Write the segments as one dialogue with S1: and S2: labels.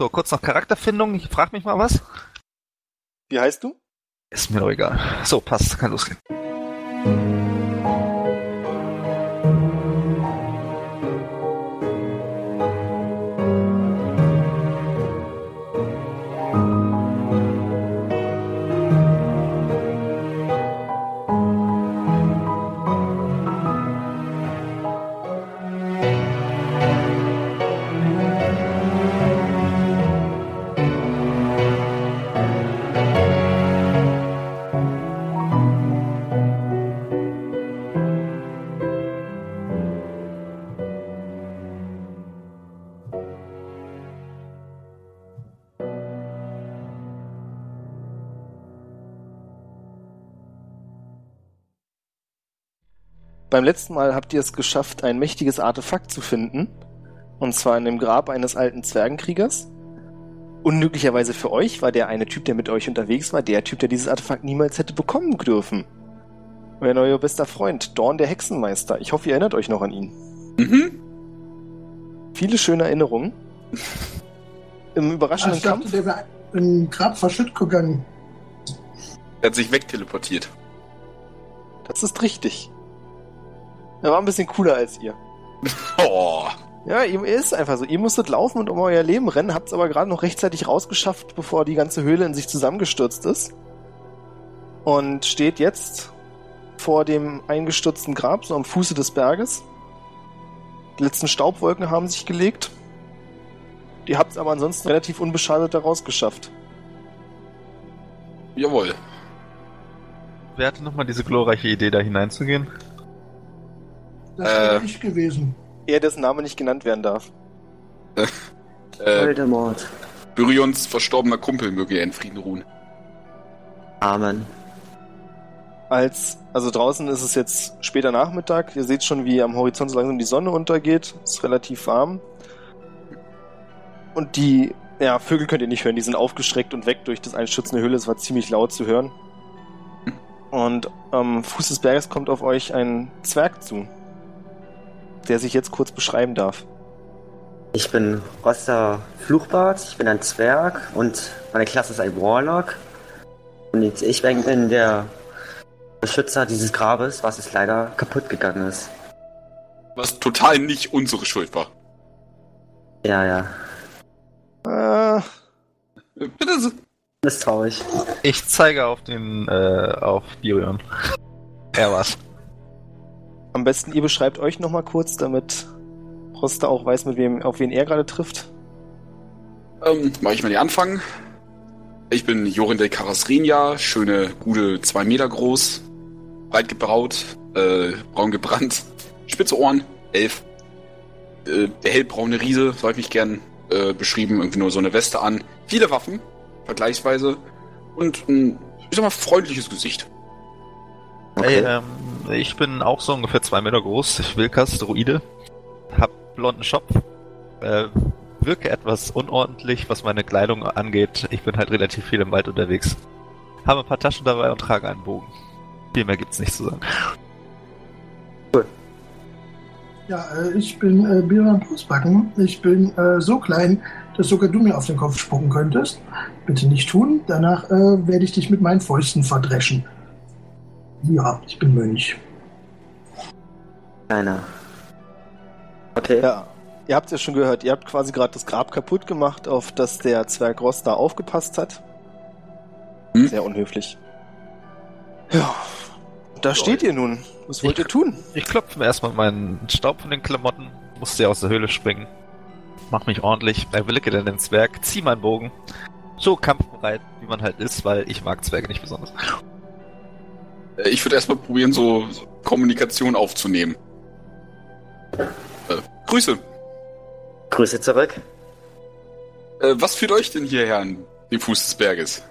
S1: So, kurz noch Charakterfindung. Ich frag mich mal was.
S2: Wie heißt du?
S1: Ist mir doch egal. So, passt. Kann losgehen.
S2: Beim letzten Mal habt ihr es geschafft, ein mächtiges Artefakt zu finden. Und zwar in dem Grab eines alten Zwergenkriegers. Unglücklicherweise für euch war der eine Typ, der mit euch unterwegs war, der Typ, der dieses Artefakt niemals hätte bekommen dürfen. Euer neuer bester Freund, Dorn der Hexenmeister. Ich hoffe, ihr erinnert euch noch an ihn.
S3: Mhm.
S4: Mhm.
S2: Viele schöne Erinnerungen. Im
S4: Ach,
S2: überraschenden
S4: ich
S2: Kampf.
S4: dachte, der wäre im Grab verschütt gegangen.
S3: Er hat sich wegteleportiert.
S2: Das ist richtig. Er war ein bisschen cooler als ihr.
S3: Oh.
S2: Ja, ihm ist einfach so. Ihr musstet laufen und um euer Leben rennen, habt's aber gerade noch rechtzeitig rausgeschafft, bevor die ganze Höhle in sich zusammengestürzt ist. Und steht jetzt vor dem eingestürzten Grab, so am Fuße des Berges. Die letzten Staubwolken haben sich gelegt. Die habt's aber ansonsten relativ unbeschadet da rausgeschafft.
S3: Jawohl.
S1: Wer hatte nochmal diese glorreiche Idee, da hineinzugehen?
S4: Das wäre
S3: Äh.
S4: ich gewesen.
S2: Er, dessen Name nicht genannt werden darf.
S3: Äh,
S5: Voldemort.
S3: Byrions verstorbener Kumpel möge er in Frieden ruhen.
S5: Amen.
S2: als, also draußen ist es jetzt später Nachmittag. Ihr seht schon, wie am Horizont so langsam die Sonne untergeht. Ist relativ warm. Und die, ja, Vögel könnt ihr nicht hören. Die sind aufgeschreckt und weg durch das einstürzende Höhle. Es war ziemlich laut zu hören. Und am Fuß des Berges kommt auf euch ein Zwerg zu, der sich jetzt kurz beschreiben darf.
S5: Ich bin Roster Fluchbart, ich bin ein Zwerg und meine Klasse ist ein Warlock. Und jetzt, ich bin in der Beschützer dieses Grabes, was es leider kaputt gegangen ist.
S3: Was total nicht unsere Schuld war.
S5: Ja, ja.
S2: Äh,
S3: Äh, Bitte. se-
S5: Das ist traurig.
S1: Ich zeige auf den, äh, auf Birion. Er war's.
S2: am besten ihr beschreibt euch nochmal kurz, damit Rosta auch weiß, mit wem, auf wen er gerade trifft.
S3: Ähm, mach ich mal den Anfang. Ich bin Jorinde Karasrinja, schöne, gute zwei Meter groß, breit gebraut, äh, braun gebrannt, spitze Ohren, elf. Äh, hellbraune Riese, so hab ich mich gern äh, beschrieben, irgendwie nur so eine Weste an. Viele Waffen, vergleichsweise, und ein, ich sag mal, freundliches Gesicht.
S5: Okay.
S1: Ey, ähm, ich bin auch so ungefähr zwei Meter groß. Ich will Druide. Hab blonden Schopf. Äh, wirke etwas unordentlich, was meine Kleidung angeht. Ich bin halt relativ viel im Wald unterwegs. Habe ein paar Taschen dabei und trage einen Bogen. Viel mehr gibt's nicht zu sagen.
S4: Ja, äh, ich bin äh, Björn Brustbacken. Ich bin äh, so klein, dass sogar du mir auf den Kopf spucken könntest. Bitte nicht tun. Danach äh, werde ich dich mit meinen Fäusten verdreschen. Ja, ich bin Mönch.
S5: Keiner. Okay.
S2: Ja, ihr habt es ja schon gehört. Ihr habt quasi gerade das Grab kaputt gemacht, auf das der Zwerg Ross da aufgepasst hat.
S3: Hm?
S2: Sehr unhöflich. Ja, da steht ihr nun. Was wollt
S1: Ich-
S2: ihr tun?
S1: Ich klopfe mir erstmal meinen Staub von den Klamotten, musste ja aus der Höhle springen. Mach mich ordentlich, erwillige dann den Zwerg, zieh meinen Bogen. So kampfbereit, wie man halt ist, weil ich mag Zwerge nicht besonders.
S3: Äh, ich würde erstmal probieren, so, so Kommunikation aufzunehmen. Äh, Grüße.
S5: Grüße zurück.
S3: Äh, was führt euch denn hierher an den Fuß des Berges?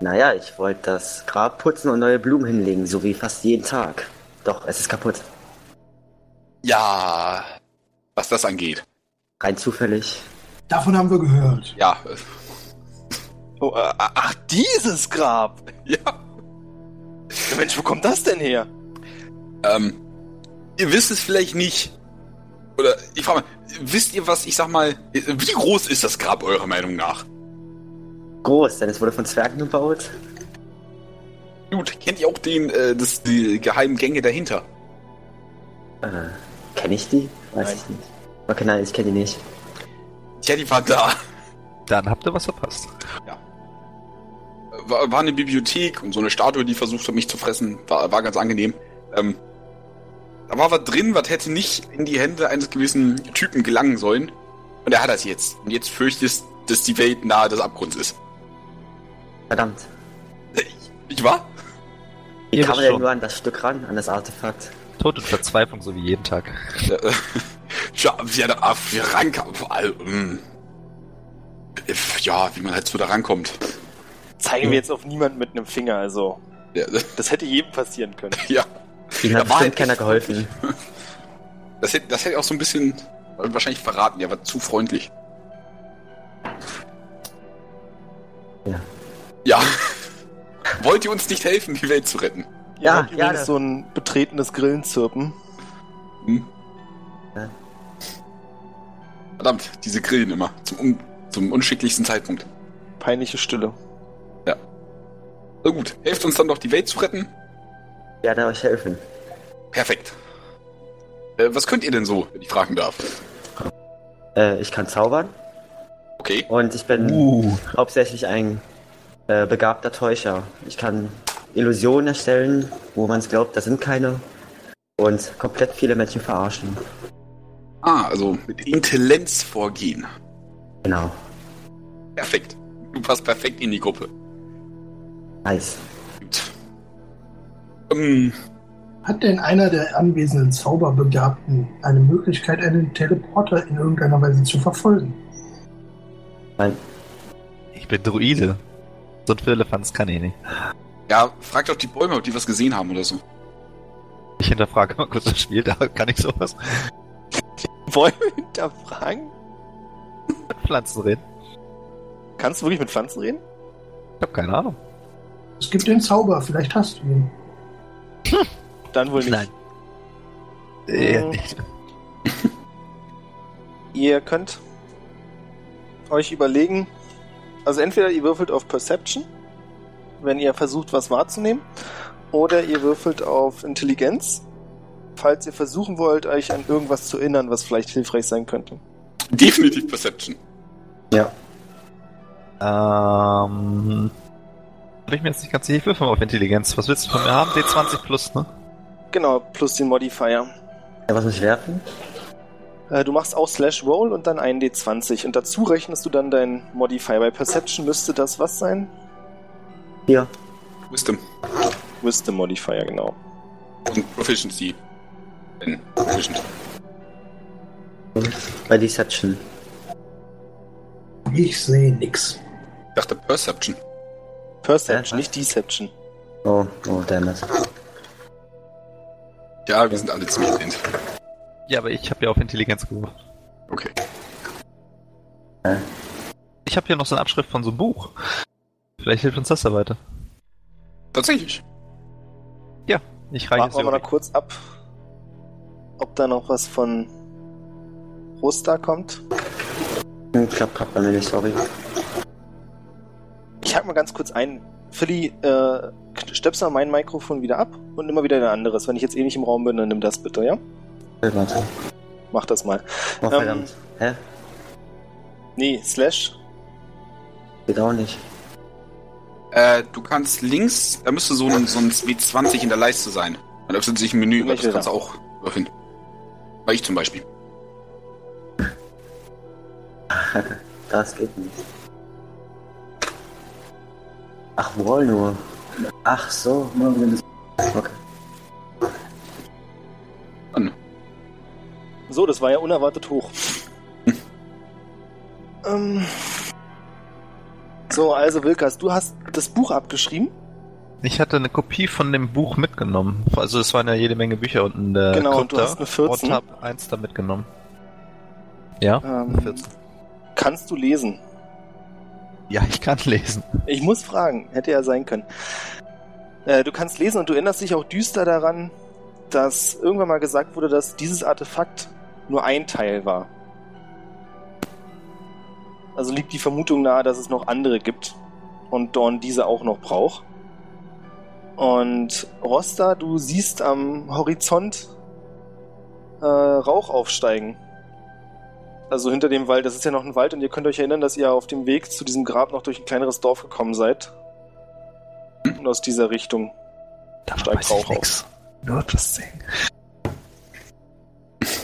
S5: Naja, ich wollte das Grab putzen und neue Blumen hinlegen, so wie fast jeden Tag. Doch, es ist kaputt.
S3: Ja, was das angeht.
S5: Rein zufällig.
S4: Davon haben wir gehört.
S3: Ja, äh,
S2: Oh, äh, ach, dieses Grab!
S3: ja.
S2: Mensch, wo kommt das denn her?
S3: Ähm, ihr wisst es vielleicht nicht, Oder ich frage mal, wisst ihr was, ich sag mal, wie groß ist das Grab eurer Meinung nach?
S5: Groß, denn es wurde von Zwergen gebaut.
S3: Gut, kennt ihr auch den, äh, das, die geheimen Gänge dahinter?
S5: Äh, kenne ich die? Weiß
S2: Nein.
S5: ich nicht. Okay, nein, ich kenne die nicht.
S3: Tja, die waren da.
S1: Dann habt ihr was verpasst.
S3: War, war eine Bibliothek und so eine Statue, die versucht hat, mich zu fressen. War, war ganz angenehm. Ähm, da war was drin, was hätte nicht in die Hände eines gewissen Typen gelangen sollen. Und er hat das jetzt. Und jetzt fürchtest, dass die Welt nahe des Abgrunds ist.
S5: Verdammt.
S3: Nicht wahr?
S5: Wie
S1: Ihr wisst
S5: kam man denn
S1: schon.
S5: nur an das Stück ran, an das Artefakt?
S1: Tod und Verzweiflung, so wie jeden Tag.
S3: Ja, äh, Tja, wie er da wie er rankam, vor allem. ähm, Ja, wie man halt so da rankommt.
S2: Zeigen wir jetzt auf niemanden mit einem Finger, also.
S3: Ja,
S2: Das hätte jedem passieren können.
S3: ja.
S5: Ihnen hat
S3: Da war
S5: bestimmt
S3: ein-
S5: keiner geholfen.
S3: Das hätte, das hätte auch so ein bisschen äh, wahrscheinlich verraten, ja, war zu freundlich.
S5: Ja.
S3: Ja. Wollt ihr uns nicht helfen, die Welt zu retten?
S2: Ihr
S5: Ja,
S2: hört übrigens
S5: gerne.
S2: so ein betretenes Grillenzirpen.
S3: Hm?
S5: Ja.
S3: Verdammt, diese Grillen immer. Zum, un zum unschicklichsten Zeitpunkt.
S2: Peinliche Stille.
S3: Na gut, helft uns dann doch, die Welt zu retten.
S5: Werde euch helfen.
S3: Perfekt. Äh, was könnt ihr denn so, wenn ich fragen darf?
S5: Äh, ich kann zaubern
S3: Okay.
S5: und ich bin
S1: Uh.
S5: hauptsächlich ein äh, begabter Täuscher. Ich kann Illusionen erstellen, wo man es glaubt, da sind keine. Und komplett viele Menschen verarschen.
S3: Ah, also mit Intelligenz vorgehen.
S5: Genau.
S3: Perfekt. Du passt perfekt in die Gruppe.
S5: Nice.
S3: Gut. Ähm,
S4: Hat denn einer der anwesenden Zauberbegabten eine Möglichkeit, einen Teleporter in irgendeiner Weise zu verfolgen?
S5: Nein.
S1: Ich bin Druide. So ein Firlefanz kann ich nicht.
S3: ja, frag doch die Bäume, ob die was gesehen haben oder so.
S1: Ich hinterfrage mal kurz das Spiel, da kann ich sowas.
S2: Wollen wir hinterfragen?
S1: Mit Pflanzen reden.
S2: Kannst du wirklich mit Pflanzen reden?
S1: Ich hab keine Ahnung.
S4: Es gibt den Zauber, vielleicht hast du ihn.
S2: Dann wohl nicht.
S1: Nein. Äh,
S2: Mhm.
S1: nicht.
S2: Ihr könnt euch überlegen, also entweder ihr würfelt auf Perception, wenn ihr versucht, was wahrzunehmen, oder ihr würfelt auf Intelligenz, falls ihr versuchen wollt, euch an irgendwas zu erinnern, was vielleicht hilfreich sein könnte.
S3: Definitiv Perception.
S1: Ähm. Bin ich mir jetzt nicht ganz sicher. Ich würfel mal auf Intelligenz. Was willst du von mir haben? D20 plus, ne?
S2: Genau, plus den Modifier.
S5: Ja, was muss ich werfen?
S2: Äh, Du machst auch Slash Roll und dann einen D20 und dazu rechnest du dann deinen Modifier. Bei Perception müsste das was sein?
S5: Hier.
S3: Wisdom.
S2: Wisdom Modifier, genau.
S3: Und Proficiency. Wenn Proficient.
S5: Bei Deception.
S4: Ich sehe nix.
S3: Ich dachte Perception.
S2: Perception,
S5: Äh,
S2: nicht Deception.
S5: Oh, oh, damn it.
S3: Ja, wir sind alle ziemlich blind.
S1: Ja, aber ich habe ja auf Intelligenz gewürfelt.
S3: Okay.
S5: Hä?
S1: Ich habe hier noch so eine Abschrift von so einem Buch. Vielleicht hilft uns das da weiter.
S3: Tatsächlich.
S1: Ich
S2: Warten
S1: reiche
S2: wir mal noch
S1: es
S2: kurz ab, ob da noch was von Rosta kommt.
S5: Hm, klappt gerade bei mir nicht, sorry.
S2: Ich hake mal ganz kurz ein. Philly, äh, stöpsel mal mein Mikrofon wieder ab und immer wieder ein anderes. Wenn ich jetzt eh nicht im Raum bin, dann nimm das bitte, ja?
S5: Äh, Warte.
S2: Mach das mal.
S5: Oh, verdammt. Hä?
S2: Nee, Slash.
S5: Geht auch nicht.
S3: Äh, du kannst links, da müsste so ein, so ein W20 in der Leiste sein. Dann öffnet sich ein Menü,
S2: Bin
S3: aber
S2: ich
S3: das kannst du
S2: wieder.
S3: auch öffnen. Bei ich zum Beispiel.
S5: Das geht nicht. Ach, Wall nur. Ach so. Okay.
S2: So, das war ja unerwartet hoch. ähm. So, also Wilkas, du hast das Buch abgeschrieben.
S1: Ich hatte eine Kopie von dem Buch mitgenommen. Also es waren ja jede Menge Bücher unten in der
S2: Genau, und
S1: Krypta
S2: du hast eine 14.
S1: Und hab eins da mitgenommen. Ja? Eine
S2: Ähm,
S1: 14.
S2: kannst du lesen?
S1: Ja, ich kann lesen.
S2: Ich muss fragen, hätte ja sein können. Äh, du kannst lesen und du erinnerst dich auch düster daran, dass irgendwann mal gesagt wurde, dass dieses Artefakt nur ein Teil war. Also liegt die Vermutung nahe, dass es noch andere gibt und Dorn diese auch noch braucht. Und Rosta, du siehst am Horizont äh, Rauch aufsteigen. Also hinter dem Wald, das ist ja noch ein Wald und ihr könnt euch erinnern, dass ihr auf dem Weg zu diesem Grab noch durch ein kleineres Dorf gekommen seid. Und aus dieser Richtung.
S1: Da
S2: steigt Rauch auf.
S1: Nur das Ding.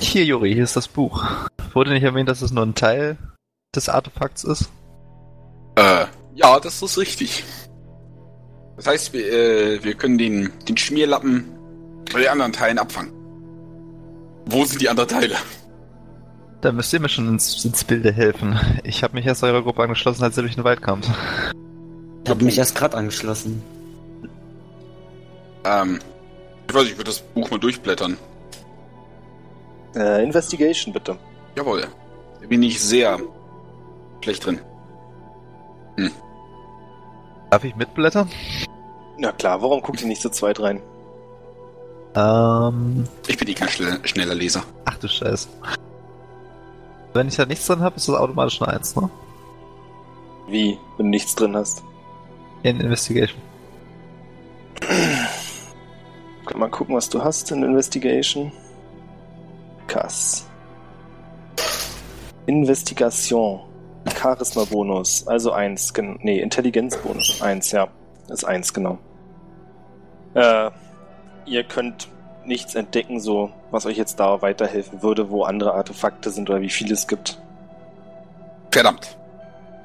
S1: Hier, Juri, hier ist das Buch. Wurde nicht erwähnt, dass es nur ein Teil des Artefakts ist?
S3: Äh, ja, das ist richtig. Das heißt, wir, äh, wir können den, den Schmierlappen bei den anderen Teilen abfangen. Wo sind die anderen Teile?
S1: Da müsst ihr mir schon ins, ins Bilde helfen. Ich habe mich erst eurer Gruppe angeschlossen, als ihr durch den Wald kamt.
S5: Ich habe mich erst gerade angeschlossen.
S3: Ähm, ich weiß nicht, ich würde das Buch mal durchblättern.
S2: Äh, Investigation bitte.
S3: Jawohl. Da bin ich sehr schlecht drin.
S1: Darf ich mitblättern?
S2: Na klar, warum guckt ihr nicht zu zweit rein?
S1: Ähm,
S3: Ich bin eh kein schnell- schneller Leser.
S1: ach du Scheiße. Wenn ich da nichts drin habe, ist das automatisch eine Eins, ne?
S2: Wie, wenn du nichts drin hast?
S1: In Investigation.
S2: Können wir mal gucken, was du hast in Investigation. Kass. Investigation. Charisma-Bonus. Also 1. Nee, Intelligenz-Bonus. 1, ja. Ist 1, genau. Äh, ihr könnt nichts entdecken, so was euch jetzt da weiterhelfen würde, wo andere Artefakte sind oder wie viele es gibt.
S3: Verdammt.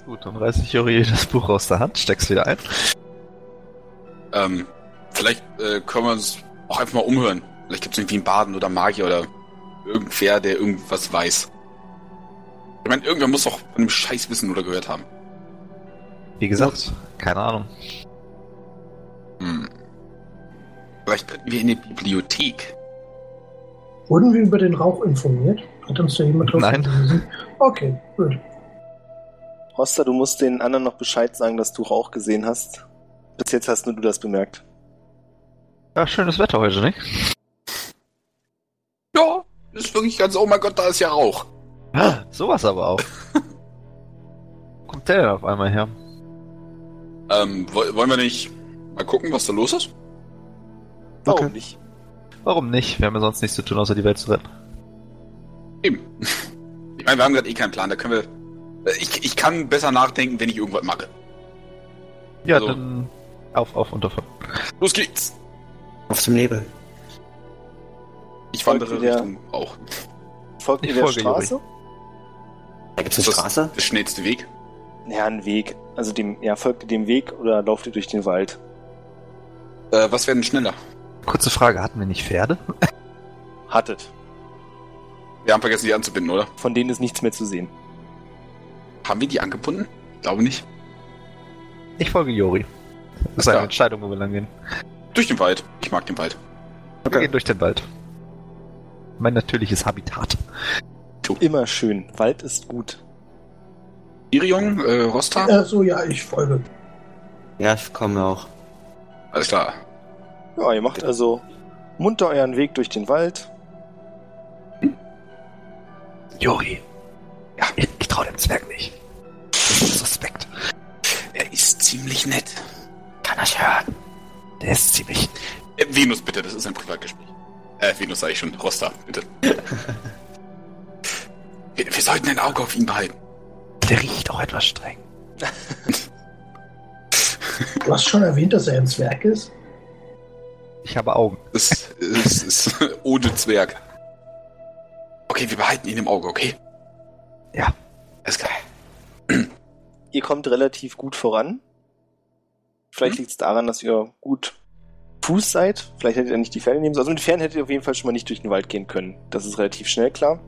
S1: Gut, dann reiß ich Juri das Buch aus der Hand, steck's wieder ein.
S3: Ähm, vielleicht äh, können wir uns auch einfach mal umhören. Vielleicht gibt es irgendwie einen Baden oder einen Magier oder irgendwer, der irgendwas weiß. Ich meine, irgendwer muss doch von dem Scheiß wissen oder gehört haben.
S1: Wie gesagt, keine Ahnung.
S3: Hm. Vielleicht könnten wir in die Bibliothek.
S4: Wurden wir über den Rauch informiert? Hat uns da jemand drauf
S1: Nein.
S4: hingewiesen? Okay, gut.
S2: Rosta, du musst den anderen noch Bescheid sagen, dass du Rauch gesehen hast. Bis jetzt hast nur du das bemerkt.
S1: Ja, schönes Wetter heute, nicht?
S3: Ja, das ist wirklich ganz, oh mein Gott, da ist ja Rauch.
S1: Sowas aber auch. Wo Kommt der denn auf einmal her?
S3: Ähm, wo- wollen wir nicht mal gucken, was da los ist?
S2: Warum
S1: Okay.
S2: nicht?
S1: Warum nicht? Wir haben ja sonst nichts zu tun, außer die Welt zu retten.
S3: Eben. Ich meine, wir haben gerade eh keinen Plan, da können wir. Äh, Ich, ich kann besser nachdenken, wenn ich irgendwas mache.
S1: Ja,
S3: So.
S1: dann auf, auf und davon.
S3: Los geht's!
S5: Auf zum Nebel.
S3: Ich wandere
S2: Folgt ihr der-
S3: Richtung Rauch.
S2: Folgt
S1: Ich
S2: ihr der
S1: folge,
S2: Straße?
S5: Da gibt's eine
S3: Das-
S5: Straße.
S3: Der schnellste Weg.
S2: Ja, ein Weg. Also dem, ja, folgt ihr dem Weg oder lauft ihr durch den Wald?
S3: Äh, was werden schneller?
S1: Kurze Frage, hatten wir nicht Pferde?
S2: Hattet.
S3: Wir haben vergessen, die anzubinden, oder?
S2: Von denen ist nichts mehr zu sehen.
S3: Haben wir die angebunden? Glaube nicht.
S1: Ich folge Jori. Das ist
S3: Ja.
S1: eine Entscheidung, wo wir lang gehen.
S3: Durch den Wald. Ich mag den Wald.
S1: Wir gehen durch den Wald. Mein natürliches Habitat.
S2: Immer schön. Wald ist gut.
S3: Irion, äh, Rosta?
S4: Äh, so, ja, ich folge.
S5: Ja, ich komme auch.
S3: Alles klar.
S2: Ja, ihr macht also munter euren Weg durch den Wald.
S1: Jori. Ja, ich trau dem Zwerg nicht. Das ist suspekt.
S3: Er ist ziemlich nett.
S1: Kann ich hören. Der ist ziemlich.
S3: Äh, Venus, bitte, das ist ein Privatgespräch. Äh, Venus sage ich schon. Rosta, bitte. wir, wir sollten ein Auge auf ihn behalten.
S1: Der riecht auch etwas streng.
S4: Du hast schon erwähnt, dass er ein Zwerg ist.
S1: Ich habe Augen.
S3: Das ist, ist ohne Zwerg. Okay, wir behalten ihn im Auge, okay?
S1: Ja.
S3: Alles klar.
S2: Ihr kommt relativ gut voran. Vielleicht liegt es daran, dass ihr gut Fuß seid. Vielleicht hättet ihr nicht die Pferde nehmen sollen. Also mit Pferden hättet ihr auf jeden Fall schon mal nicht durch den Wald gehen können. Das ist relativ schnell klar.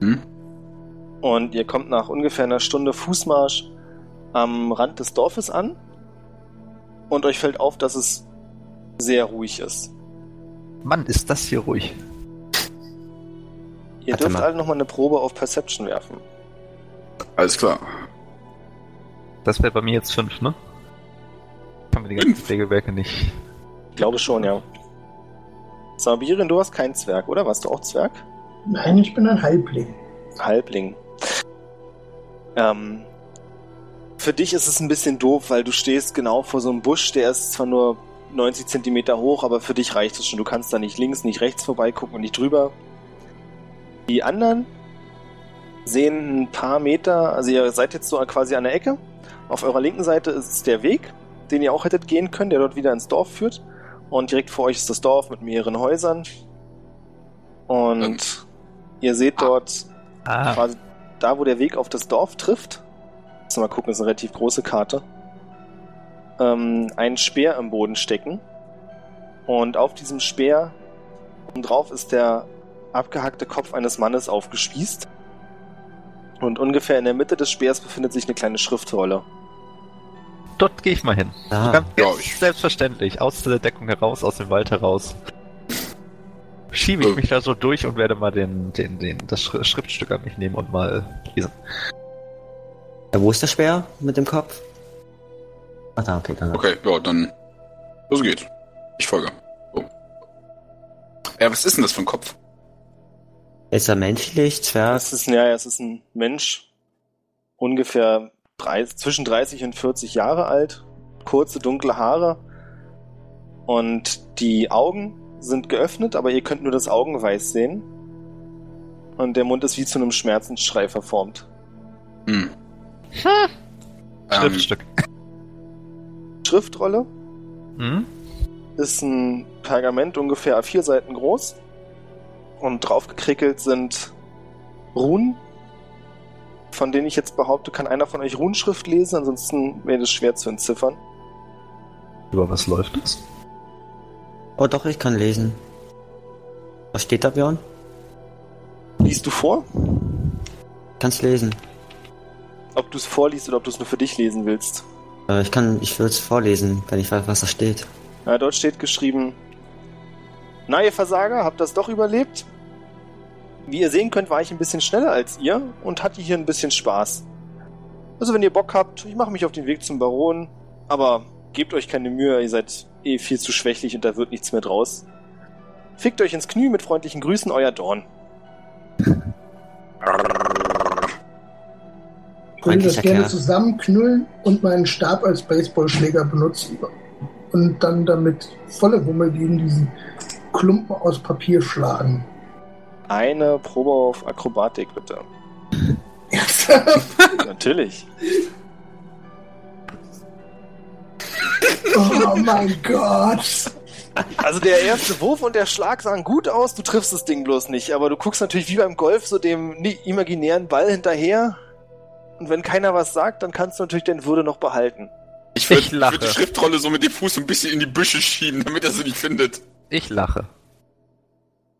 S3: Hm?
S2: Und ihr kommt nach ungefähr einer Stunde Fußmarsch am Rand des Dorfes an. Und euch fällt auf, dass es sehr ruhig ist.
S1: Mann, ist das hier ruhig.
S2: Ihr
S5: Warte
S2: dürft
S5: mal.
S2: alle nochmal eine Probe auf Perception werfen.
S3: Alles klar.
S1: Das wäre bei mir jetzt fünf, ne? Kann man die ganzen Regelwerke nicht.
S2: Ich glaube schon, ja. Sabirin, du warst kein Zwerg, oder? Warst du auch Zwerg?
S4: Nein, ich bin ein Halbling.
S2: Halbling. Ähm, für dich ist es ein bisschen doof, weil du stehst genau vor so einem Busch, der ist zwar nur 90 Zentimeter hoch, aber für dich reicht es schon. Du kannst da nicht links, nicht rechts vorbeigucken und nicht drüber. Die anderen sehen ein paar Meter, also ihr seid jetzt so quasi an der Ecke. Auf eurer linken Seite ist der Weg, den ihr auch hättet gehen können, der dort wieder ins Dorf führt. Und direkt vor euch ist das Dorf mit mehreren Häusern. Und
S3: Und
S2: ihr seht dort
S1: Ah,
S2: quasi da, wo der Weg auf das Dorf trifft. Lass mal gucken, das ist eine relativ große Karte. Ähm, einen Speer im Boden stecken. Und auf diesem Speer oben drauf ist der abgehackte Kopf eines Mannes aufgespießt. Und ungefähr in der Mitte des Speers befindet sich eine kleine Schriftrolle.
S1: dort gehe ich mal hin.
S5: Ah,
S1: Ganz
S3: Ja, ich-
S1: selbstverständlich, aus der Deckung heraus, aus dem Wald heraus. Schiebe ich
S3: Ähm.
S1: mich da so durch und werde mal den, den, den, das Schri- Schriftstück an mich nehmen und mal lesen.
S5: ja, wo ist der Speer mit dem Kopf? Ach da, okay, dann.
S3: okay, ja, dann los geht's. Ich folge. So. Ja, was ist denn das für ein Kopf?
S5: Ist er menschlich, Zwerg?
S2: Es ist, ein- ja, ja, es ist ein Mensch, ungefähr 30, zwischen 30 und 40 Jahre alt, kurze dunkle Haare und die Augen sind geöffnet, aber ihr könnt nur das Augenweiß sehen. Und der Mund ist wie zu einem Schmerzensschrei verformt.
S3: Hm. Ähm,
S1: Schriftstück.
S2: Schriftrolle
S1: Hm?
S2: ist ein Pergament ungefähr A4 Seiten groß und draufgekrickelt sind Runen, von denen ich jetzt behaupte, kann einer von euch Runenschrift lesen, ansonsten wäre das schwer zu entziffern.
S1: Über was läuft das?
S5: Oh doch, ich kann lesen. Was steht da, Björn?
S2: Liest du vor?
S5: Kannst lesen.
S2: Ob du es vorliest oder ob du es nur für dich lesen willst.
S5: Äh, ich kann, ich würde es vorlesen, wenn ich weiß, was da steht.
S2: Na, dort steht geschrieben: Na, ihr Versager, habt das doch überlebt? Wie ihr sehen könnt, war ich ein bisschen schneller als ihr und hatte hier ein bisschen Spaß. Also, wenn ihr Bock habt, ich mache mich auf den Weg zum Baron, aber gebt euch keine Mühe, ihr seid eh viel zu schwächlich und da wird nichts mehr draus. Fickt euch ins Knie mit freundlichen Grüßen, euer Dorn.
S4: Ich würde das
S5: Freundlicher
S4: gerne
S5: Kerl.
S4: zusammenknüllen und meinen Stab als Baseballschläger benutzen. Und dann damit volle Wumme gegen diesen Klumpen aus Papier schlagen.
S2: Eine Probe auf Akrobatik, bitte.
S4: Ernsthaft?
S2: Natürlich.
S4: oh mein Gott.
S2: Also der erste Wurf und der Schlag sahen gut aus, du triffst das Ding bloß nicht, aber du guckst natürlich wie beim Golf so dem ni- imaginären Ball hinterher und wenn keiner was sagt, dann kannst du natürlich deine Würde noch behalten.
S3: ich würde
S1: ich lache.
S3: würd die Schriftrolle so mit dem Fuß so ein bisschen in die Büsche schieben, damit er sie nicht findet.
S1: Ich lache.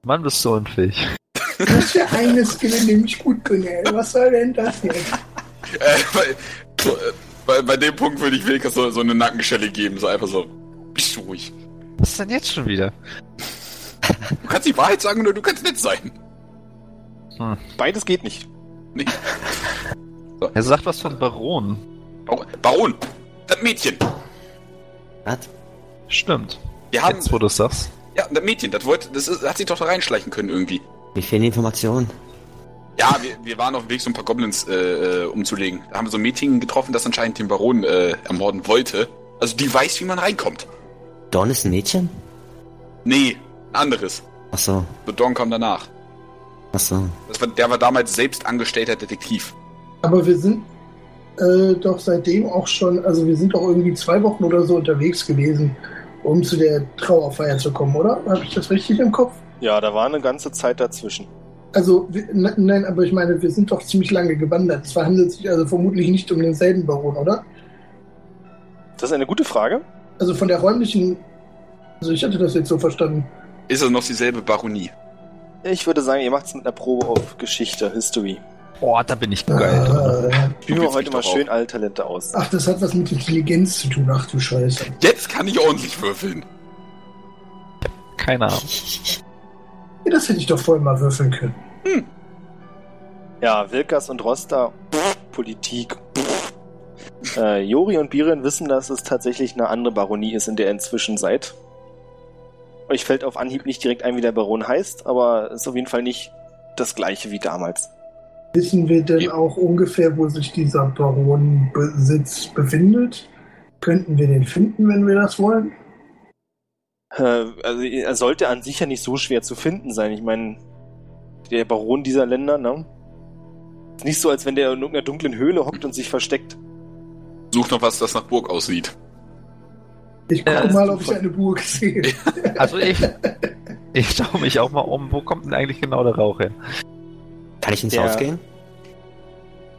S1: Mann, bist du unfähig.
S4: Das ist der eine Skill, in dem ich gut bin, ey. Was soll denn das jetzt?
S3: Äh, bei, so, äh, bei, bei dem Punkt würde ich Wilkas so, so eine Nackenschelle geben, so einfach so. Bist du ruhig.
S1: Was denn jetzt schon wieder?
S3: Du kannst die Wahrheit sagen oder du kannst nett sein.
S2: Beides geht nicht.
S3: Nee.
S1: Er sagt was von Baron.
S3: Bar- Baron, das Mädchen.
S5: Was?
S1: Stimmt.
S3: Wir haben,
S1: Jetzt, wo du es sagst.
S3: ja, das Mädchen, das wollte, das ist, hat sich doch da reinschleichen können irgendwie.
S5: Mir fehlen Informationen.
S3: Ja, wir, wir waren auf dem Weg, so ein paar Goblins äh, äh, umzulegen. Da haben wir so ein Mädchen getroffen, das anscheinend den Baron äh, ermorden wollte. Also die weiß, wie man reinkommt.
S5: Dorn ist ein Mädchen?
S3: Nee, ein anderes.
S5: Ach so,
S3: The Dawn kam danach.
S5: ach so.
S3: Das war, der war damals selbst angestellter Detektiv.
S4: Aber wir sind äh, doch seitdem auch schon, also wir sind doch irgendwie zwei Wochen oder so unterwegs gewesen, um zu der Trauerfeier zu kommen, oder? Habe ich das richtig im Kopf?
S2: Ja, da war eine ganze Zeit dazwischen.
S4: Also, wir, ne- nein, aber ich meine, wir sind doch ziemlich lange gewandert. Es handelt sich also vermutlich nicht um denselben Baron, oder?
S2: Das ist eine gute Frage.
S4: Also von der räumlichen. Also, ich hatte das jetzt so verstanden.
S3: Ist also noch dieselbe Baronie.
S2: Ich würde sagen, ihr macht es mit einer Probe auf Geschichte, History.
S1: Boah, da bin ich geil drin.
S2: Üben
S4: Äh,
S2: wir
S3: willst
S2: heute
S3: mich
S2: mal
S3: doch
S2: schön alle Talente aus.
S4: ach, das hat was mit Intelligenz zu tun. Ach du Scheiße.
S3: Jetzt kann ich ordentlich würfeln.
S1: Keine Ahnung.
S4: Ja, das hätte ich doch vorher mal würfeln können.
S2: Ja, Wilkas und Rosta, pff, Politik. Pff. Äh, Jori und Biren wissen, dass es tatsächlich eine andere Baronie ist, in der ihr inzwischen seid. Euch fällt auf Anhieb nicht direkt ein, wie der Baron heißt, aber ist auf jeden Fall nicht das gleiche wie damals.
S4: Wissen wir denn
S3: Ja.
S4: auch ungefähr, wo sich dieser Baronbesitz befindet? Könnten wir den finden, wenn wir das wollen?
S2: Äh, also er sollte an sich ja nicht so schwer zu finden sein. Ich meine, der Baron dieser Länder, ne? Ist nicht so, als wenn der in irgendeiner dunklen Höhle hockt und sich versteckt.
S3: Such noch was, das nach Burg aussieht.
S4: Ich
S1: Ja,
S4: gucke
S1: das
S4: mal,
S2: ist
S4: ob ich
S2: super.
S4: eine Burg sehe.
S1: Also ich, ich schaue mich auch mal um, wo kommt denn eigentlich genau der Rauch her?
S5: Kann ich ins
S2: Ja.
S5: Haus gehen?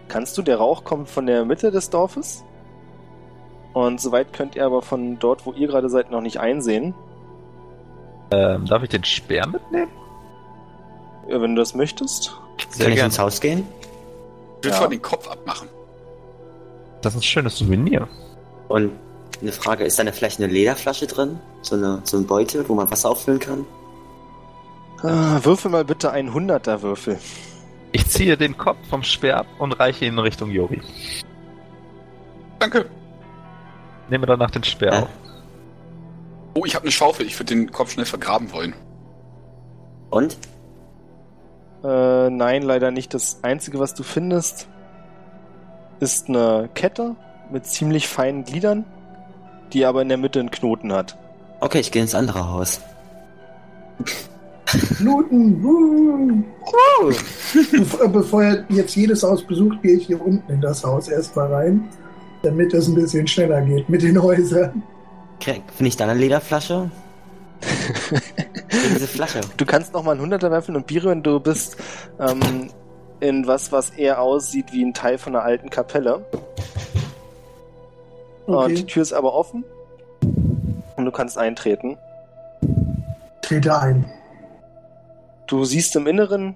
S2: Kannst du, der Rauch kommt von der Mitte des Dorfes. Und soweit könnt ihr aber von dort, wo ihr gerade seid, noch nicht einsehen.
S1: Ähm, darf ich den Speer mitnehmen?
S2: Äh, Wenn du das möchtest.
S5: Kann
S1: Sehr
S5: ich
S1: gerne.
S5: ins Haus gehen?
S3: Ich würde
S2: Ja.
S3: zwar den Kopf abmachen.
S1: Das ist ein schönes Souvenir.
S5: Und eine Frage, ist da eine- vielleicht eine Lederflasche drin? So, eine, so ein Beutel, wo man Wasser auffüllen kann?
S2: Ah, würfel mal bitte einen 100er Würfel.
S1: Ich ziehe den Kopf vom Speer ab und reiche ihn Richtung Yori.
S3: Danke.
S1: Nehme danach den Speer
S5: Ja.
S1: auf.
S3: Oh, ich habe eine Schaufel. Ich würde den Kopf schnell vergraben wollen.
S5: Und?
S2: Äh, nein, leider nicht. Das Einzige, was du findest, ist eine Kette mit ziemlich feinen Gliedern, die aber in der Mitte einen Knoten hat.
S5: Okay, ich gehe ins andere Haus.
S4: Looten, wuh. Bef- äh, Bevor ihr jetzt jedes Haus besucht, gehe ich hier unten in das Haus erstmal rein, damit es ein bisschen schneller geht mit den Häusern.
S5: Krieg- Finde ich da eine Lederflasche? Diese Flasche.
S2: Du kannst nochmal einen Hunderter werfen und Birion, du bist ähm, in was, was eher aussieht wie ein Teil von einer alten Kapelle. Und Oh, die
S4: Okay,
S2: Tür ist aber offen. Und du kannst eintreten.
S4: trete ein.
S2: Du siehst im Inneren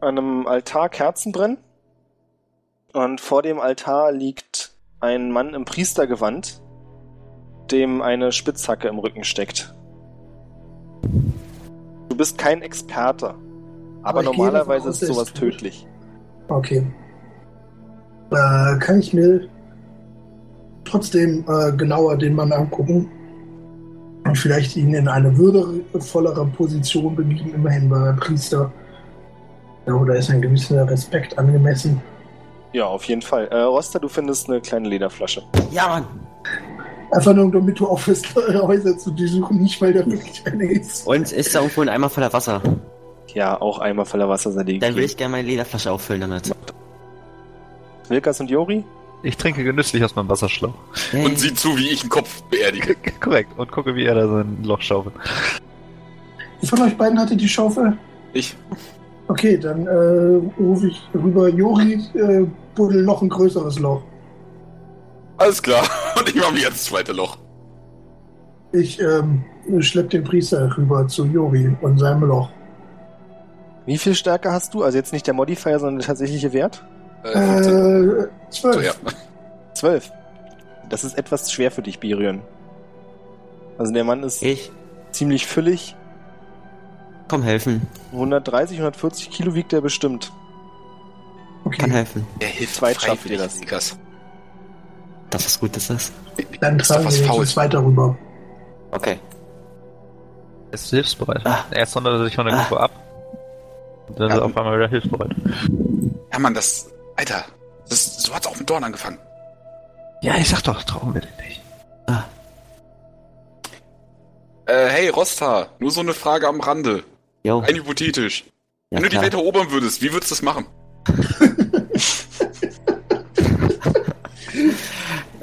S2: an einem Altar Kerzen brennen. Und vor dem Altar liegt ein Mann im Priestergewand, dem eine Spitzhacke im Rücken steckt. Du bist kein Experte, aber
S4: Aber ich gehe davon
S2: normalerweise
S4: aus,
S2: ist
S4: er ist
S2: sowas
S4: tot.
S2: tödlich.
S4: Okay. Äh, kann ich mir trotzdem äh, genauer den Mann angucken und vielleicht ihn in eine würdevollere Position begeben, immerhin bei einem Priester. Ja, oder ist ein gewisser Respekt angemessen?
S2: Ja, auf jeden Fall. Äh, Rosta, du findest eine kleine Lederflasche.
S5: Ja, Mann!
S4: Einfach nur, damit du aufhörst, Häuser zu besuchen, nicht weil da wirklich einer ist.
S5: Und ist da irgendwo ein Eimer voller Wasser?
S2: Ja, auch einmal voller Wasser sei dir
S5: Dann will
S2: gegeben.
S5: ich gerne meine Lederflasche auffüllen damit.
S2: Wilkas und Jori?
S1: Ich trinke genüsslich aus meinem Wasserschlauch.
S5: Yay.
S3: Und sieh zu, wie ich einen Kopf beerdige.
S1: Korrekt. Und gucke, wie er da sein Loch schaufelt.
S4: Von euch beiden hatte die Schaufel?
S3: Ich.
S4: Okay, dann äh, rufe ich rüber, Jori, äh, buddel noch ein größeres Loch.
S3: Alles klar. Und ich mache mir jetzt das zweite Loch.
S4: Ich ähm, schlepp den Priester rüber zu Jori und seinem Loch.
S2: Wie viel Stärke hast du? Also jetzt nicht der Modifier, sondern der tatsächliche Wert?
S3: Äh, 15.
S4: Äh, zwölf.
S3: so, ja.
S2: Zwölf. Das ist etwas schwer für dich, Birion. Also der Mann ist
S5: Ich
S2: ziemlich füllig.
S5: komm helfen.
S2: 130, 140 Kilo wiegt er bestimmt.
S5: Kann
S4: Okay,
S5: helfen.
S3: Er hilft
S2: Zweit schafft
S3: freiwillig,
S2: ihr das.
S3: Niklas.
S5: Das ist gut, das ist.
S4: dann
S3: Ist doch
S4: tragen
S3: was
S4: wir
S3: faul.
S4: uns weiter rüber.
S5: Okay.
S1: Er ist hilfsbereit.
S5: Ah.
S1: Er sondert sich von der
S5: Ah.
S1: Gruppe ab. Und dann ist
S3: Ja.
S1: er auf einmal wieder hilfsbereit.
S3: Ja, Mann, das. Alter. Das, so hat's auch mit Dorn angefangen.
S1: Ja, ich sag doch, trauen wir den nicht.
S3: Äh, hey, Rosta. Nur so eine Frage am Rande.
S5: Jo.
S3: Rein hypothetisch.
S5: Ja,
S3: Wenn du die Welt
S5: klar.
S3: erobern würdest, wie würdest du das machen?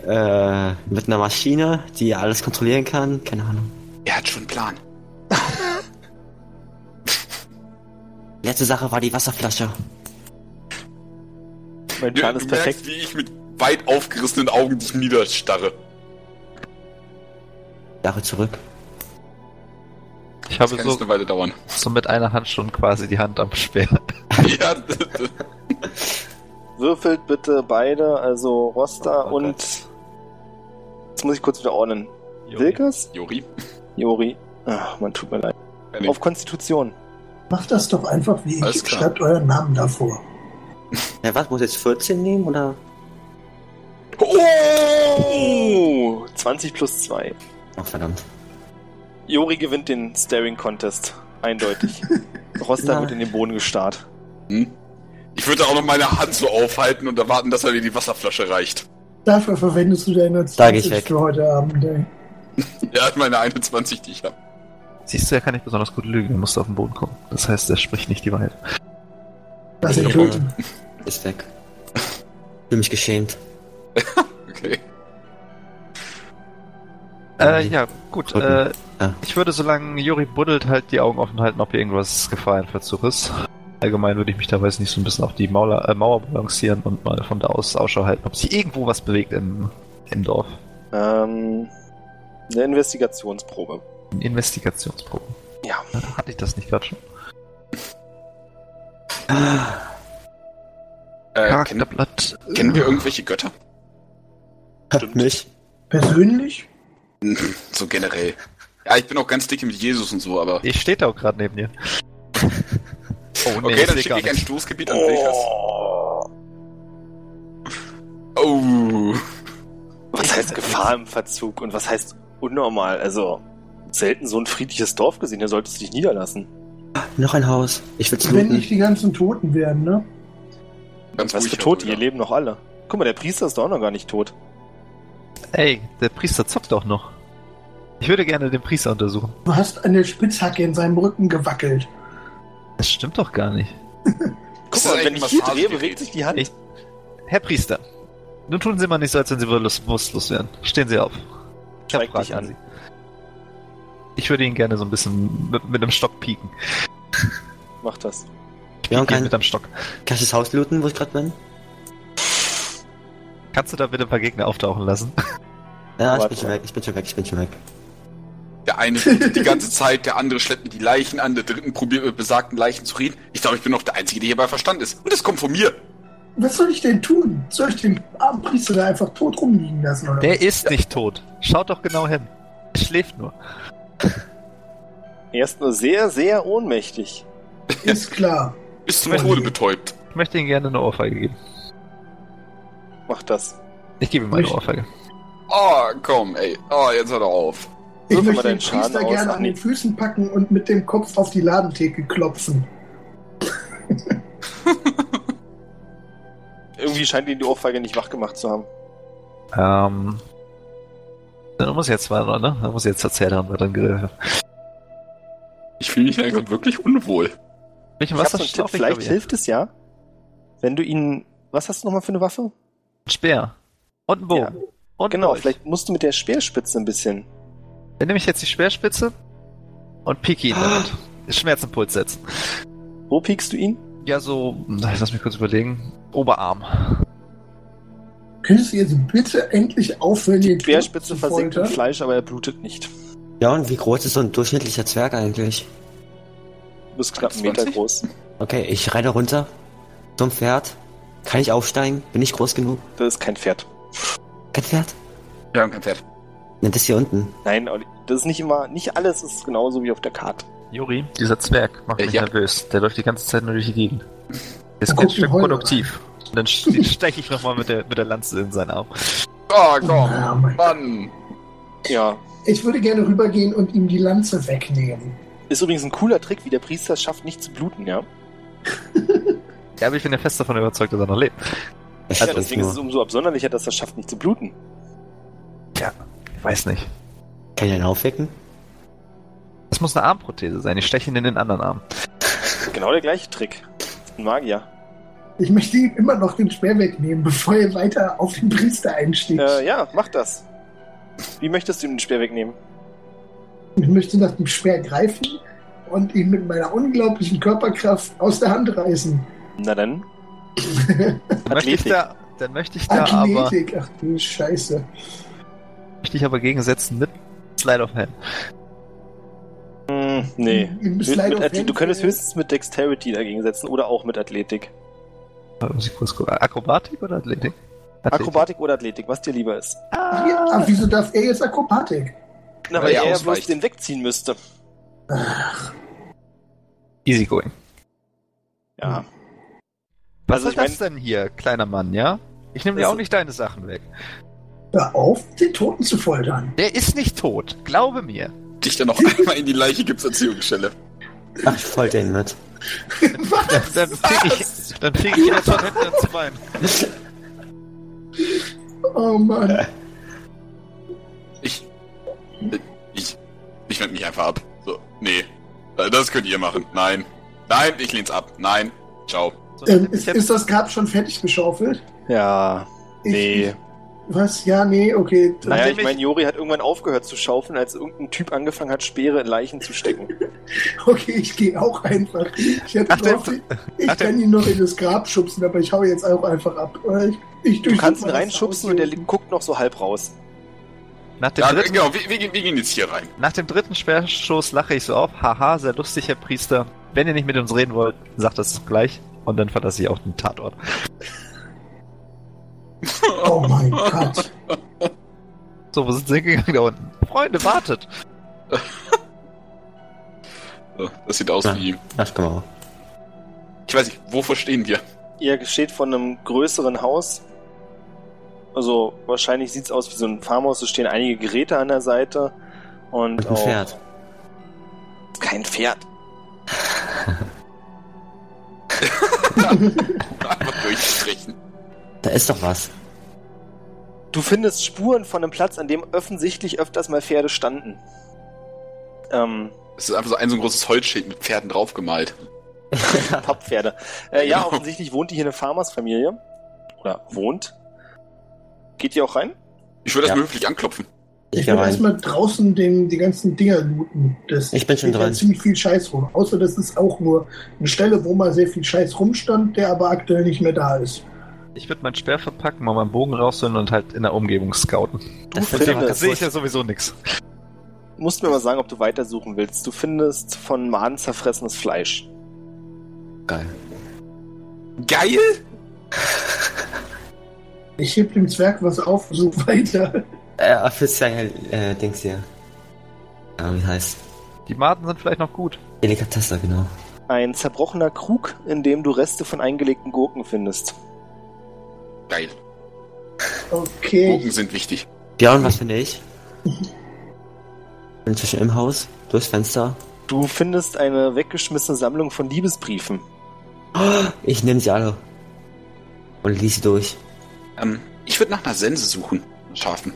S5: Äh, mit einer Maschine, die alles kontrollieren kann. Keine Ahnung.
S3: Er hat schon einen Plan.
S5: Letzte Sache war die Wasserflasche.
S2: Mein Plan
S3: du
S2: ist
S3: merkst,
S2: perfekt.
S3: wie ich mit weit aufgerissenen Augen dich niederstarre.
S5: Jahre zurück.
S1: Ich
S3: Das
S1: habe
S3: kann
S1: so,
S3: jetzt eine Weile dauern.
S1: so mit einer Hand schon quasi die Hand am Speer.
S3: ja,
S2: Würfelt bitte beide, also Rosta
S1: Oh Gott.
S2: und... Jetzt muss ich kurz wieder ordnen. Wilkas?
S3: Jori.
S2: Jori? Ach, man tut mir leid.
S3: Ja, nee.
S2: Auf Konstitution.
S4: Macht das doch einfach wie
S3: Alles
S4: ich.
S3: klar.
S4: Schreibt euren Namen davor.
S5: Ja, was? Muss ich jetzt 14 nehmen oder?
S3: Oh!
S2: Oh, 20 plus 2.
S5: Ach, Oh, verdammt.
S2: Jori gewinnt den Staring Contest. Eindeutig. Rosta
S5: Nein.
S2: wird in den Boden gestarrt.
S3: Hm? Ich würde auch noch meine Hand so aufhalten und erwarten, dass er mir die Wasserflasche reicht.
S4: Dafür verwendest du deine
S5: Da geh ich weg.
S4: für heute Abend, ey.
S3: Er hat meine 21, die ich habe.
S1: Siehst du, er kann nicht besonders gut lügen, er musste auf den Boden kommen. Das heißt, er spricht nicht die Wahrheit.
S4: Lass ihn
S5: Ja.
S4: töten.
S5: Ist weg. Fühl mich geschämt.
S3: Okay.
S1: Äh,
S5: Ähm,
S1: ja, gut.
S5: Rücken.
S1: Äh,
S5: Ja.
S1: Ich würde, solange Juri buddelt, halt die Augen offen halten, ob hier irgendwas Gefahr in Verzug ist. Allgemein würde ich mich dabei nicht so ein bisschen auf die Mauer, äh, Mauer balancieren und mal von da aus Ausschau halten, ob sich irgendwo was bewegt im, im Dorf.
S2: Ähm, eine Investigationsprobe.
S1: Eine Investigationsprobe.
S2: Ja.
S1: Hatte ich das nicht gerade schon?
S5: Ah,
S1: Ah,
S3: Äh, kennen,
S1: Charakterblatt.
S3: kennen wir irgendwelche Götter?
S5: Stimmt nicht.
S4: Persönlich?
S3: Hm, So generell. Ja, ich bin auch ganz dick mit Jesus und so, aber.
S1: Ich stehe da auch gerade neben dir. Oh,
S3: Okay, dann
S1: seh
S3: schicke ich ein
S1: nichts.
S3: Stoßgebiet an Wilkas.
S2: Oh.
S3: Oh.
S2: Was heißt Gefahr im Verzug und was heißt unnormal? Also, selten so ein friedliches Dorf gesehen, da solltest du dich niederlassen.
S5: Noch ein Haus. Ich will's
S4: Wenn
S5: looten.
S4: nicht die ganzen Toten wären, ne?
S3: Ganz
S2: was
S3: ruhig,
S2: für
S3: Herr
S2: Tote, hier
S3: Brüder.
S2: leben noch alle. Guck mal, der Priester ist doch auch noch gar nicht tot.
S1: Ey, der Priester zockt auch noch. Ich würde gerne den Priester untersuchen.
S4: Du hast eine Spitzhacke in seinem Rücken gewackelt.
S1: Das stimmt doch gar nicht.
S2: Guck
S3: Das
S2: mal,
S3: ist
S2: wenn
S3: ein
S2: ich hier drehe,
S3: Massagegerät.
S2: bewegt sich die Hand.
S1: Ich- Herr Priester, nun tun Sie mal nicht so, als wenn Sie bewusstlos wären. Stehen Sie auf. Ich hab
S2: Zeig dich
S1: Fragen
S2: an.
S1: Ich würde ihn gerne so ein bisschen mit, mit einem Stock pieken.
S2: Mach das.
S5: Wir haben
S1: Piek ihn
S5: kein,
S1: mit einem Stock.
S5: kann ich das Haus looten, wo ich gerade bin?
S1: Kannst du da bitte ein paar Gegner auftauchen lassen?
S5: Ja,
S2: Warte.
S5: ich bin schon weg, ich bin schon weg, ich bin schon weg.
S3: Der eine redet die ganze Zeit, der andere schleppt mir die Leichen an, der dritten probiert mit besagten Leichen zu reden. Ich glaube, ich bin noch der Einzige, der hierbei verstanden ist. Und das kommt von mir.
S4: Was soll ich denn tun? Soll ich den armen Priester da einfach tot rumliegen lassen? Oder
S1: Der ist nicht tot. Schaut doch genau hin. Er schläft nur.
S2: Er ist nur sehr, sehr ohnmächtig.
S4: was? Ist klar.
S3: Bis zum
S2: Oh,
S4: Meine
S3: Tode
S4: Güte.
S3: betäubt.
S1: Ich möchte ihm gerne eine Ohrfeige geben.
S2: Mach das.
S1: Ich gebe ihm eine
S4: Möcht-
S1: Ohrfeige.
S3: Oh, komm, ey. Oh, jetzt hört er auf.
S4: Ich
S2: Würfel mal
S4: möchte den
S2: deinen Schaden
S4: Priester
S2: aus.
S4: gerne
S2: Ach,
S4: an
S2: nee.
S4: den Füßen packen und mit dem Kopf auf die Ladentheke klopfen.
S2: Irgendwie scheint ihn die Ohrfeige nicht wach gemacht zu haben.
S1: Ähm. Dann muss jetzt mal, ne? Dann muss jetzt erzählt haben, wer dann geredet hat.
S3: Ich fühle mich einfach wirklich unwohl.
S1: Welchen
S2: Ich hab so einen Tipp,
S1: Wasserstoff?
S2: vielleicht hilft es ja, wenn du ihn. Was hast du nochmal für eine Waffe?
S1: ein Speer. Und ein Bogen. Und
S2: Genau,
S1: Dolch.
S2: vielleicht musst du mit der Speerspitze ein bisschen.
S1: Dann nehme ich jetzt die Speerspitze und pieke ihn damit. Schmerzimpuls setzen.
S2: Wo piekst du ihn?
S1: Ja, so, lass mich kurz überlegen. Oberarm.
S4: Könntest du jetzt bitte endlich aufhören, die
S2: Speerspitze versinkt im Fleisch, aber er blutet nicht.
S5: Ja, und wie groß ist so ein durchschnittlicher Zwerg eigentlich?
S2: Du bist knapp einen Meter
S3: 20?
S2: groß.
S5: Okay, ich reite runter zum Pferd. Kann ich aufsteigen? Bin ich groß genug?
S2: Das ist kein Pferd.
S5: Kein Pferd?
S3: Wir haben kein Pferd.
S5: Ne, das hier unten.
S2: Nein, Olli, das ist nicht immer. Nicht alles ist genauso wie auf der Karte.
S1: Juri, dieser Zwerg macht
S3: Äh,
S1: mich
S3: ja.
S1: nervös. Der läuft die ganze Zeit nur durch die Gegend. Der ist
S4: Und
S1: ganz
S4: guckt
S1: schön
S4: ihn heulen.
S1: produktiv. Und dann st- steche ich nochmal mit der, mit der Lanze in seinen Arm.
S3: Oh,
S4: Ja,
S3: komm.
S4: mein
S3: Mann.
S2: Ja.
S4: Ich würde gerne rübergehen und ihm die Lanze wegnehmen.
S2: Ist übrigens ein cooler Trick, wie der Priester es schafft, nicht zu bluten, ja?
S1: Ja, aber ich bin ja fest davon überzeugt, dass er noch lebt.
S5: Ich
S2: ja,
S5: schätze
S2: deswegen ist es
S5: nur.
S2: umso absonderlicher, dass er es schafft, nicht zu bluten.
S1: Ich weiß nicht.
S5: Kann ich einen aufwecken?
S1: Das muss eine Armprothese sein. Ich steche ihn in den anderen Arm.
S2: Genau der gleiche Trick. Ein Magier.
S4: Ich möchte ihm immer noch den Speer wegnehmen, bevor er weiter auf den Priester einsteigt.
S2: Äh, ja, mach das. Wie möchtest du ihm den Speer wegnehmen?
S4: Ich möchte nach dem Speer greifen und ihn mit meiner unglaublichen Körperkraft aus der Hand reißen.
S2: Na dann.
S1: Dann möchte ich
S2: Athletik.
S1: da, dann möchte ich da aber,
S4: Athletik, ach du Scheiße.
S1: möchte ich aber gegensetzen mit Slide of Hand.
S2: Hm, nee.
S4: Ihm
S2: Mit,
S4: ist leider
S2: mit
S4: auf
S2: Athlet-
S4: jeden
S2: du könntest
S4: Fall-
S2: höchstens mit Dexterity dagegen setzen oder auch mit Athletik.
S1: Warte, Muss ich kurz gucken. Akrobatik oder Athletik? Athletik.
S2: Akrobatik oder Athletik, was dir lieber ist.
S4: Ja, aber Ah, wieso darf er jetzt Akrobatik?
S2: Na,
S3: Weil
S2: weil
S3: er
S2: er ja bloß
S3: ausweicht.
S2: den wegziehen müsste.
S1: Easy going.
S2: Ja.
S1: Was
S2: Also
S1: ist
S2: ich mein-
S1: das denn hier, kleiner Mann, ja? Ich nehme dir
S2: Das-
S1: auch nicht deine Sachen weg.
S4: Hör auf, den Toten zu foltern.
S1: Der ist nicht tot, glaube mir.
S3: Dich dann noch einmal in um die Leiche gibt's Erziehungsstelle.
S5: Ach, ich folter ihn mit.
S1: Dann, dann fege ich, dann feg ich ihn jetzt von hinten ins Bein.
S4: Oh Mann.
S2: Äh,
S3: Ich. Ich. Ich wende mich einfach ab. So, nee. Äh, Das könnt ihr machen. Nein. Nein, ich lehn's ab. Nein. Ciao.
S1: So,
S4: Ähm,
S1: ich
S4: ist,
S1: hab-
S4: ist das Grab schon fertig geschaufelt?
S2: Ja,
S4: Ich-
S2: nee.
S4: Was? Ja, nee, okay.
S2: Naja, ich
S1: ich-
S2: meine, Jori hat irgendwann aufgehört zu schaufeln, als irgendein Typ angefangen hat, Speere in Leichen zu stecken.
S4: Okay, ich gehe auch einfach. Ich hätte
S1: Ach, der-
S4: gehofft, ich- ich
S1: ach, der-
S4: kann ihn noch in das Grab schubsen, aber ich hau jetzt auch einfach ab. Ich, ich
S2: Du
S4: durchsuche
S2: kannst ihn
S4: mal das
S2: reinschubsen
S4: Haus
S2: und der
S4: hier.
S2: li- guckt noch so halb raus.
S1: Nach dem,
S3: Ja,
S1: dritten,
S3: genau, wir, wir, gehen- wir gehen jetzt hier rein.
S1: nach dem dritten Speerschuss lache ich so auf. Haha, sehr lustig, Herr Priester. Wenn ihr nicht mit uns reden wollt, sagt das gleich. Und dann verlasse ich auch den Tatort.
S4: Oh mein Gott.
S1: So, wo sind sie hingegangen da unten? Freunde, wartet!
S3: So, Das sieht aus
S5: Ja.
S3: wie.
S5: Ach, genau.
S3: Ich weiß nicht, wovor stehen wir?
S2: Ihr steht vor einem größeren Haus. Also wahrscheinlich sieht's aus wie so ein Farmhaus. Es stehen einige Geräte an der Seite. Und,
S5: Und ein
S2: auch
S5: Pferd.
S2: Kein Pferd.
S3: Einfach durchsprechen.
S5: Da ist doch was.
S2: Du findest Spuren von einem Platz, an dem offensichtlich öfters mal Pferde standen. Ähm,
S3: Es ist einfach so ein, so ein großes Holzschild mit Pferden draufgemalt.
S2: Papppferde. Äh, ja,
S3: Genau.
S2: offensichtlich wohnt hier eine Farmersfamilie. Oder wohnt. Geht ihr auch rein?
S3: Ich würde
S5: Ja.
S3: erstmal höflich anklopfen.
S5: Ich
S4: Ich
S5: gehe
S4: will
S5: rein.
S4: erstmal draußen den, die ganzen Dinger looten. Das
S5: Ich bin schon
S4: steht ja
S5: dran.
S4: ziemlich viel Scheiß rum. Außer das ist auch nur eine Stelle, wo mal sehr viel Scheiß rumstand, der aber aktuell nicht mehr da ist.
S1: Ich würde mein Speer verpacken, mal meinen Bogen rausholen und halt in der Umgebung scouten.
S2: Du
S5: Das wird
S1: Mit
S5: Ja,
S1: dem
S5: aber
S2: findest,
S1: sehe ich ja sowieso nix.
S2: musst mir mal sagen, ob du weitersuchen willst. Du findest von Maden zerfressenes Fleisch.
S5: Geil.
S3: Geil!
S4: Ich heb dem Zwerg was auf, so weiter.
S5: Äh, für Zwerge, äh, Dings hier. Ja, wie heißt?
S1: Die Maden sind vielleicht noch gut.
S5: Delikatesse, genau.
S2: Ein zerbrochener Krug, in dem du Reste von eingelegten Gurken findest.
S3: Geil. Gurken
S4: Okay.
S3: sind wichtig.
S5: Björn, was finde ich? Bin inzwischen im Haus, durchs Fenster.
S2: Du findest eine weggeschmissene Sammlung von Liebesbriefen.
S5: Ich nehme sie alle. Und lies sie durch.
S3: Ähm, ich würde nach einer Sense suchen. Schafen.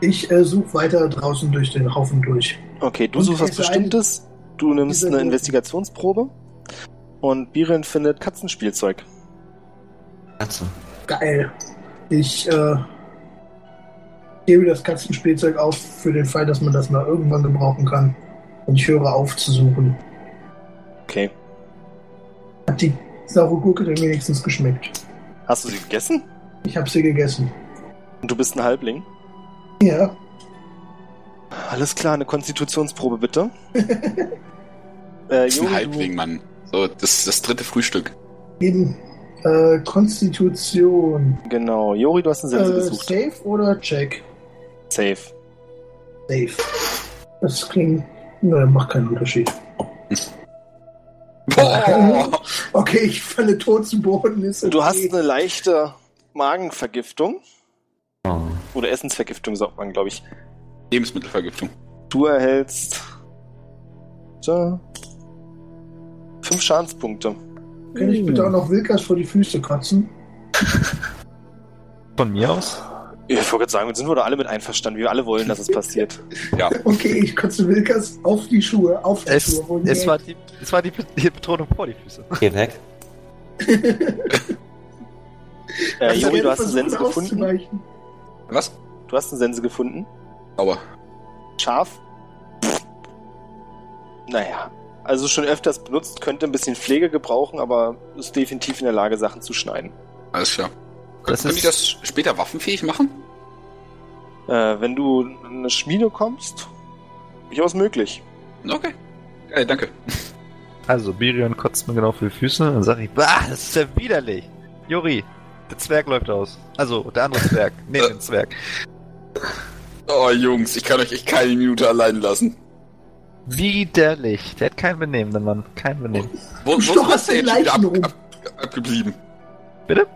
S4: Ich äh, suche weiter draußen durch den Haufen durch.
S2: Okay, du
S4: Und
S2: suchst was
S4: diese eine-
S2: Bestimmtes. Du nimmst
S4: diese
S2: eine
S4: Gurken.
S2: Investigationsprobe. Und Biren findet Katzenspielzeug.
S5: Katze.
S4: Geil. Ich äh, gebe das Katzenspielzeug auf für den Fall, dass man das mal irgendwann gebrauchen kann. Und ich höre auf zu suchen.
S2: Okay.
S4: Hat die saure Gurke denn wenigstens geschmeckt?
S2: Hast du sie gegessen?
S4: Ich habe sie gegessen.
S2: Und du bist ein Halbling.
S4: Ja.
S2: Alles klar, eine Konstitutionsprobe bitte. äh,
S3: Das ist ein
S2: Juri,
S3: Halbling, Mann. So, das ist das dritte Frühstück.
S4: Eben. Äh, Konstitution.
S2: Du, genau, Jori, du hast eine Sense
S4: Äh,
S2: gesucht.
S4: safe oder check?
S2: Safe.
S4: Safe. Das klingt. Naja, macht keinen Unterschied.
S3: Boah!
S4: Okay, ich falle tot zu Boden. Ist okay.
S2: Du hast eine leichte Magenvergiftung.
S3: Ah.
S5: Oh.
S2: Oder Essensvergiftung, sagt man, glaube ich.
S3: Lebensmittelvergiftung.
S2: Du erhältst. Tja, fünf Schadenspunkte.
S4: Kann ich bitte auch noch Wilkas vor die Füße kotzen?
S1: Von mir aus?
S2: Ja, Ich wollte gerade sagen, jetzt sind wir doch alle mit einverstanden. Wir alle wollen, dass es passiert.
S4: Okay, ich kotze Wilkas auf die Schuhe. Auf die
S1: Es,
S4: Schuhe. wo
S1: es
S4: die-
S1: war, die, es war die, die Betonung vor die Füße.
S5: Geh weg.
S2: Äh,
S4: Ich
S2: Jori,
S4: werde
S2: du hast eine
S4: Also versuchen,
S2: Sense gefunden.
S4: auszuweichen.
S3: Was?
S2: Du hast eine Sense gefunden.
S3: Sauber.
S2: Scharf. Naja. Also schon öfters benutzt, könnte ein bisschen Pflege gebrauchen, aber ist definitiv in der Lage, Sachen zu schneiden.
S3: Alles klar.
S1: Das
S3: Können
S1: ist-
S3: die das später waffenfähig machen?
S2: Äh, wenn du in eine Schmiede kommst, durchaus möglich.
S3: Okay. Geil, danke.
S1: Also, Birion kotzt mir genau für die Füße, dann sage ich, bah, das ist ja widerlich. Juri, der Zwerg läuft aus. Also, der andere Zwerg. Nee, den Zwerg.
S3: Oh, Jungs, ich kann euch echt keine Minute allein lassen.
S1: Widerlich. Der hat kein Benehmen, der Mann. Kein Benehmen.
S3: Wo,
S4: Du
S3: wo ist
S4: stocherst
S3: Rosta
S4: den
S3: jetzt schon wieder
S4: Leichen
S3: ab,
S4: rum.
S3: ab, abgeblieben?
S1: Bitte?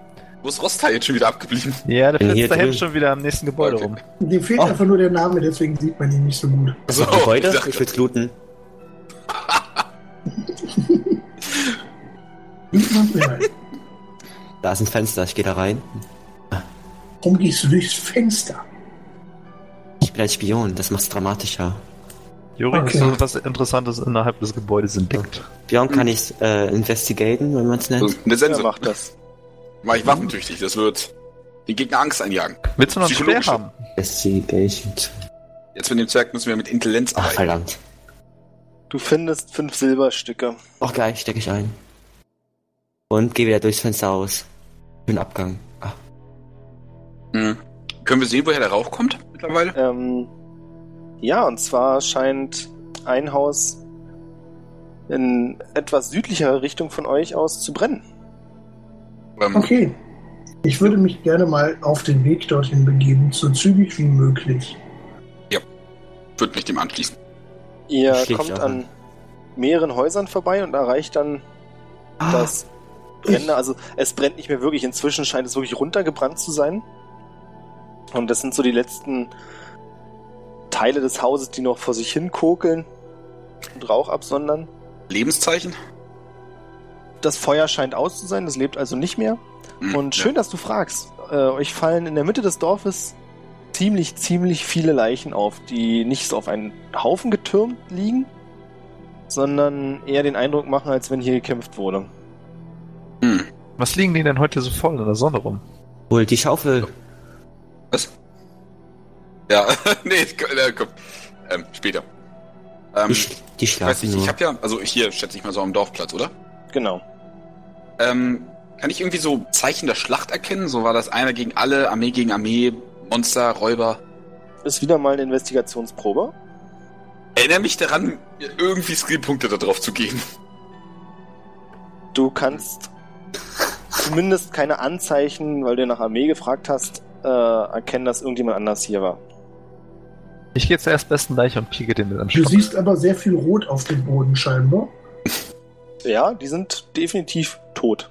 S3: Wo ist Rosta jetzt schon wieder abgeblieben?
S1: Ja, der
S5: Bin
S1: flitzt
S5: hier
S1: da hinten
S5: drin.
S1: schon wieder am nächsten Gebäude
S3: Okay.
S1: rum.
S4: Dem fehlt
S5: Oh.
S4: einfach nur der Name, deswegen sieht man ihn nicht so gut.
S5: Das ist
S3: So,
S5: ein Gebäude?
S3: ich dachte-
S5: Ich will's looten.
S4: Nicht mal real.
S5: Da ist ein Fenster, ich gehe da rein.
S4: Warum gehst du durchs Fenster?
S5: Ich bin ein Spion, das macht's dramatischer.
S1: Juri
S4: Okay.
S1: ist so was Interessantes innerhalb des Gebäudes entdeckt.
S5: Björn kann ich äh, investigaten, wenn man
S4: Äh?
S5: es nennt.
S3: Also, eine
S2: Wer
S3: Sense.
S2: macht das?
S3: Mach ich waffentüchtig, das wird den Gegner Angst einjagen.
S1: Willst du noch ein Gewehr
S3: Psychologische-
S1: haben?
S5: Investigation.
S3: Jetzt mit dem Zwerg müssen wir mit Intelligenz
S5: Ach,
S3: arbeiten.
S5: verdammt.
S2: Du findest fünf Silberstücke.
S5: Auch geil, stecke ich ein. Und gehe wieder durchs Fenster aus. Für den Abgang. Ah. Ach,
S4: halt.
S3: Mhm. Können wir sehen, woher der Rauch kommt mittlerweile?
S2: Ähm, ja, und zwar scheint ein Haus in etwas südlicher Richtung von euch aus zu brennen.
S3: Ähm,
S4: Okay. Ich würde mich gerne mal auf den Weg dorthin begeben, so zügig wie möglich.
S3: Würde mich dem anschließen.
S2: Ihr
S5: Steht
S2: kommt
S5: ja.
S2: an mehreren Häusern vorbei und erreicht dann das brennende. Also es brennt nicht mehr wirklich. Inzwischen scheint es wirklich runtergebrannt zu sein. Und das sind so die letzten Teile des Hauses, die noch vor sich hin kokeln und Rauch absondern.
S3: Lebenszeichen?
S2: Das Feuer scheint aus zu sein, das lebt also nicht mehr.
S3: Mhm.
S2: Und schön, dass du fragst. Äh, euch fallen in der Mitte des Dorfes ziemlich, ziemlich viele Leichen auf, die nicht so auf einen Haufen getürmt liegen, sondern eher den Eindruck machen, als wenn hier gekämpft wurde.
S3: Ja. Mhm.
S1: Was liegen die denn heute so voll in der Sonne rum?
S5: hol die Schaufel.
S3: ja. nee, komm, äh, komm. Ähm, später. Ähm,
S5: Die,
S3: ich
S5: sch- die
S3: weiß
S5: schlafen
S3: nicht, ich
S5: nur.
S3: habe ja, also hier schätze ich mal so am Dorfplatz, oder?
S2: Genau.
S3: Ähm, kann ich irgendwie so Zeichen der Schlacht erkennen? So war das einer gegen alle, Armee gegen Armee, Monster, Räuber.
S2: Ist wieder mal eine Investigationsprobe.
S3: Erinnere mich daran, mir irgendwie Skillpunkte da drauf zu geben.
S2: Du kannst zumindest keine Anzeichen, weil du nach Armee gefragt hast, äh, erkennen, dass irgendjemand anders hier war.
S1: Ich gehe zuerst besten Deich und pieke den mit am
S4: Du
S1: Stock.
S4: siehst aber sehr viel Rot auf dem Boden scheinbar.
S2: Ja, die sind definitiv tot.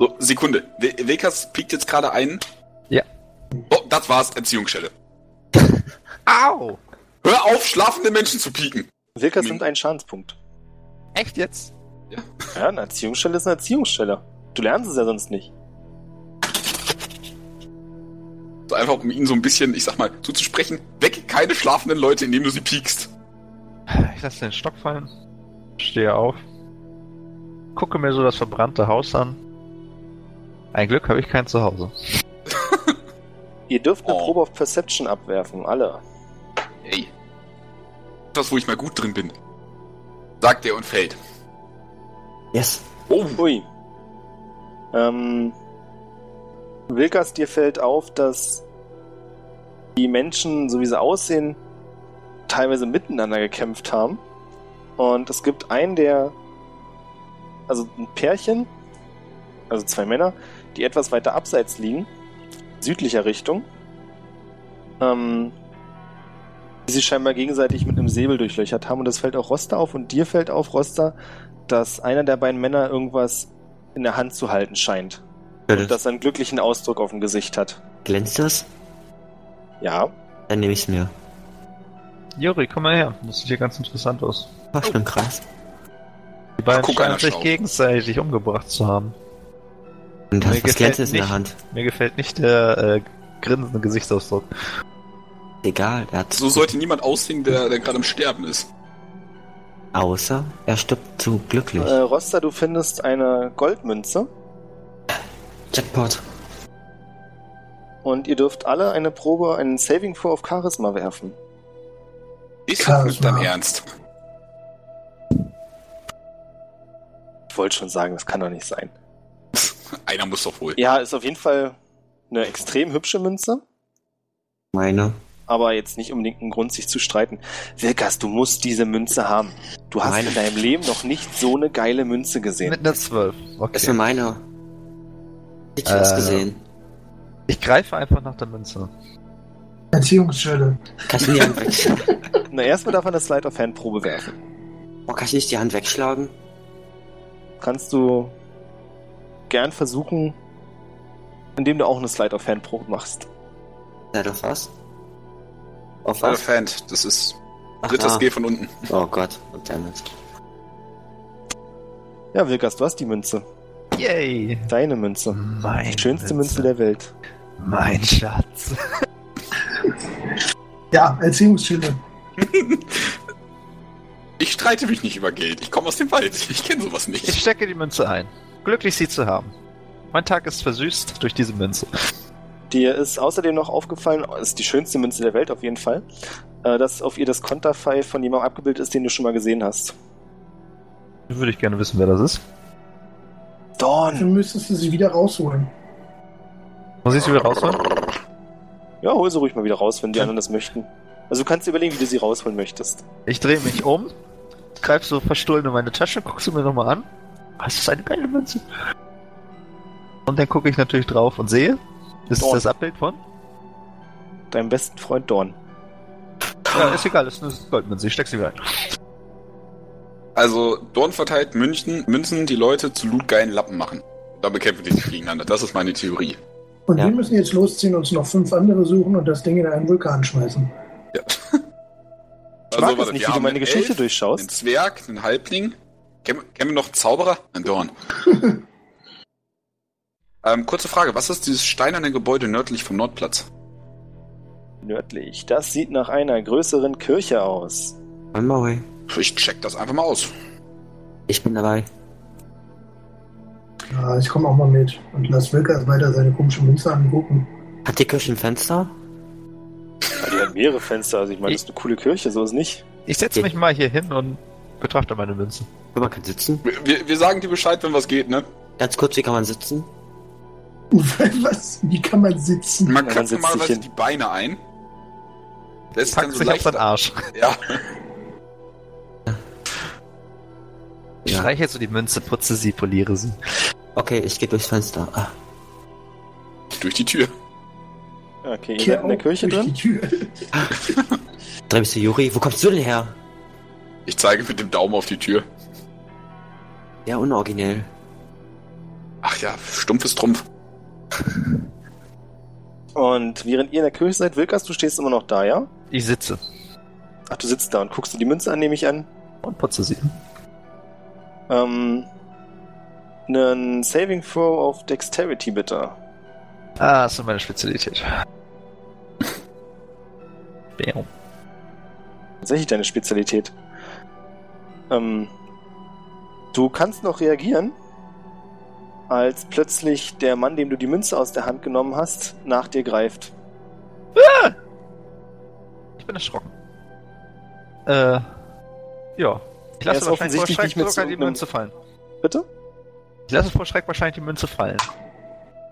S3: So, Sekunde. W- Wilkas piekt jetzt gerade ein.
S1: Ja.
S3: Oh, das war's, Entziehungsstelle.
S1: Au!
S3: Hör auf, schlafende Menschen zu pieken.
S2: Wilkers
S3: Mhm.
S2: sind ein Schadenspunkt.
S1: Echt jetzt?
S2: Ja, eine Erziehungsstelle ist eine Erziehungsstelle. Du lernst es ja sonst nicht.
S3: So einfach, um ihnen so ein bisschen, ich sag mal, zuzusprechen. Weg keine schlafenden Leute, indem du sie piekst.
S1: Ich lasse den Stock fallen, stehe auf, gucke mir so das verbrannte Haus an. Ein Glück habe ich kein Zuhause.
S2: Ihr dürft eine
S3: Oh.
S2: Probe auf Perception abwerfen, alle.
S3: Ey. Das, wo ich mal gut drin bin. Sagt er und fällt.
S5: Yes.
S3: Oh,
S2: Ui. Ähm, Wilkas, dir fällt auf, dass die Menschen, so wie sie aussehen, teilweise miteinander gekämpft haben. Und es gibt einen, der, also ein Pärchen, also zwei Männer, die etwas weiter abseits liegen, südlicher Richtung, ähm, die sich scheinbar gegenseitig mit einem Säbel durchlöchert haben. Und das fällt auch Roster auf. Und dir fällt auf, Roster, dass einer der beiden Männer irgendwas in der Hand zu halten scheint.
S5: Würde-
S2: Dass er einen glücklichen Ausdruck auf dem Gesicht hat.
S5: Äh, Glänzt das?
S2: Ja.
S5: Dann nehme ich's mir.
S1: Juri, komm mal her. Das sieht hier ganz interessant aus.
S5: Oh, ich bin krass.
S1: Die beiden
S3: Guck
S1: scheinen
S3: einer
S1: sich
S3: schlau.
S1: gegenseitig umgebracht zu haben.
S5: Und
S1: Mir
S5: hat was
S1: gefällt
S5: Glänzendes in der
S1: nicht.
S5: Hand.
S1: Mir gefällt nicht der äh, grinsende Gesichtsausdruck.
S5: Egal, er hat
S3: so sollte niemand aussehen, der, der gerade am Sterben ist.
S5: Außer er stirbt zu glücklich.
S2: Äh, Rosta, du findest eine Goldmünze
S5: Jackpot.
S2: und ihr dürft alle eine Probe, einen Saving Throw auf Charisma werfen.
S3: Ist das
S4: Charisma.
S3: nicht dein Ernst?
S2: Ich wollte schon sagen, das kann doch nicht sein.
S3: Einer muss doch wohl.
S2: Ja, ist auf jeden Fall eine extrem hübsche Münze,
S5: Meine.
S2: aber jetzt nicht unbedingt ein Grund, sich zu streiten. Wilkas, du musst diese Münze haben. Du hast
S5: Meine.
S2: in deinem Leben noch nicht so eine geile Münze
S1: Mit
S2: gesehen.
S1: einer 12.
S5: Das ist
S1: Okay.
S5: nur meine. Ich hab's
S1: Äh.
S5: gesehen.
S1: Ich greife einfach nach der Münze.
S4: Erziehungsstelle.
S5: Kann ich mir die Hand wegschlagen?
S2: Na, erstmal darf man eine Slide of Hand Probe werfen.
S5: Boah, Oh, kann ich nicht die Hand wegschlagen?
S2: Kannst du gern versuchen, indem du auch eine Slide of Hand Probe machst.
S5: Na doch was? Auf
S3: Alter
S5: was?
S3: Äh, Fan, das ist
S5: Ach,
S3: drittes
S5: ah.
S3: G von unten.
S5: Oh Gott, und damit.
S2: Ja, Wilkas, du hast die Münze.
S1: Yay!
S2: Deine Münze.
S1: Mein
S2: Die schönste Münze der Welt.
S1: Mein Schatz.
S4: Ja, Erziehungsschilder.
S3: Ich streite mich nicht über Geld. Ich komme aus dem Wald. Ich kenne sowas
S1: Ich
S3: nicht.
S1: stecke die Münze ein. Glücklich, sie zu haben. Mein Tag ist versüßt durch diese Münze.
S2: Dir ist außerdem noch aufgefallen, oh, ist die schönste Münze der Welt auf jeden Fall, äh, dass auf ihr das Konterfei von jemandem abgebildet ist, den du schon mal gesehen hast.
S1: Würde ich gerne wissen, wer das ist.
S2: Dawn!
S4: Dann müsstest du sie wieder rausholen.
S1: Muss ich sie wieder rausholen?
S2: Ja, hol sie ruhig mal wieder raus, wenn die anderen das möchten. Also du kannst dir überlegen, wie du sie rausholen möchtest.
S1: Ich drehe mich um, greif so verstohlen in meine Tasche, guck sie mir nochmal an. Ah, Das ist eine geile Münze. Und dann gucke ich natürlich drauf und sehe, das ist
S2: Oh.
S1: das Abbild von?
S2: Deinem besten Freund Dawn.
S1: Ja, ist egal, ist eine Goldmünze, ich steck sie wieder ein.
S3: Also, Dorn verteilt München, Münzen, die Leute zu lootgeilen Lappen machen. Da bekämpfen die sich gegeneinander. Das ist meine Theorie.
S4: Und
S5: Ja.
S4: wir müssen jetzt losziehen, uns noch fünf andere suchen und das Ding in einen Vulkan schmeißen.
S3: Ja. Also
S2: Ich mag es nicht, wie du meine Geschichte
S3: Ein
S2: durchschaust.
S3: Zwerg, einen Halbling. Kennen kennen wir noch einen Zauberer? Ein Dorn. ähm, kurze Frage, was ist dieses steinerne Gebäude nördlich vom Nordplatz?
S2: Nördlich. Das sieht nach einer größeren Kirche aus.
S5: Moin, moin.
S3: Ich check das einfach mal aus.
S5: Ich bin dabei.
S4: Ja, ich komme auch mal mit und lass Wilkers weiter seine komische Münze angucken.
S5: Hat die Kirche ein Fenster?
S2: Ja, Die hat mehrere Fenster, also ich meine, das ist eine coole Kirche, so ist nicht.
S1: Ich setze mich mal hier hin und betrachte meine Münzen.
S5: Man kann sitzen.
S3: Wir, wir, wir sagen dir Bescheid, wenn was geht, ne?
S5: Ganz kurz, wie kann man sitzen?
S4: Was? Wie kann man sitzen?
S3: Man
S2: Ja, man
S3: kratzt
S2: setzt sich
S3: normalerweise
S2: hin.
S3: die Beine ein. Lässt dann
S1: Packt
S3: so
S1: sich auf
S3: leicht...
S1: seinen Arsch.
S3: Ja.
S1: Ich streiche so die Münze, putze sie, poliere sie.
S5: Okay, ich gehe durchs Fenster. Ah,
S3: Durch die Tür.
S2: Ja, Okay, ihr seid in der Kirche
S4: durch
S2: drin?
S4: Die Tür.
S5: dreh mich zu Juri. Wo kommst du denn her?
S3: Ich zeige mit dem Daumen auf die Tür.
S5: Ja, unoriginell.
S3: Ach ja, stumpfes Trumpf.
S2: Und während ihr in der Kirche seid, Wilkas, du stehst immer noch da, ja?
S1: Ich sitze
S2: Ach, du sitzt da und guckst dir die Münze an, nehme ich an.
S1: und putze sie.
S2: Ähm, einen Saving Throw auf Dexterity bitte.
S1: Ah, das ist meine Spezialität. Bäm.
S2: Tatsächlich deine Spezialität. Ähm, du kannst noch reagieren, als plötzlich der Mann, dem du die Münze aus der Hand genommen hast, nach dir greift.
S1: Ich bin erschrocken. Äh, ja. Ich
S2: Er
S1: lasse wahrscheinlich
S2: ist
S1: vor
S2: offensichtlich
S1: Schreck
S2: nicht mit
S1: sogar die
S2: irgendeinem-
S1: Münze fallen.
S2: Bitte?
S1: Ich lasse vor Schreck wahrscheinlich die Münze fallen.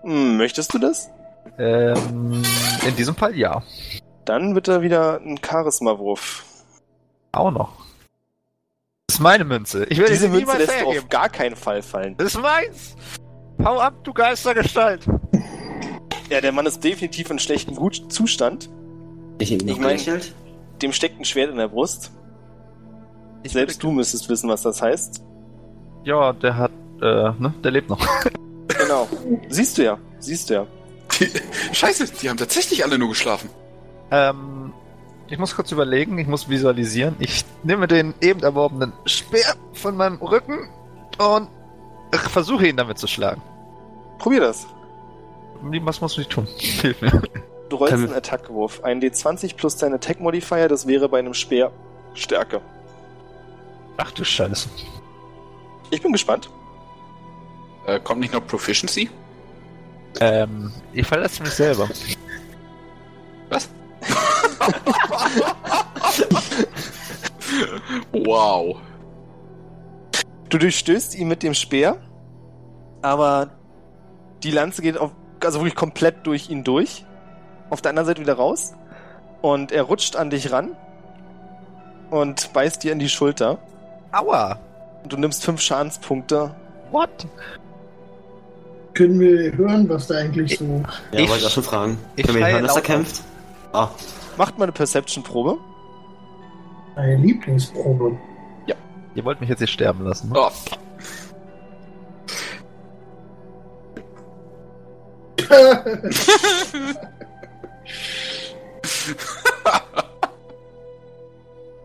S2: Hm, möchtest du das?
S1: Ähm, in diesem Fall ja.
S2: Dann wird er wieder ein Charisma-Wurf.
S1: Auch noch. Das ist meine Münze. Ich werde
S2: Diese
S1: sie
S2: Münze
S1: niemals
S2: lässt du
S1: hergeben.
S2: auf gar keinen Fall fallen.
S1: Das ist meins! Hau ab, du Geistergestalt!
S2: Ja, der Mann ist definitiv in schlechtem Gut Zustand.
S5: Ich nehme
S2: Ich mein- Dem steckt ein Schwert in der Brust.
S1: Ich
S2: Selbst du müsstest wissen, was das heißt.
S1: Ja, der hat, äh, ne, der lebt noch.
S2: Genau. Siehst du ja. Siehst du ja.
S3: Scheiße, die haben tatsächlich alle nur geschlafen.
S1: Ähm, ich muss kurz überlegen, ich muss visualisieren. Ich nehme den eben erworbenen Speer von meinem Rücken und ach, versuche ihn damit zu schlagen.
S2: Probier das.
S1: Was muss ich tun? Hilf mir.
S2: Du rollst
S5: Können wir-
S2: einen Attackwurf. Ein D20 plus dein Attack Modifier, das wäre bei einem Speer Stärke.
S1: Ach du Scheiße.
S2: Ich bin gespannt.
S3: Äh, kommt nicht noch Proficiency?
S1: Ähm, ich verletze mich selber.
S3: Wow.
S2: Du durchstößt ihn mit dem Speer, aber die Lanze geht auf, also wirklich komplett durch ihn durch. Auf der anderen Seite wieder raus. Und er rutscht an dich ran und beißt dir in die Schulter.
S1: Aua!
S2: Du nimmst fünf Schadenspunkte.
S1: What?
S4: Können wir hören, was da eigentlich so.
S1: Ich-
S5: Ja, wollte ich auch schon fragen.
S1: ich
S5: Können wir
S1: schreie
S5: hören, dass er
S1: laut
S5: kämpft? Ah,
S2: Macht mal eine Perception-Probe.
S4: Meine Lieblingsprobe.
S1: Ihr wollt mich jetzt hier sterben lassen. ne?
S3: Oh, fuck.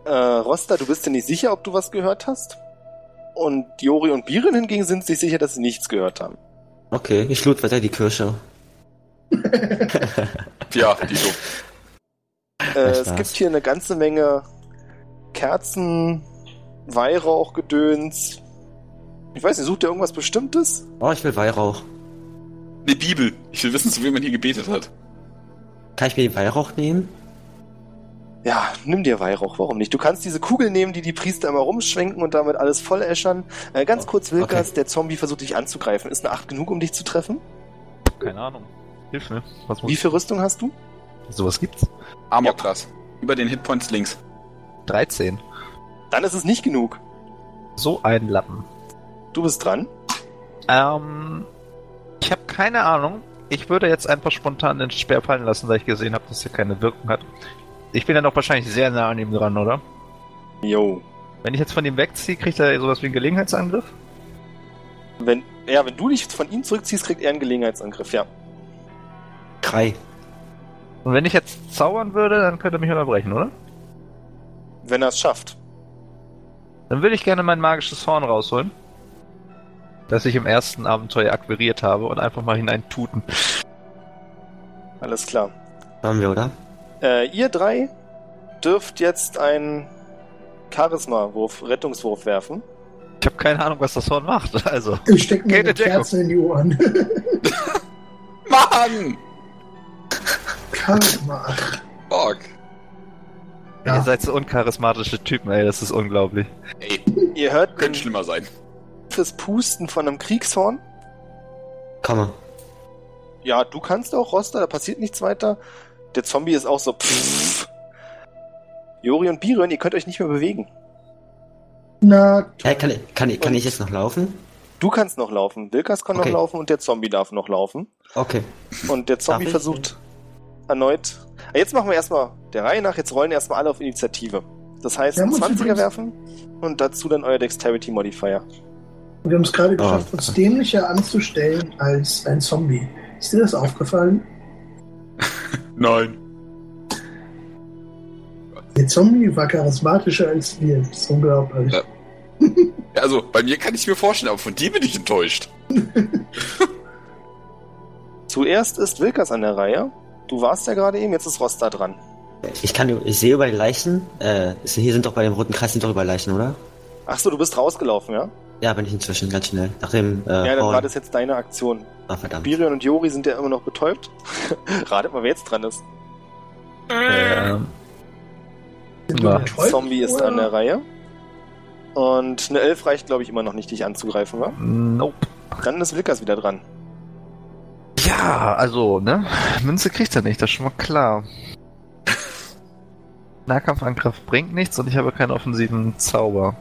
S2: Äh, Rosta, du bist dir nicht sicher, ob du was gehört hast? Und Jori und Biren hingegen sind sich sicher, dass sie nichts gehört haben.
S5: Okay, ich loot weiter die Kirche.
S3: Ja, Dito.
S2: Äh, es
S5: Spaß.
S2: gibt hier eine ganze Menge Kerzen, Weihrauch, Gedöns. Ich weiß nicht, sucht ihr irgendwas Bestimmtes?
S5: Oh, ich will Weihrauch.
S3: Eine Bibel. Ich will wissen, zu wem man hier gebetet hat.
S5: Kann ich mir den Weihrauch nehmen?
S2: Ja, nimm dir Weihrauch, warum nicht? Du kannst diese Kugel nehmen, die die Priester immer rumschwenken und damit alles voll äschern. Äh, ganz
S5: Oh,
S2: kurz, Wilkas, der Zombie versucht dich anzugreifen. Ist eine 8 genug, um dich zu treffen?
S1: Keine Ahnung. Hilf mir. Was muss
S2: Wie viel Rüstung hast du?
S1: Sowas gibt's?
S3: Armorklasse. Über den Hitpoints links.
S1: 13.
S2: Dann ist es nicht genug.
S1: So ein Lappen.
S2: Du bist dran.
S1: Ähm, ich habe keine Ahnung. Ich würde jetzt einfach spontan den Speer fallen lassen, da ich gesehen habe, dass er keine Wirkung hat. Ich bin ja noch wahrscheinlich sehr nah an ihm dran, oder?
S2: Jo.
S1: Wenn ich jetzt von ihm wegziehe, kriegt er sowas wie einen Gelegenheitsangriff?
S2: Wenn, ja, wenn du dich von ihm zurückziehst, kriegt er einen Gelegenheitsangriff, ja.
S5: Drei.
S1: Und wenn ich jetzt zaubern würde, dann könnte er mich unterbrechen, oder?
S2: Wenn er es schafft.
S1: Dann würde ich gerne mein magisches Horn rausholen, das ich im ersten Abenteuer akquiriert habe und einfach mal hineintuten.
S2: Alles klar.
S5: Haben wir, oder?
S2: Äh, ihr drei dürft jetzt einen Charisma-Wurf, Rettungswurf werfen.
S1: Ich habe keine Ahnung, was das Horn macht. Also,
S4: Ich stecke
S1: Geht
S4: mir eine
S1: in Deckung.
S4: Kerze in die Ohren.
S3: Mann!
S4: Charisma.
S3: Fuck.
S4: Ja.
S1: ihr seid so uncharismatische Typen, ey, das ist unglaublich.
S3: Ey,
S2: Ihr hört
S3: könnte
S2: den-
S3: schlimmer sein.
S2: fürs Pusten von einem Kriegshorn.
S5: Komme.
S2: Ja, du kannst auch, Roster, da passiert nichts weiter. Der Zombie ist auch so. Pff. Jori und Biren, ihr könnt euch nicht mehr bewegen.
S4: Na,
S5: Hey, kann, ich- kann, ich- kann ich jetzt noch laufen?
S2: Du kannst noch laufen, Wilkas kann
S5: Okay.
S2: noch laufen und der Zombie darf noch laufen.
S5: Okay.
S2: Und der Zombie
S5: ich?
S2: versucht erneut. Ah, Jetzt machen wir erstmal der Reihe nach, jetzt rollen erstmal alle auf Initiative. Das heißt,
S4: Ja,
S2: einen
S4: muss ich
S2: 20er
S4: übrigens-
S2: werfen und dazu dann euer Dexterity Modifier.
S4: wir haben es gerade geschafft,
S5: Ah.
S4: uns dämlicher anzustellen als ein Zombie. Ist dir das aufgefallen?
S3: Nein.
S4: Der Zombie war charismatischer als wir. Das ist unglaublich.
S3: Ja. Ja, Also, bei mir kann ich mir vorstellen, aber von dir bin ich enttäuscht.
S2: Zuerst ist Wilkas an der Reihe. Du warst ja gerade eben, jetzt ist Rosta dran.
S5: Ich kann, ich sehe über die Leichen. Äh, ist- hier sind doch bei dem roten Kreis sind doch über Leichen, oder?
S2: Ach so, du bist rausgelaufen, ja?
S5: Ja, bin ich inzwischen ganz schnell. Nach dem, äh,
S2: ja, dann
S5: Horn.
S2: war das jetzt deine Aktion.
S5: Ah, verdammt.
S2: Birion und Jori sind ja immer noch betäubt. Ratet mal, wer jetzt dran ist.
S1: Ähm,
S4: Sind wir
S1: Ja.
S4: betäubt,
S2: Zombie ist
S4: oder?
S2: an der Reihe. Und eine Elf reicht, glaube ich, immer noch nicht, dich anzugreifen, wa?
S1: nope.
S2: Dann ist Wilkas wieder dran.
S1: Ja, also, ne? Münze kriegt er nicht, das ist schon mal klar. Nahkampfangriff bringt nichts und ich habe keinen offensiven Zauber.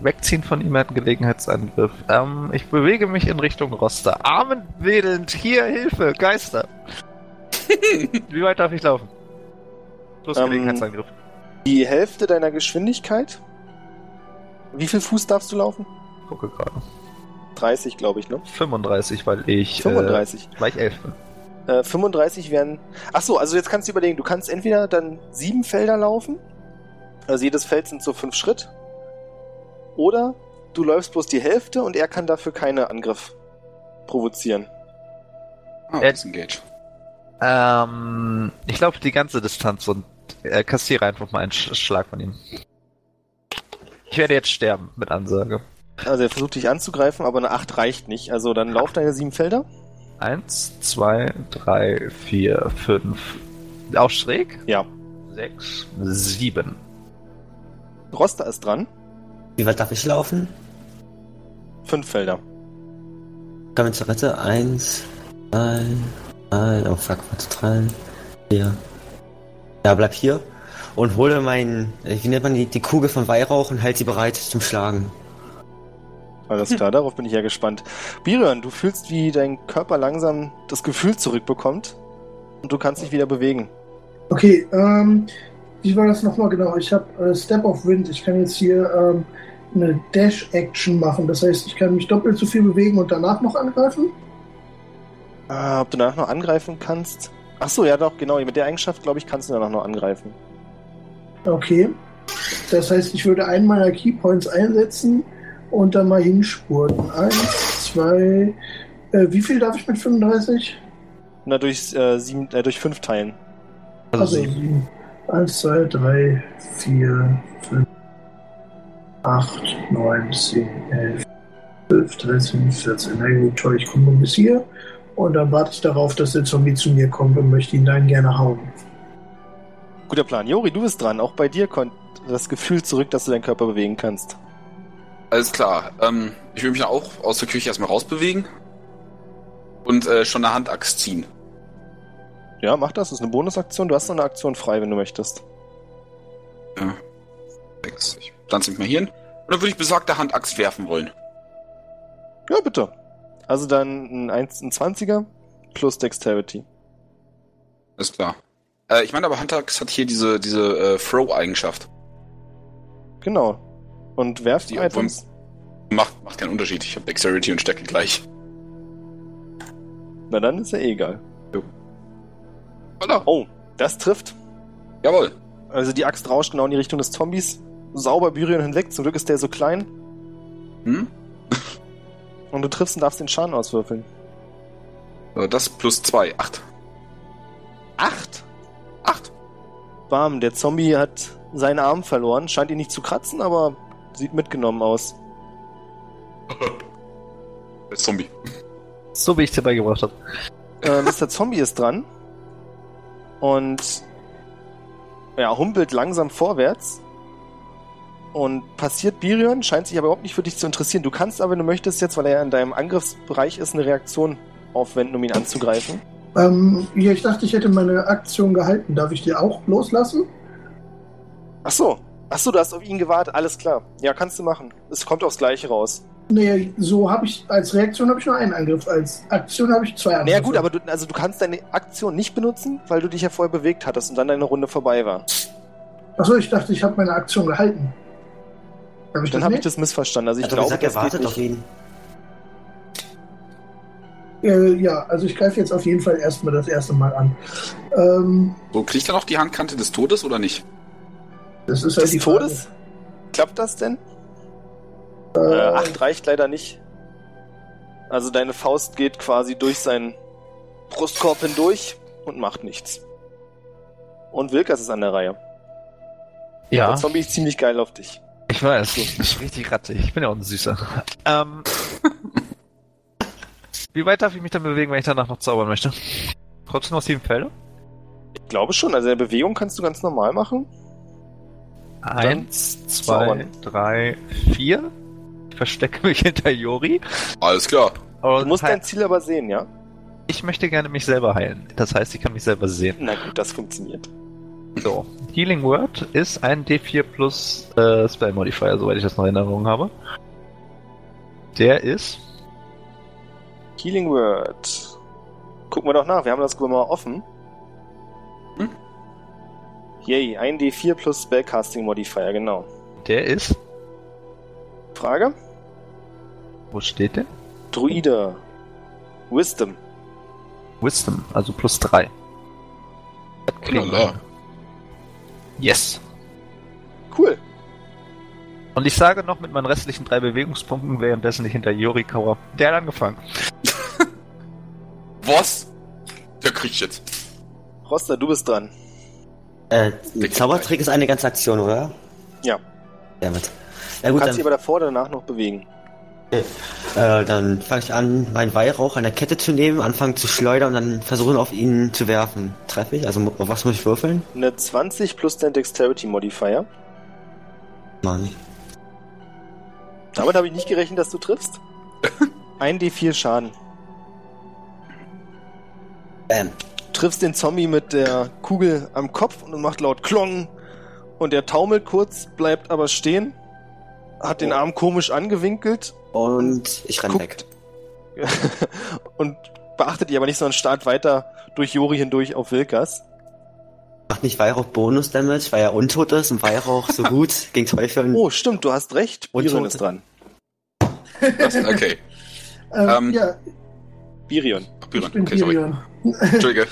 S1: Wegziehen von ihm hat einen Gelegenheitsangriff. Ähm, ich bewege mich in Richtung Roster. Armen wedelnd, hier, Hilfe, Geister. Wie weit darf ich laufen? Plus
S2: Ähm,
S1: Gelegenheitsangriff.
S2: Die Hälfte deiner Geschwindigkeit? Wie viel Fuß darfst du laufen?
S1: Gucke gerade.
S2: 30, glaube ich, ne?
S1: 35, weil ich.
S2: 35.
S1: Äh, weil ich 11 bin.
S2: Äh, 35 wären. Ach so, also jetzt kannst du überlegen, du kannst entweder dann sieben Felder laufen, also jedes Feld sind so fünf Schritt, oder du läufst bloß die Hälfte und er kann dafür keinen Angriff provozieren.
S3: Ah,
S1: Äh,
S3: disengage.
S1: Ähm, ich laufe die ganze Distanz und äh, kassiere einfach mal einen Sch Schlag von ihm. Ich werde jetzt sterben mit Ansage.
S2: Also er versucht dich anzugreifen, aber eine 8 reicht nicht. Also dann lauf deine sieben Felder.
S1: Eins, zwei, drei, vier, fünf. Auch schräg?
S2: Ja.
S1: Sechs, sieben.
S2: Rosta ist dran.
S5: Wie weit darf ich laufen?
S2: Fünf Felder.
S5: Kommen wir zur Rette. Eins, zwei, drei, oh fuck, warte, drei, vier. Ja, bleib hier und hole meinen, äh, wie nennt man die, die Kugel von Weihrauch und halt sie bereit zum Schlagen.
S2: Alles klar, darauf bin ich ja gespannt. Birion, du fühlst, wie dein Körper langsam das Gefühl zurückbekommt und du kannst dich wieder bewegen.
S4: Okay, ähm, wie war das nochmal genau? Ich habe äh, Step of Wind. Ich kann jetzt hier ähm, eine Dash-Action machen. Das heißt, ich kann mich doppelt so viel bewegen und danach noch angreifen.
S2: Ah, ob du danach noch angreifen kannst? Ach so, ja doch, genau. Mit der Eigenschaft, glaube ich, kannst du danach noch angreifen.
S4: Okay. Das heißt, ich würde einen meiner Keypoints einsetzen, und dann mal hinspurten. Eins, zwei. Äh, wie viel darf ich mit 35?
S2: Na, durch, äh, sieben, äh, durch fünf Teilen.
S1: Also sieben.
S4: sieben. Eins, zwei, drei, vier, fünf, acht, neun, zehn, elf, zwölf, dreizehn, vierzehn. Na gut, toll, ich komme nur bis hier. Und dann warte ich darauf, dass der Zombie zu mir kommt und möchte ihn dann gerne hauen.
S2: Guter Plan. Jori, du bist dran. Auch bei dir kommt das Gefühl zurück, dass du deinen Körper bewegen kannst.
S3: Alles klar. Ähm, ich will mich dann auch aus der Küche erstmal rausbewegen und äh, schon eine Handaxt ziehen.
S2: Ja, mach das. Das ist eine Bonusaktion. Du hast noch eine Aktion frei, wenn du möchtest.
S3: Sechs. Ich pflanze mich mal hier hin. Und dann würde ich besagte Handaxt werfen wollen.
S2: Ja, bitte. Also dann ein, 1, ein 20er plus Dexterity.
S3: Alles klar. Äh, ich meine aber Handaxt hat hier diese, diese äh, Throw-Eigenschaft.
S2: Genau. Und werft
S3: Die
S2: die Items.
S3: Macht, macht keinen Unterschied. Ich habe Dexterity und Stärke gleich.
S2: Na dann ist ja eh egal.
S3: Voilà.
S2: Oh, das trifft.
S3: Jawohl.
S2: Also die Axt rauscht genau in die Richtung des Zombies. Sauber Byrion hinweg. Zum Glück ist der so klein.
S3: Hm?
S2: Und du triffst und darfst den Schaden auswürfeln.
S3: So, Äh, Das plus zwei. Acht.
S2: Acht?
S3: Acht.
S2: Bam, der Zombie hat seinen Arm verloren. Scheint ihn nicht zu kratzen, aber sieht mitgenommen aus.
S3: Der Zombie.
S1: So wie ich dir beigebracht habe.
S2: äh, Mr. Zombie ist dran und ja, humpelt langsam vorwärts und passiert Birion, scheint sich aber überhaupt nicht für dich zu interessieren. Du kannst aber, wenn du möchtest, jetzt, weil er in deinem Angriffsbereich ist, eine Reaktion aufwenden, um ihn anzugreifen.
S4: Ähm, ja, ich dachte, ich hätte meine Aktion gehalten. Darf ich die auch loslassen?
S2: Ach so, ach so, du hast auf ihn gewartet, alles klar. Ja, kannst du machen. Es kommt aufs Gleiche raus.
S4: Nee, so habe ich als Reaktion habe ich nur einen Angriff, als Aktion habe ich zwei Angriffe.
S2: Naja, gut, aber du, also du kannst deine Aktion nicht benutzen, weil du dich ja vorher bewegt hattest und dann deine Runde vorbei war.
S4: Achso, ich dachte, ich habe meine Aktion gehalten. Hab ich
S2: Dann
S4: das
S2: habe ich
S4: nicht?
S2: das missverstanden. Also ich
S5: Ich hat doch
S2: glaube,
S5: gesagt,
S2: das
S5: er
S2: geht
S5: wartet
S2: nicht.
S5: auf ihn.
S4: Äh, ja, also ich greife jetzt auf jeden Fall erstmal das erste Mal an. Ähm,
S3: So, kriegt er noch die Handkante des Todes oder nicht?
S4: das ist halt
S2: des
S4: die Frage.
S2: Todes? Klappt das denn? Äh, acht reicht leider nicht. Also deine Faust geht quasi durch seinen Brustkorb hindurch und macht nichts. Und Wilkas ist an der Reihe. Der
S1: Ja,
S2: Zombie ist ziemlich geil auf dich.
S1: ich weiß. Ich richtig ratte. Ich bin ja auch ein Süßer. Ähm, wie weit darf ich mich dann bewegen, wenn ich danach noch zaubern möchte? Trotzdem noch sieben Felder?
S2: Ich glaube schon, also deine Bewegung kannst du ganz normal machen.
S1: Eins, zwei,
S2: zaubern.
S1: drei, vier. Ich verstecke mich hinter Jori.
S3: Alles klar.
S2: Du musst dein Ziel aber sehen, ja?
S1: ich möchte gerne mich selber heilen. Das heißt, ich kann mich selber sehen.
S2: Na gut, das funktioniert.
S1: So, Healing Word ist ein D4 plus äh, Spell Modifier, soweit ich das noch in Erinnerung habe. Der ist.
S2: Healing Word. Gucken wir doch nach, wir haben das Gummer offen.
S3: Hm?
S2: Yay, 1d4 plus Spellcasting Modifier, genau.
S1: Der ist.
S2: Frage?
S1: Wo steht der?
S2: Druide. Wisdom.
S1: Wisdom, also plus 3. Das kriegen wir.
S3: Lala.
S1: Yes.
S2: Cool.
S1: Und ich sage noch mit meinen restlichen drei Bewegungspunkten, währenddessen ich hinter Jori kauer. Der hat angefangen.
S3: Was? Der kriegt jetzt.
S2: Roster, du bist dran.
S5: Äh,
S3: Der
S5: Zaubertrick ist eine ganze Aktion, oder?
S2: Ja.
S5: Damit. Ja
S2: Du
S5: gut,
S2: kannst dich
S5: dann,
S2: aber davor oder danach noch bewegen.
S5: äh, dann fange ich an, meinen Weihrauch an der Kette zu nehmen, anfangen zu schleudern und dann versuchen auf ihn zu werfen. Treffe ich? Also mu- auf was muss ich würfeln?
S2: Eine 20 plus dein Dexterity Modifier.
S5: Mann.
S2: Damit habe ich nicht gerechnet, dass du triffst. 1d4 Schaden.
S5: Bam.
S2: Du triffst den Zombie mit der Kugel am Kopf und macht laut Klong. Und er taumelt kurz, bleibt aber stehen, hat
S4: Oh.
S2: den Arm komisch angewinkelt
S5: Und ich renn
S2: Guckt.
S5: weg.
S2: und beachtet ihr aber nicht, sondern starrt weiter durch Jori hindurch auf Wilkas.
S5: Macht nicht Weihrauch Bonus-Damage, weil er untot ist und Weihrauch so gut gegen
S4: Hm.
S5: Teufel.
S2: Oh, stimmt, du hast recht.
S5: Und
S2: Birion
S5: so-
S2: ist dran.
S3: Das, okay.
S4: Ähm,
S3: Ähm,
S4: ja,
S2: Birion.
S4: ich
S3: Björn,
S4: bin
S3: okay, sorry.
S4: Birion.
S3: Entschuldige.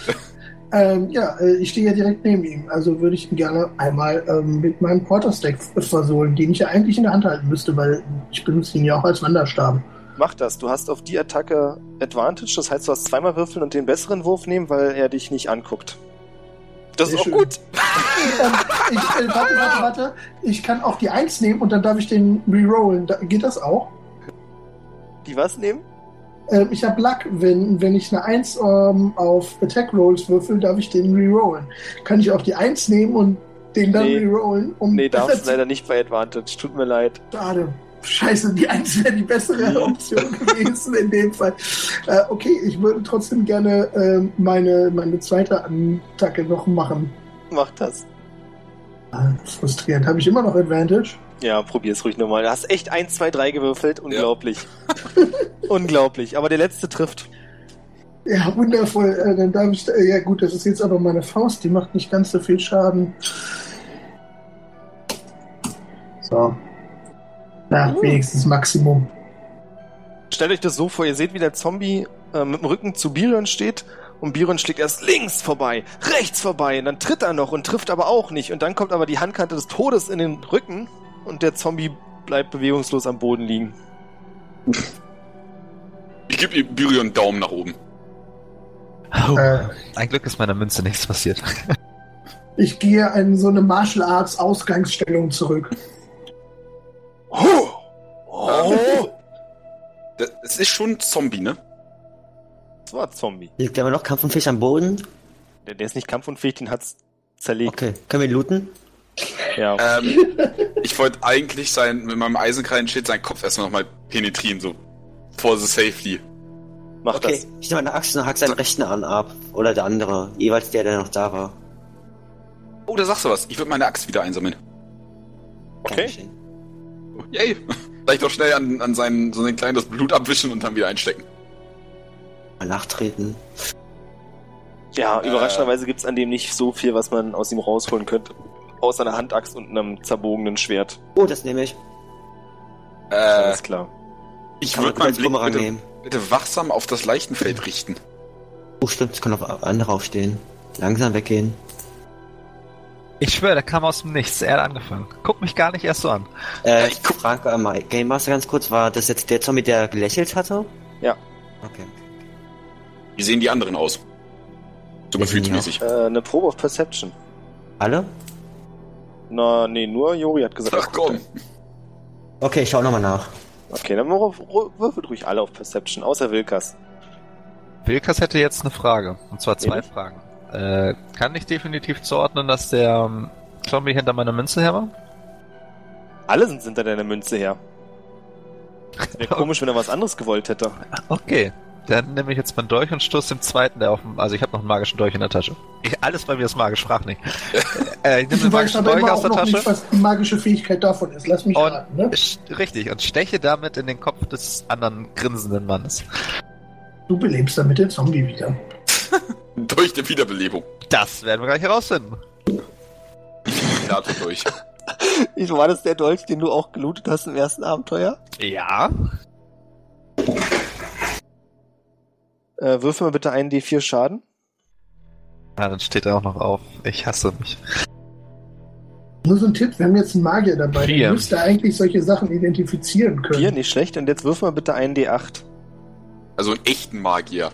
S4: Ähm, ja, äh, ich stehe ja direkt neben ihm. Also würde ich ihn gerne einmal ähm, mit meinem Quarterstack f- versohlen, den ich ja eigentlich in der Hand halten müsste, weil ich benutze ihn ja auch als Wanderstab.
S2: Mach das. Du hast auf die Attacke Advantage, das heißt, du hast zweimal würfeln und den besseren Wurf nehmen, weil er dich nicht anguckt. Das
S4: Sehr
S2: ist auch
S4: schön.
S2: gut.
S4: Ähm, ich, äh, warte, warte, warte. Ich kann auch die 1 nehmen und dann darf ich den rerollen. Da, geht das auch?
S2: Die was nehmen?
S4: Ähm, ich habe Luck, wenn, wenn ich eine 1 ähm, auf Attack Rolls würfel, darf ich den rerollen. Kann ich auch die 1 nehmen und den dann
S2: Nee.
S4: rerollen? Um
S2: Nee, darfst
S4: das
S2: leider nicht bei Advantage. Tut mir leid.
S4: Schade. Scheiße, die 1 wäre die bessere Option gewesen in dem Fall. Äh, okay, ich würde trotzdem gerne ähm, meine, meine zweite Attacke noch machen.
S2: Mach das.
S4: Ah, frustrierend. Habe ich immer noch Advantage?
S2: Ja, probier's ruhig nochmal. Du hast echt 1, 2, 3 gewürfelt. Unglaublich. Unglaublich. Aber der letzte trifft.
S4: Ja, wundervoll. Äh, dann darf ich. Äh, ja, gut, das ist jetzt aber meine Faust. Die macht nicht ganz so viel Schaden. So. Na, wenigstens Maximum.
S2: Stellt euch das so vor, ihr seht, wie der Zombie äh, mit dem Rücken zu Biron steht und Biron schlägt erst links vorbei, rechts vorbei und dann tritt er noch und trifft aber auch nicht und dann kommt aber die Handkante des Todes in den Rücken und der Zombie bleibt bewegungslos am Boden liegen.
S3: Ich gebe Byrion einen Daumen nach oben.
S1: Oh.
S4: Äh,
S1: Ein Glück ist meiner Münze nichts passiert.
S4: ich gehe in so eine Martial Arts Ausgangsstellung zurück.
S3: Oh! oh. Das, das ist schon ein Zombie, ne?
S2: Das war Zombie.
S5: Liegt aber noch kampfunfähig am Boden?
S2: Der, der ist nicht kampfunfähig, den hat's zerlegt.
S5: Okay. Können wir ihn looten?
S2: Ja.
S3: Ähm, ich wollte eigentlich sein, mit meinem Eisenkreidenschild seinen Kopf erstmal nochmal penetrieren, so. For the safety.
S2: Mach
S5: Okay. Ich nehme meine Axt und hack seinen rechten Arm ab. Oder der andere. Jeweils der, der noch da war.
S3: Oh, da sagst du was. Ich würde meine Axt wieder einsammeln.
S2: Okay.
S3: Yay! Vielleicht doch schnell an, an seinen, so einen kleinen das Blut abwischen und dann wieder einstecken.
S5: Mal nachtreten.
S2: das. Ja, überraschenderweise gibt's an dem nicht so viel, was man aus ihm rausholen könnte. Außer einer Handaxt und einem zerbogenen Schwert.
S5: Oh, das nehme ich.
S3: Äh,
S2: Alles klar.
S3: ich
S5: Kann
S3: würde
S5: man gut
S3: meinen
S5: als
S3: Blick
S5: Bumerang
S3: bitte,
S5: nehmen.
S3: bitte wachsam auf das Leichtenfeld richten.
S5: Oh, stimmt. Es können auch andere aufstehen. Langsam weggehen.
S1: Ich schwöre, der kam aus dem Nichts. Er hat angefangen. Guck mich gar nicht erst so an.
S5: Äh,
S3: ich guck-
S5: Frage an mein Game Master ganz kurz. War das jetzt der Zombie, der gelächelt hatte?
S2: Ja.
S5: Okay.
S3: Wie sehen die anderen aus? So
S5: Wir sehen
S3: gefühlsmäßig.
S2: Äh, eine Probe auf Perception.
S5: Alle?
S2: Na, nee, nur Jori hat gesagt.
S3: Ach komm.
S5: Okay, ich schau nochmal nach.
S2: Okay, dann würf- würfelt ruhig alle auf Perception, außer Wilkas.
S1: Wilkas hätte jetzt eine Frage. Und zwar zwei
S2: Ehrlich?
S1: Fragen. Äh, kann ich definitiv zuordnen, dass der ähm, Zombie hinter meiner Münze her war?
S2: Alle sind hinter deiner Münze her. Wäre komisch, wenn er was anderes gewollt hätte.
S1: Okay. Dann nehme ich jetzt meinen Dolch und stoße dem zweiten, der auf dem. Also ich habe noch einen magischen Dolch in der Tasche. Ich, alles bei mir ist magisch, frag nicht. äh, ich nehme den
S4: Du weißt
S1: magischen
S4: aber
S1: Dolch
S4: immer
S1: aus
S4: auch
S1: der
S4: noch nicht,
S1: Tasche.
S4: was die magische Fähigkeit davon ist. Lass mich
S1: Und-
S4: raten, ne?
S1: Sch- Richtig, und steche damit in den Kopf des anderen grinsenden Mannes.
S4: Du belebst damit den Zombie wieder.
S3: Durch die Wiederbelebung.
S1: Das werden wir gleich herausfinden.
S3: Ja, durch.
S2: War das der Dolch, den du auch gelootet hast im ersten Abenteuer?
S1: Ja.
S2: Äh, würfel mal bitte einen D4 Schaden.
S1: Ja, dann steht er auch noch auf. Ich hasse mich.
S4: Nur so ein Tipp, wir haben jetzt einen Magier dabei.
S1: Vier.
S4: Der müsste eigentlich solche Sachen identifizieren können.
S2: Hier, nicht schlecht. Und jetzt würfel mal bitte einen D8.
S3: Also einen echten Magier.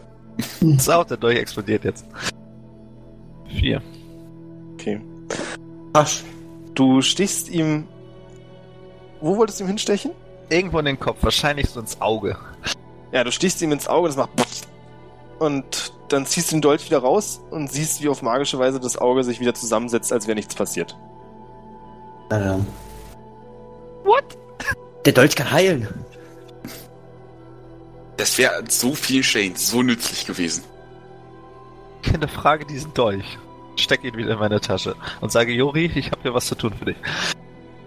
S1: Sau, der Dolch explodiert jetzt. Vier.
S2: Okay.
S5: Asch.
S2: Du stichst ihm... Wo wolltest du ihm hinstechen?
S1: Irgendwo in den Kopf, wahrscheinlich so ins Auge.
S2: Ja, du stichst ihm ins Auge und es macht... Pff. Und dann ziehst du den Dolch wieder raus und siehst, wie auf magische Weise das Auge sich wieder zusammensetzt, als wäre nichts passiert.
S5: Naja. What? Äh. Der Dolch kann heilen.
S3: Das wäre an so viel Shane so nützlich gewesen.
S1: Ich hinterfrage diesen Dolch. Steck ihn wieder in meine Tasche und sage, Jori, ich habe hier was zu tun für dich.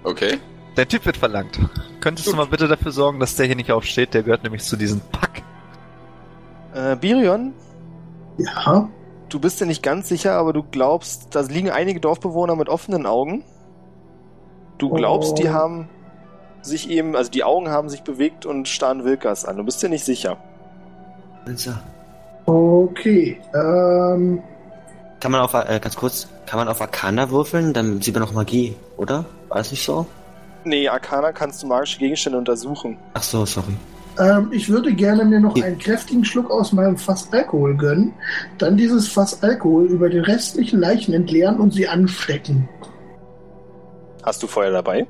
S3: Okay.
S1: Der Typ wird verlangt. Könntest du
S3: Gut.
S1: mal bitte dafür sorgen, dass der hier nicht aufsteht? Der gehört nämlich zu diesem Pack.
S2: Äh, Birion,
S4: Ja.
S2: Du bist dir nicht ganz sicher, aber du glaubst, da liegen einige Dorfbewohner mit offenen Augen. Du glaubst, die
S4: Oh.
S2: haben sich eben, also die Augen haben sich bewegt und starren Wilkas an. Du bist dir nicht sicher.
S5: Also,
S4: Okay. Ähm,
S5: Kann man auf, äh, ganz kurz, kann man auf Arcana würfeln? Dann sieht man noch Magie, oder? War das nicht so?
S2: Nee, Arcana kannst du magische Gegenstände untersuchen.
S5: Ach so, sorry.
S4: Ähm, ich würde gerne mir noch
S5: Ja.
S4: einen kräftigen Schluck aus meinem Fass Alkohol gönnen, dann dieses Fass Alkohol über die restlichen Leichen entleeren und sie anstecken.
S2: Hast du Feuer dabei?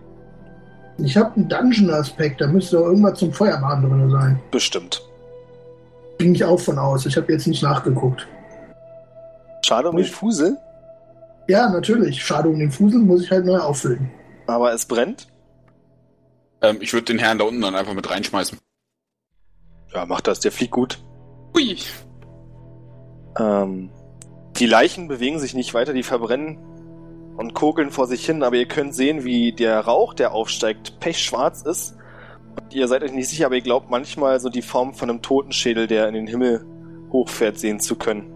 S4: Ich habe einen Dungeon-Aspekt, da müsste doch irgendwas zum Feuermachen drin sein.
S2: Bestimmt.
S4: Ging ich auch von aus, ich habe jetzt nicht nachgeguckt.
S2: Schade um den Fusel,
S4: Ja, natürlich, schade um den Fusel, muss ich halt neu auffüllen.
S2: aber es brennt.
S3: Ähm, ich würde den Herrn da unten dann einfach mit reinschmeißen.
S2: Ja, mach das, der fliegt gut.
S3: Ui.
S2: Ähm, die Leichen bewegen sich nicht weiter, die verbrennen und kokeln vor sich hin, aber ihr könnt sehen, wie der Rauch, der aufsteigt, pechschwarz ist. Und ihr seid euch nicht sicher, aber ihr glaubt manchmal so die Form von einem Totenschädel, der in den Himmel hochfährt, sehen zu können.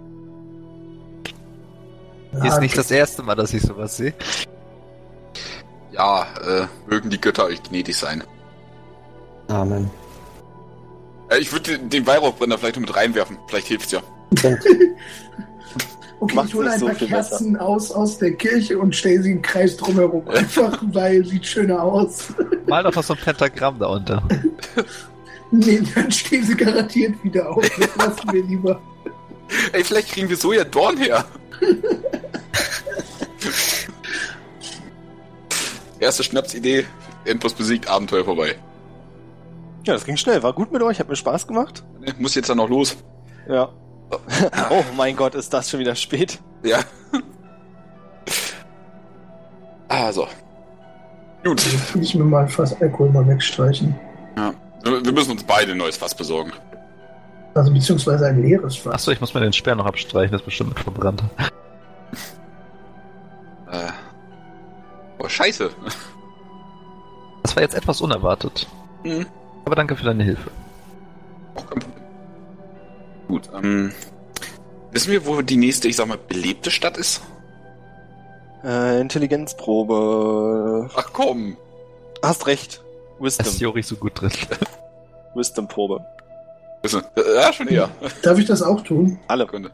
S1: Ist
S4: Ja,
S1: nicht das erste Mal, dass ich sowas sehe.
S3: Ja, äh, mögen die Götter euch gnädig sein.
S5: Amen.
S3: Äh, ich würde den, den Weihrauchbrenner vielleicht noch mit reinwerfen. Vielleicht hilft's ja.
S4: Okay,
S2: Macht
S4: ich hole
S2: nicht
S4: ein
S2: so
S4: paar
S2: viel
S4: Kerzen aus, aus der Kirche und stelle sie im Kreis drumherum. Einfach, weil sieht schöner aus.
S1: Mal doch noch so ein Pentagramm da unter.
S4: Nee, dann stehen sie garantiert wieder auf. Das lassen wir lieber.
S3: Ey, vielleicht kriegen wir so ja Dorn her. Erste Schnapsidee. Endboss besiegt, Abenteuer vorbei.
S2: Ja, das ging schnell. War gut mit euch, hat mir Spaß gemacht.
S3: Ne, Muss jetzt dann noch los.
S2: Ja. Oh mein Gott, ist das schon wieder spät.
S3: Ja. Also. Gut.
S4: Will ich mir mal Fass Alkohol mal wegstreichen.
S3: Wir wir müssen uns beide ein neues Fass besorgen.
S4: Also beziehungsweise ein leeres Fass.
S1: Achso, ich muss mir den Speer noch abstreichen, das ist bestimmt mit verbrannt.
S3: Äh. Oh, scheiße.
S1: Das war jetzt etwas unerwartet.
S3: Hm.
S1: Aber danke für deine Hilfe.
S3: Auch kein Problem. Gut, ähm. Wissen wir, wo die nächste, ich sag mal, belebte Stadt ist?
S2: Äh, Intelligenzprobe.
S3: Ach komm.
S2: Hast recht.
S1: Da ist
S2: Wisdom.
S1: Jori so gut drin.
S2: Wisdom-Probe.
S3: Wissen. Äh, ja, schon eher.
S4: Darf ich das auch tun?
S2: Alle.
S3: Sekunde.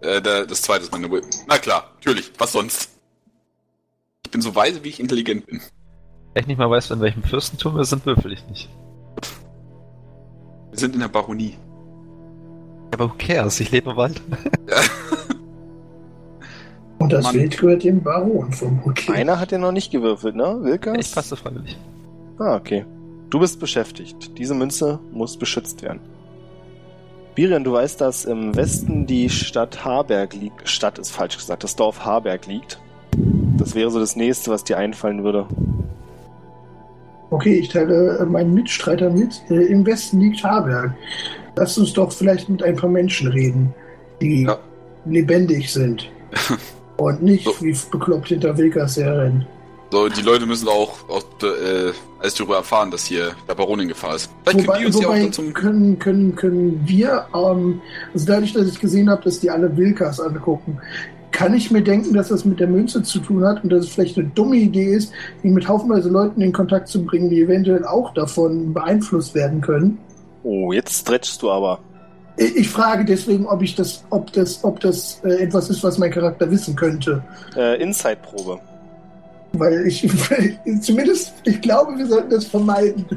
S3: Äh, da, das zweite ist meine Whip. Na klar, natürlich. Was sonst? Ich bin so weise, wie ich intelligent bin.
S1: Wenn ich nicht mal weiß, in welchem Fürstentum wir sind, würfel ich nicht.
S3: Wir sind in der Baronie.
S1: Aber who cares? Ich lebe im Wald.
S4: Und das
S3: Mann.
S4: Wild gehört dem Baron vom Hotel.
S2: Einer hat ja noch nicht gewürfelt, ne? Wilkas?
S1: Ich passe freiwillig.
S2: Ah, okay. Du bist beschäftigt. Diese Münze muss beschützt werden. Birian, du weißt, dass im Westen die Stadt Harberg liegt. Stadt ist falsch gesagt. Das Dorf Harberg liegt. Das wäre so das nächste, was dir einfallen würde.
S4: Okay, ich teile äh, meinen Mitstreiter mit. Äh, Im Westen liegt Haberg. Lass uns doch vielleicht mit ein paar Menschen reden, die
S3: Ja.
S4: lebendig sind. Und nicht
S3: So.
S4: wie bekloppt hinter Wilkas herrennen.
S3: So, die Leute müssen auch, auch äh, als darüber erfahren, dass hier der Baron in Gefahr ist. Vielleicht können die
S4: Wobei,
S3: uns ja auch
S4: wobei
S3: dann zum.
S4: können, können, können wir, ähm, also dadurch, dass ich gesehen habe, dass die alle Wilkas angucken, kann ich mir denken, dass das mit der Münze zu tun hat und dass es vielleicht eine dumme Idee ist, ihn mit haufenweise Leuten in Kontakt zu bringen, die eventuell auch davon beeinflusst werden können.
S2: Oh, jetzt stretchst du aber.
S4: Ich, ich frage deswegen, ob ich das, ob das, ob das äh, etwas ist, was mein Charakter wissen könnte.
S2: Äh, Inside-Probe.
S4: Weil ich, weil zumindest, ich glaube, wir sollten das vermeiden.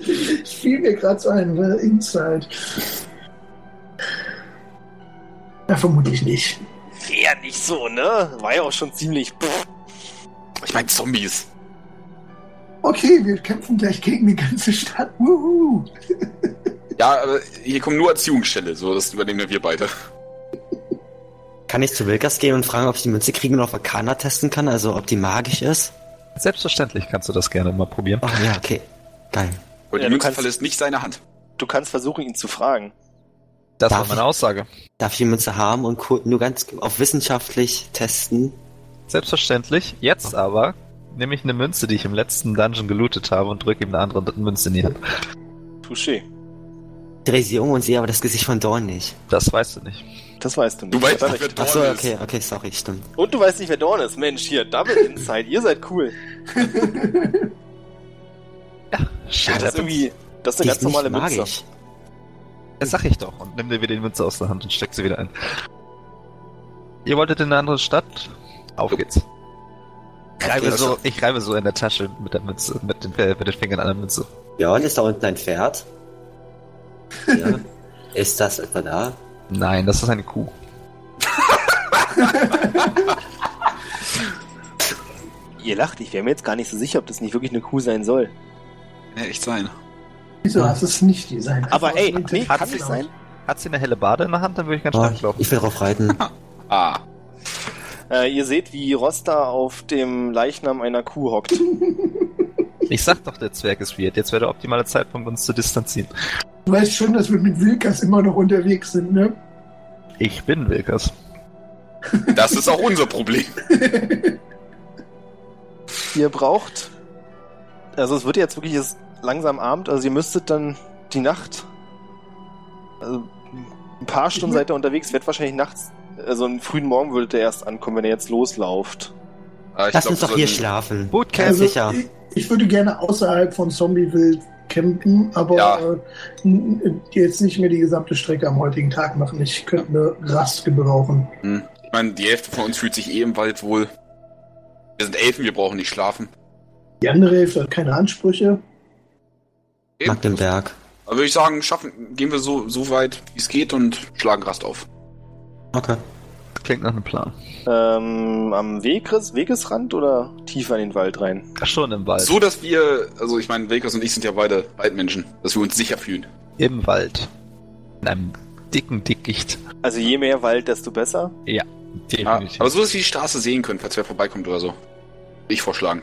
S4: Ich fiel mir gerade so ein, ne? Inside. Ja, vermutlich nicht.
S2: Ja, nicht so, ne? War ja auch schon ziemlich. Pff.
S3: Ich meine Zombies.
S4: Okay, wir kämpfen gleich gegen die ganze Stadt. Wuhu!
S3: Ja, aber hier kommen nur Erziehungsstelle, so das übernehmen wir beide.
S5: Kann ich zu Wilkas gehen und fragen, ob ich die Münze kriegen und auf Arcana testen kann? Also, ob die magisch ist?
S1: Selbstverständlich kannst du das gerne mal probieren.
S5: Oh ja, okay. Geil.
S2: Ja,
S3: Und die
S2: du
S3: Münze
S2: kannst-
S3: verlässt nicht seine Hand.
S2: Du kannst versuchen, ihn zu fragen.
S1: Das
S5: Darf
S1: war meine
S5: ich?
S1: Aussage.
S5: Darf ich die Münze haben und kur- nur ganz auf wissenschaftlich testen?
S1: Selbstverständlich. Jetzt aber nehme ich eine Münze, die ich im letzten Dungeon gelootet habe und drücke ihm eine andere Münze in die Hand.
S2: Touché.
S5: Drehe sie um und sehe aber das Gesicht von Dorn nicht.
S1: Das weißt du nicht.
S2: Das weißt du nicht.
S3: Du weißt
S2: Verdammt.
S3: nicht, wer Dorn
S5: Ach so,
S3: ist.
S5: okay, okay, sorry, stimmt.
S2: Und du weißt nicht, wer Dorn ist. Mensch, hier, Double Inside. ihr seid cool.
S1: Shit,
S2: Ja, das ist irgendwie. Das ist
S5: Die
S2: eine
S5: ist
S2: ganz normale
S5: nicht
S2: Münze.
S5: magisch.
S1: das sag ich doch. Und nimm dir wieder die Münze aus der Hand und steck sie wieder ein. Ihr wolltet in eine andere Stadt? Auf
S3: Jo.
S1: geht's. Ich reibe,
S3: geht's.
S2: also-
S1: so, ich reibe so in der Tasche mit der Mütze, mit den, äh, mit den Fingern an der Mütze.
S5: Björn, ist da unten ein Pferd? Ja. ist das etwa da?
S1: Nein, das ist eine Kuh.
S2: Ihr lacht, ich wäre mir jetzt gar nicht so sicher, ob das nicht wirklich eine Kuh sein soll.
S3: Ja, echt sein.
S4: Wieso hast du es nicht designt?
S2: Aber ey, nee,
S1: Hat
S2: kann
S1: sie-
S2: nicht sein.
S1: Hat sie eine helle Bade in der Hand? Dann würde ich
S2: Ah,
S1: ganz
S5: Oh,
S1: stark glauben.
S5: ich will drauf reiten.
S3: Ah,
S2: Äh, ihr seht, wie Rosta auf dem Leichnam einer Kuh hockt.
S1: Ich sag doch, der Zwerg ist weird. Jetzt wäre der optimale Zeitpunkt, uns zu distanzieren.
S4: Du weißt schon, dass wir mit Wilkas immer noch unterwegs sind, ne?
S1: Ich bin Wilkers.
S3: das ist auch unser Problem.
S2: ihr braucht, also es wird jetzt wirklich jetzt langsam Abend, also ihr müsstet dann die Nacht, also ein
S5: Mhm.
S2: paar Stunden seid ihr unterwegs, wird wahrscheinlich nachts, also am frühen Morgen würdet ihr erst ankommen, wenn ihr jetzt loslauft.
S3: Ah, ich
S5: Lass
S3: glaub,
S5: uns
S3: wir
S5: doch hier
S3: sollten-
S5: schlafen.
S1: Bootcamp.
S5: Also, sicher.
S4: Ich, ich würde gerne außerhalb von Zombie-Wild campen, aber
S3: Ja.
S4: äh, n- n- jetzt nicht mehr die gesamte Strecke am heutigen Tag machen. Ich könnte eine Rast gebrauchen.
S3: Hm. Ich meine, die Hälfte von uns fühlt sich eh im Wald wohl. Wir sind Elfen, wir brauchen nicht schlafen.
S4: Die andere Hälfte hat keine Ansprüche.
S3: Eben.
S5: Mag den Berg.
S3: Aber würde ich sagen, schaffen, gehen wir so, so weit, wie es geht und schlagen Rast auf.
S5: Okay.
S1: Klingt nach einem Plan.
S2: Ähm, am Weges, Wegesrand oder tiefer in den Wald rein?
S1: Ach, schon im Wald.
S3: So, dass wir, also ich meine, Wilkers und ich sind ja beide Waldmenschen, dass wir uns sicher fühlen.
S1: Im Wald. In einem dicken Dickicht.
S2: Also je mehr Wald, desto besser.
S3: Ja,
S1: Definitiv.
S3: aber so, dass wir die Straße sehen können, falls wer vorbeikommt oder so. Ich vorschlagen.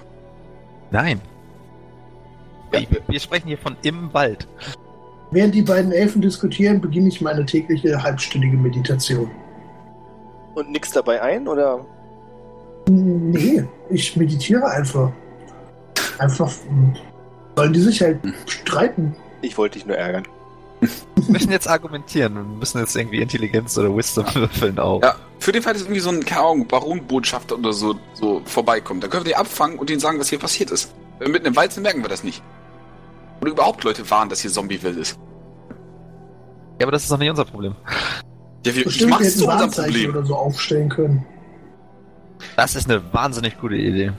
S1: Nein.
S3: Ja.
S1: Wir, wir sprechen hier von im Wald.
S4: Während die beiden Elfen diskutieren, beginne ich meine tägliche halbstündige Meditation.
S2: Und nix dabei ein oder?
S4: Nee, ich meditiere einfach. Einfach. hm, Sollen die sich
S3: Hm.
S4: halt streiten?
S2: Ich wollte dich nur ärgern.
S1: Wir müssen jetzt argumentieren. Wir müssen jetzt irgendwie Intelligenz oder Wisdom würfeln auch.
S3: Ja, für den Fall, dass irgendwie so ein, keine Ahnung, Baronbotschafter oder so, so vorbeikommt. Dann können wir den abfangen und denen sagen, was hier passiert ist. Wenn wir mitten im Wald sind, merken wir das nicht. Oder überhaupt Leute warnen, dass hier Zombie-Wild ist.
S1: Ja, aber das ist doch nicht unser Problem.
S3: Ja, wir, ich
S4: Bestimmt
S3: mach's
S4: hätten
S3: zu unserem
S4: Warnzeichen
S3: Problem.
S4: oder so aufstellen können.
S1: Das ist eine wahnsinnig gute Idee.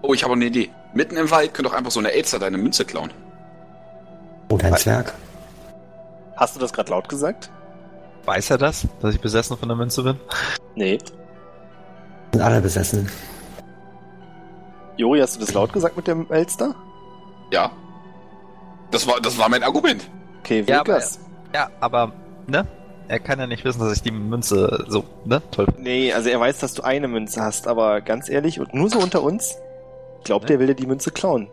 S3: Oh, ich habe eine Idee. Mitten im Wald könnt doch einfach so eine Elster deine Münze klauen.
S5: Oder ein Zwerg.
S2: Hast du das gerade laut gesagt?
S1: Weiß er das, dass ich besessen von der Münze bin?
S2: Nee.
S5: Sind alle besessen.
S2: Jori, hast du das laut gesagt mit dem Elster?
S3: Ja. Das war, das war mein Argument.
S2: Okay,
S1: Ja, aber-
S2: Wilkers.
S1: Ja, aber, ne? Er kann ja nicht wissen, dass ich die Münze so, ne? Toll.
S2: Nee, also er weiß, dass du eine Münze hast, aber ganz ehrlich, und nur so unter uns, glaubt er, will dir die Münze klauen.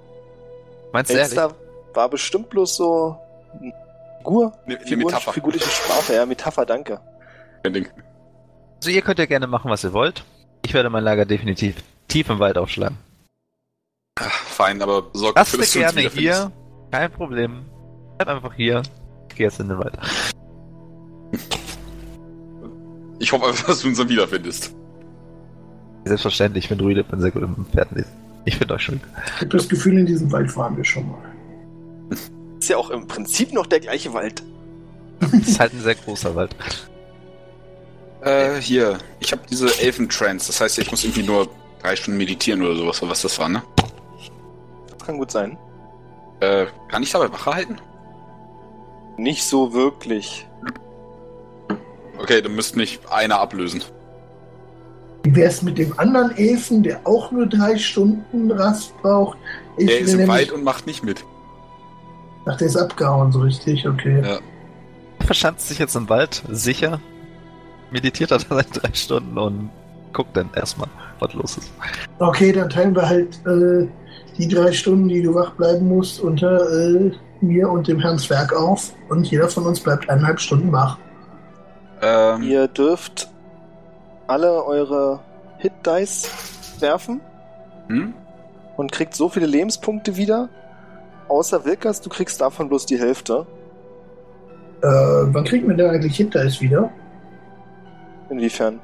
S1: Meinst du ehrlich?
S2: Elster war bestimmt bloß so eine Figur,
S3: Eine, eine
S2: Figur
S3: Metapher.
S2: figurische Sprache, ja, Metapher, danke.
S3: Kein Ding.
S1: Also ihr könnt ja gerne machen, was ihr wollt. Ich werde mein Lager definitiv tief im Wald aufschlagen.
S3: Fein, aber sorgt
S1: Lasst
S3: dafür,
S1: mich
S3: dass du uns
S1: gerne
S3: wiederfindest.
S1: hier. Kein Problem. Bleib einfach hier. Ich gehe jetzt in den Wald.
S3: Ich hoffe einfach, dass du uns dann wiederfindest.
S1: Selbstverständlich, ich bin Druide, bin sehr gut im Pferdenlesen. Ich finde euch schön.
S4: Ich habe das Gefühl, in diesem Wald waren wir schon mal.
S2: Ist ja auch im Prinzip noch der gleiche Wald.
S1: Es ist halt ein sehr großer Wald.
S3: Äh, hier. Ich habe diese Elfentrance. Das heißt, ich muss irgendwie nur drei Stunden meditieren oder sowas, oder was das war, ne?
S2: Das kann gut sein.
S3: Äh, kann ich dabei Wache halten?
S2: Nicht so wirklich.
S3: Okay, dann müsst mich einer ablösen.
S4: Wie wär's mit dem anderen Elfen, der auch nur drei Stunden Rast braucht? Ich
S3: Er
S4: will
S3: ist im
S4: nämlich-
S3: Wald und macht nicht mit.
S4: Ach, der ist abgehauen, so richtig, okay.
S3: Ja.
S1: Verschanzt sich jetzt im Wald, sicher. Meditiert er da seit drei Stunden und guckt dann erstmal, was los ist.
S4: Okay, dann teilen wir halt äh, die drei Stunden, die du wach bleiben musst, unter äh, mir und dem Herrn Zwerg auf. Und jeder von uns bleibt eineinhalb Stunden wach.
S3: Ähm,
S2: Ihr dürft alle eure Hit-Dice werfen
S3: Hm?
S2: und kriegt so viele Lebenspunkte wieder. Außer Wilkers, du kriegst davon bloß die Hälfte.
S4: Äh, wann kriegt man denn eigentlich hinter ist wieder?
S2: Inwiefern?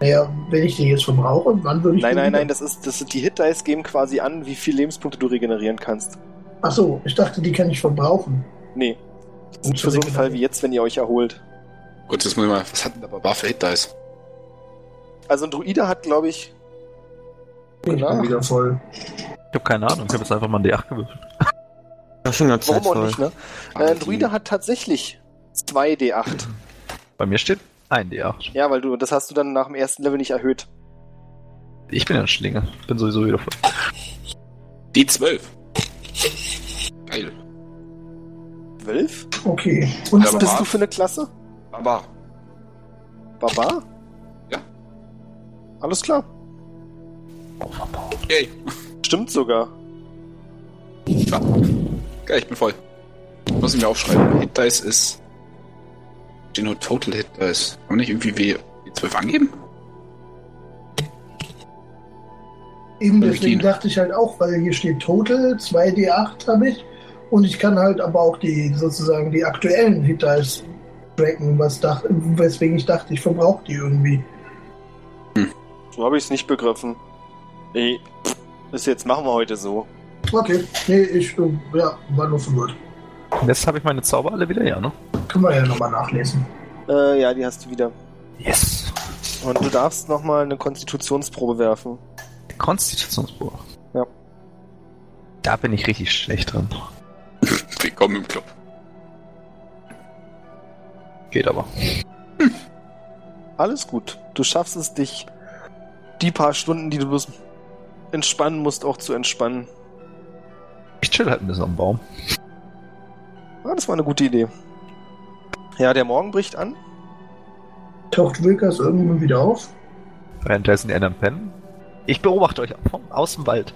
S4: Naja, wenn ich den jetzt verbrauche, wann würde ich
S2: Nein,
S4: den
S2: nein,
S4: wieder-
S2: nein, das ist, das sind die Hit-Dice geben quasi an, wie viel Lebenspunkte du regenerieren kannst.
S4: Ach so, ich dachte, die kann ich verbrauchen.
S2: Nee. Das sind für so einen Fall wie jetzt, wenn ihr euch erholt.
S3: Gut, jetzt muss ich mal. Was hat denn der Barbar für Hit-Dice?
S2: Also ein Druide hat, glaube ich,
S4: Ich
S2: Genau.
S4: bin wieder voll.
S1: Ich habe keine Ahnung, ich habe jetzt einfach mal einen D8 gewürfelt.
S5: Ja, schon ganz
S2: warum auch nicht, ne? Äh, ein
S3: Valentin.
S2: Druide hat tatsächlich 2d8.
S1: Bei mir steht ein D8.
S2: Ja, weil du, das hast du dann nach dem ersten Level nicht erhöht.
S1: Ich bin ja ein Schlinge. Bin sowieso wieder voll.
S3: D12. Geil.
S2: 12?
S4: Okay. Und
S3: Ja,
S2: Was
S3: aber-
S2: bist du für eine Klasse?
S3: Aber
S2: Barbar?
S3: Ja.
S2: Alles klar.
S3: Yay.
S2: Stimmt sogar.
S3: Ja. Geil, ich bin voll. Muss ich mir aufschreiben. Hit Dice ist. Steht nur Total Hit Dice. Kann man nicht irgendwie W D12 angeben?
S4: Eben
S3: Valentin.
S4: deswegen dachte ich halt auch, weil hier steht Total, 2D8 habe ich. Und ich kann halt aber auch die sozusagen die aktuellen Hit-Dice tracken, was dach, weswegen ich dachte, ich verbrauche die irgendwie.
S2: So habe ich es nicht begriffen. Ey, pff, ist jetzt machen wir heute so.
S4: Okay, nee, ich äh, ja, war nur verwirrt.
S1: Jetzt habe ich meine Zauber alle wieder, ja, ne?
S4: Können wir ja nochmal nachlesen.
S2: Äh, ja, die hast du wieder.
S1: Yes.
S2: Und du darfst nochmal eine Konstitutionsprobe werfen.
S1: Konstitutionsprobe.
S2: Ja.
S1: Da bin ich richtig schlecht drin.
S3: Willkommen im Club.
S1: Geht aber.
S2: Alles gut. Du schaffst es dich, die paar Stunden, die du bloß entspannen musst, auch zu entspannen.
S1: Ich chill halt ein bisschen am Baum.
S2: Ah, das war eine gute Idee. Ja, der Morgen bricht an.
S4: Taucht Wilkas irgendwann wieder auf?
S1: Währenddessen die anderen pennen. Ich beobachte euch vom, aus dem Wald,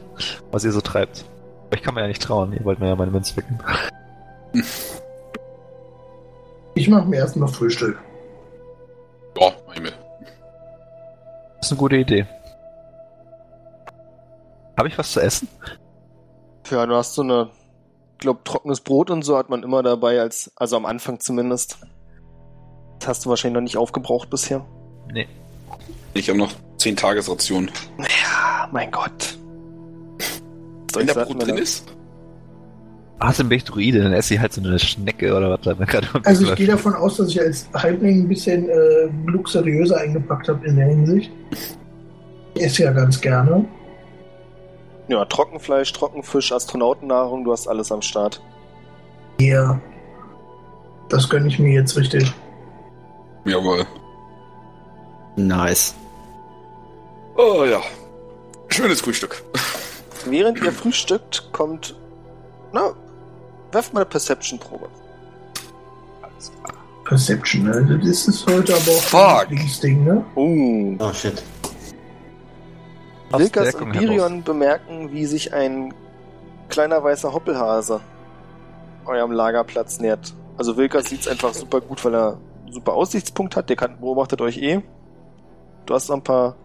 S1: was ihr so treibt. Aber Ich kann mir ja nicht trauen, ihr wollt mir ja meine Münze wecken.
S4: Ich mache mir erstmal Frühstück.
S3: Ja, mach ich mit.
S1: Das ist eine gute Idee. Habe ich was zu essen?
S2: Ja, du hast so eine, glaub, trockenes Brot und so hat man immer dabei, als, also am Anfang zumindest. Das hast du wahrscheinlich noch nicht aufgebraucht bisher.
S1: Nee.
S3: Ich habe noch 10 Tagesrationen.
S2: Ja, Ah, mein Gott.
S3: Wenn
S2: Soll
S3: da
S2: ich
S3: Brot drin
S2: sagen,
S3: ist?
S1: Ach, dann bin ich Druide, dann esse ich halt so eine Schnecke oder was da mir gerade
S4: Also ich gehe davon aus, dass ich als Halbling ein bisschen äh, luxuriöser eingepackt habe in der Hinsicht. Ich esse ja ganz gerne.
S2: Ja, Trockenfleisch, Trockenfisch, Astronautennahrung, du hast alles am Start.
S4: Ja. Das gönne ich mir jetzt richtig.
S3: Jawohl.
S5: Nice.
S3: Oh ja. Schönes Frühstück.
S2: Während ihr frühstückt, kommt. Na, werft mal eine Perception-Probe.
S4: Perception, ne? Das ist heute aber auch
S3: Fuck.
S4: ein Ding, ne?
S2: Uh.
S5: Oh shit.
S1: Aus
S2: Wilkas
S1: Deckung
S2: und
S1: heraus.
S2: Birion bemerken, wie sich ein kleiner weißer Hoppelhase eurem Lagerplatz nähert. Also Wilkas sieht's einfach super gut, weil er einen super Aussichtspunkt hat. Der kann, beobachtet euch eh. Du hast noch ein paar,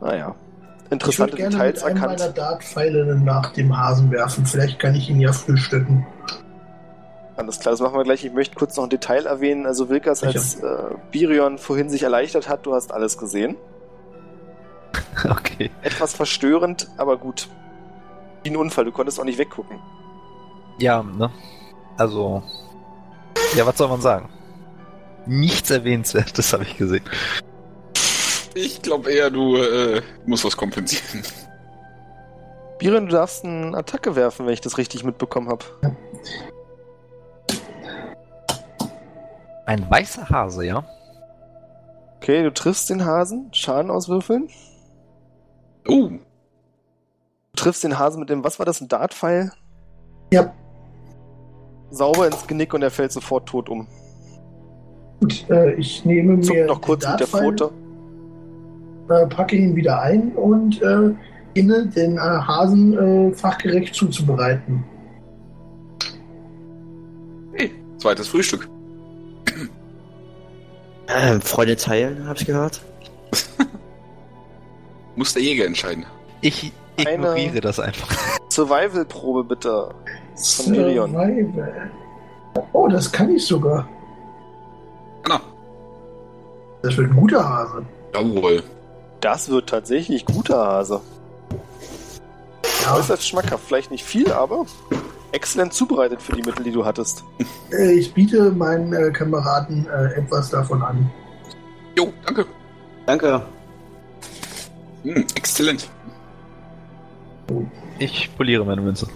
S2: naja,
S4: Ich würde
S2: interessante
S4: gerne
S2: Details
S4: mit einem meiner
S2: erkannt.
S4: Dartpfeile nach dem Hasen werfen. Vielleicht kann ich ihn ja frühstücken.
S2: Alles klar, das machen wir gleich. Ich möchte kurz noch ein Detail erwähnen. Also Wilkas,
S4: Sicher.
S2: als äh, Birion vorhin sich erleichtert hat, du hast alles gesehen.
S1: Okay.
S2: Etwas verstörend, aber gut. Wie ein Unfall, du konntest auch nicht weggucken.
S1: Ja, ne? Also. Ja, was soll man sagen? Nichts Erwähnenswertes habe ich gesehen.
S3: Ich glaube eher, du äh, musst was kompensieren.
S2: Birion, du darfst eine Attacke werfen, wenn ich das richtig mitbekommen habe.
S1: Ein weißer Hase, ja?
S2: Okay, du triffst den Hasen, Schaden auswürfeln.
S3: Oh,
S2: Du triffst den Hasen mit dem, was war das, ein Dartpfeil?
S4: Ja.
S2: Sauber ins Genick und er fällt sofort tot um.
S4: Gut, äh, ich nehme mir
S2: Zuckt noch kurz
S4: den
S2: mit der
S4: Dartpfeil,
S2: Pfote.
S4: Äh, packe ihn wieder ein und äh, inne den äh, Hasen äh, fachgerecht zuzubereiten.
S3: zweites Frühstück.
S5: Ähm, Freude teilen, hab ich gehört.
S3: Muss der Jäger entscheiden.
S1: Ich ignoriere das einfach.
S2: Survival-Probe bitte. Von Irion.
S4: Survival. Oh, das kann ich sogar.
S3: Anna.
S4: Das wird ein guter Hase.
S3: Jawohl.
S2: Das wird tatsächlich guter Hase.
S4: Ja,
S2: Äußerst schmackhaft, vielleicht nicht viel, aber exzellent zubereitet für die Mittel, die du hattest.
S4: äh, ich biete meinen äh, Kameraden äh, etwas davon an.
S3: Jo, danke.
S5: Danke.
S3: Hm, exzellent.
S1: Ich poliere meine Münze.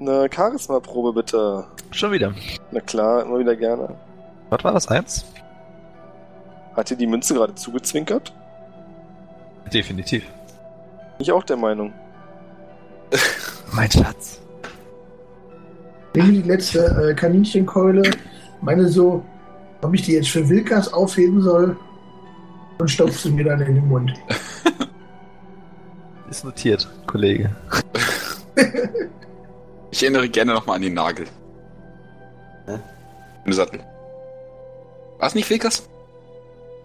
S2: Eine Charisma-Probe bitte.
S1: Schon wieder.
S2: Na klar, immer wieder gerne.
S1: Was war das? Eins?
S2: Hat dir die Münze gerade zugezwinkert?
S1: Definitiv.
S2: Bin ich auch der Meinung.
S1: Mein Schatz.
S4: Nehme die letzte äh, Kaninchenkeule, meine so, ob ich die jetzt für Wilkas aufheben soll und stopfe sie mir dann in den Mund.
S1: Ist notiert, Kollege.
S3: Ich erinnere gerne nochmal an den Nagel.
S5: Hä?
S3: Im Sattel. War es nicht Wilkas?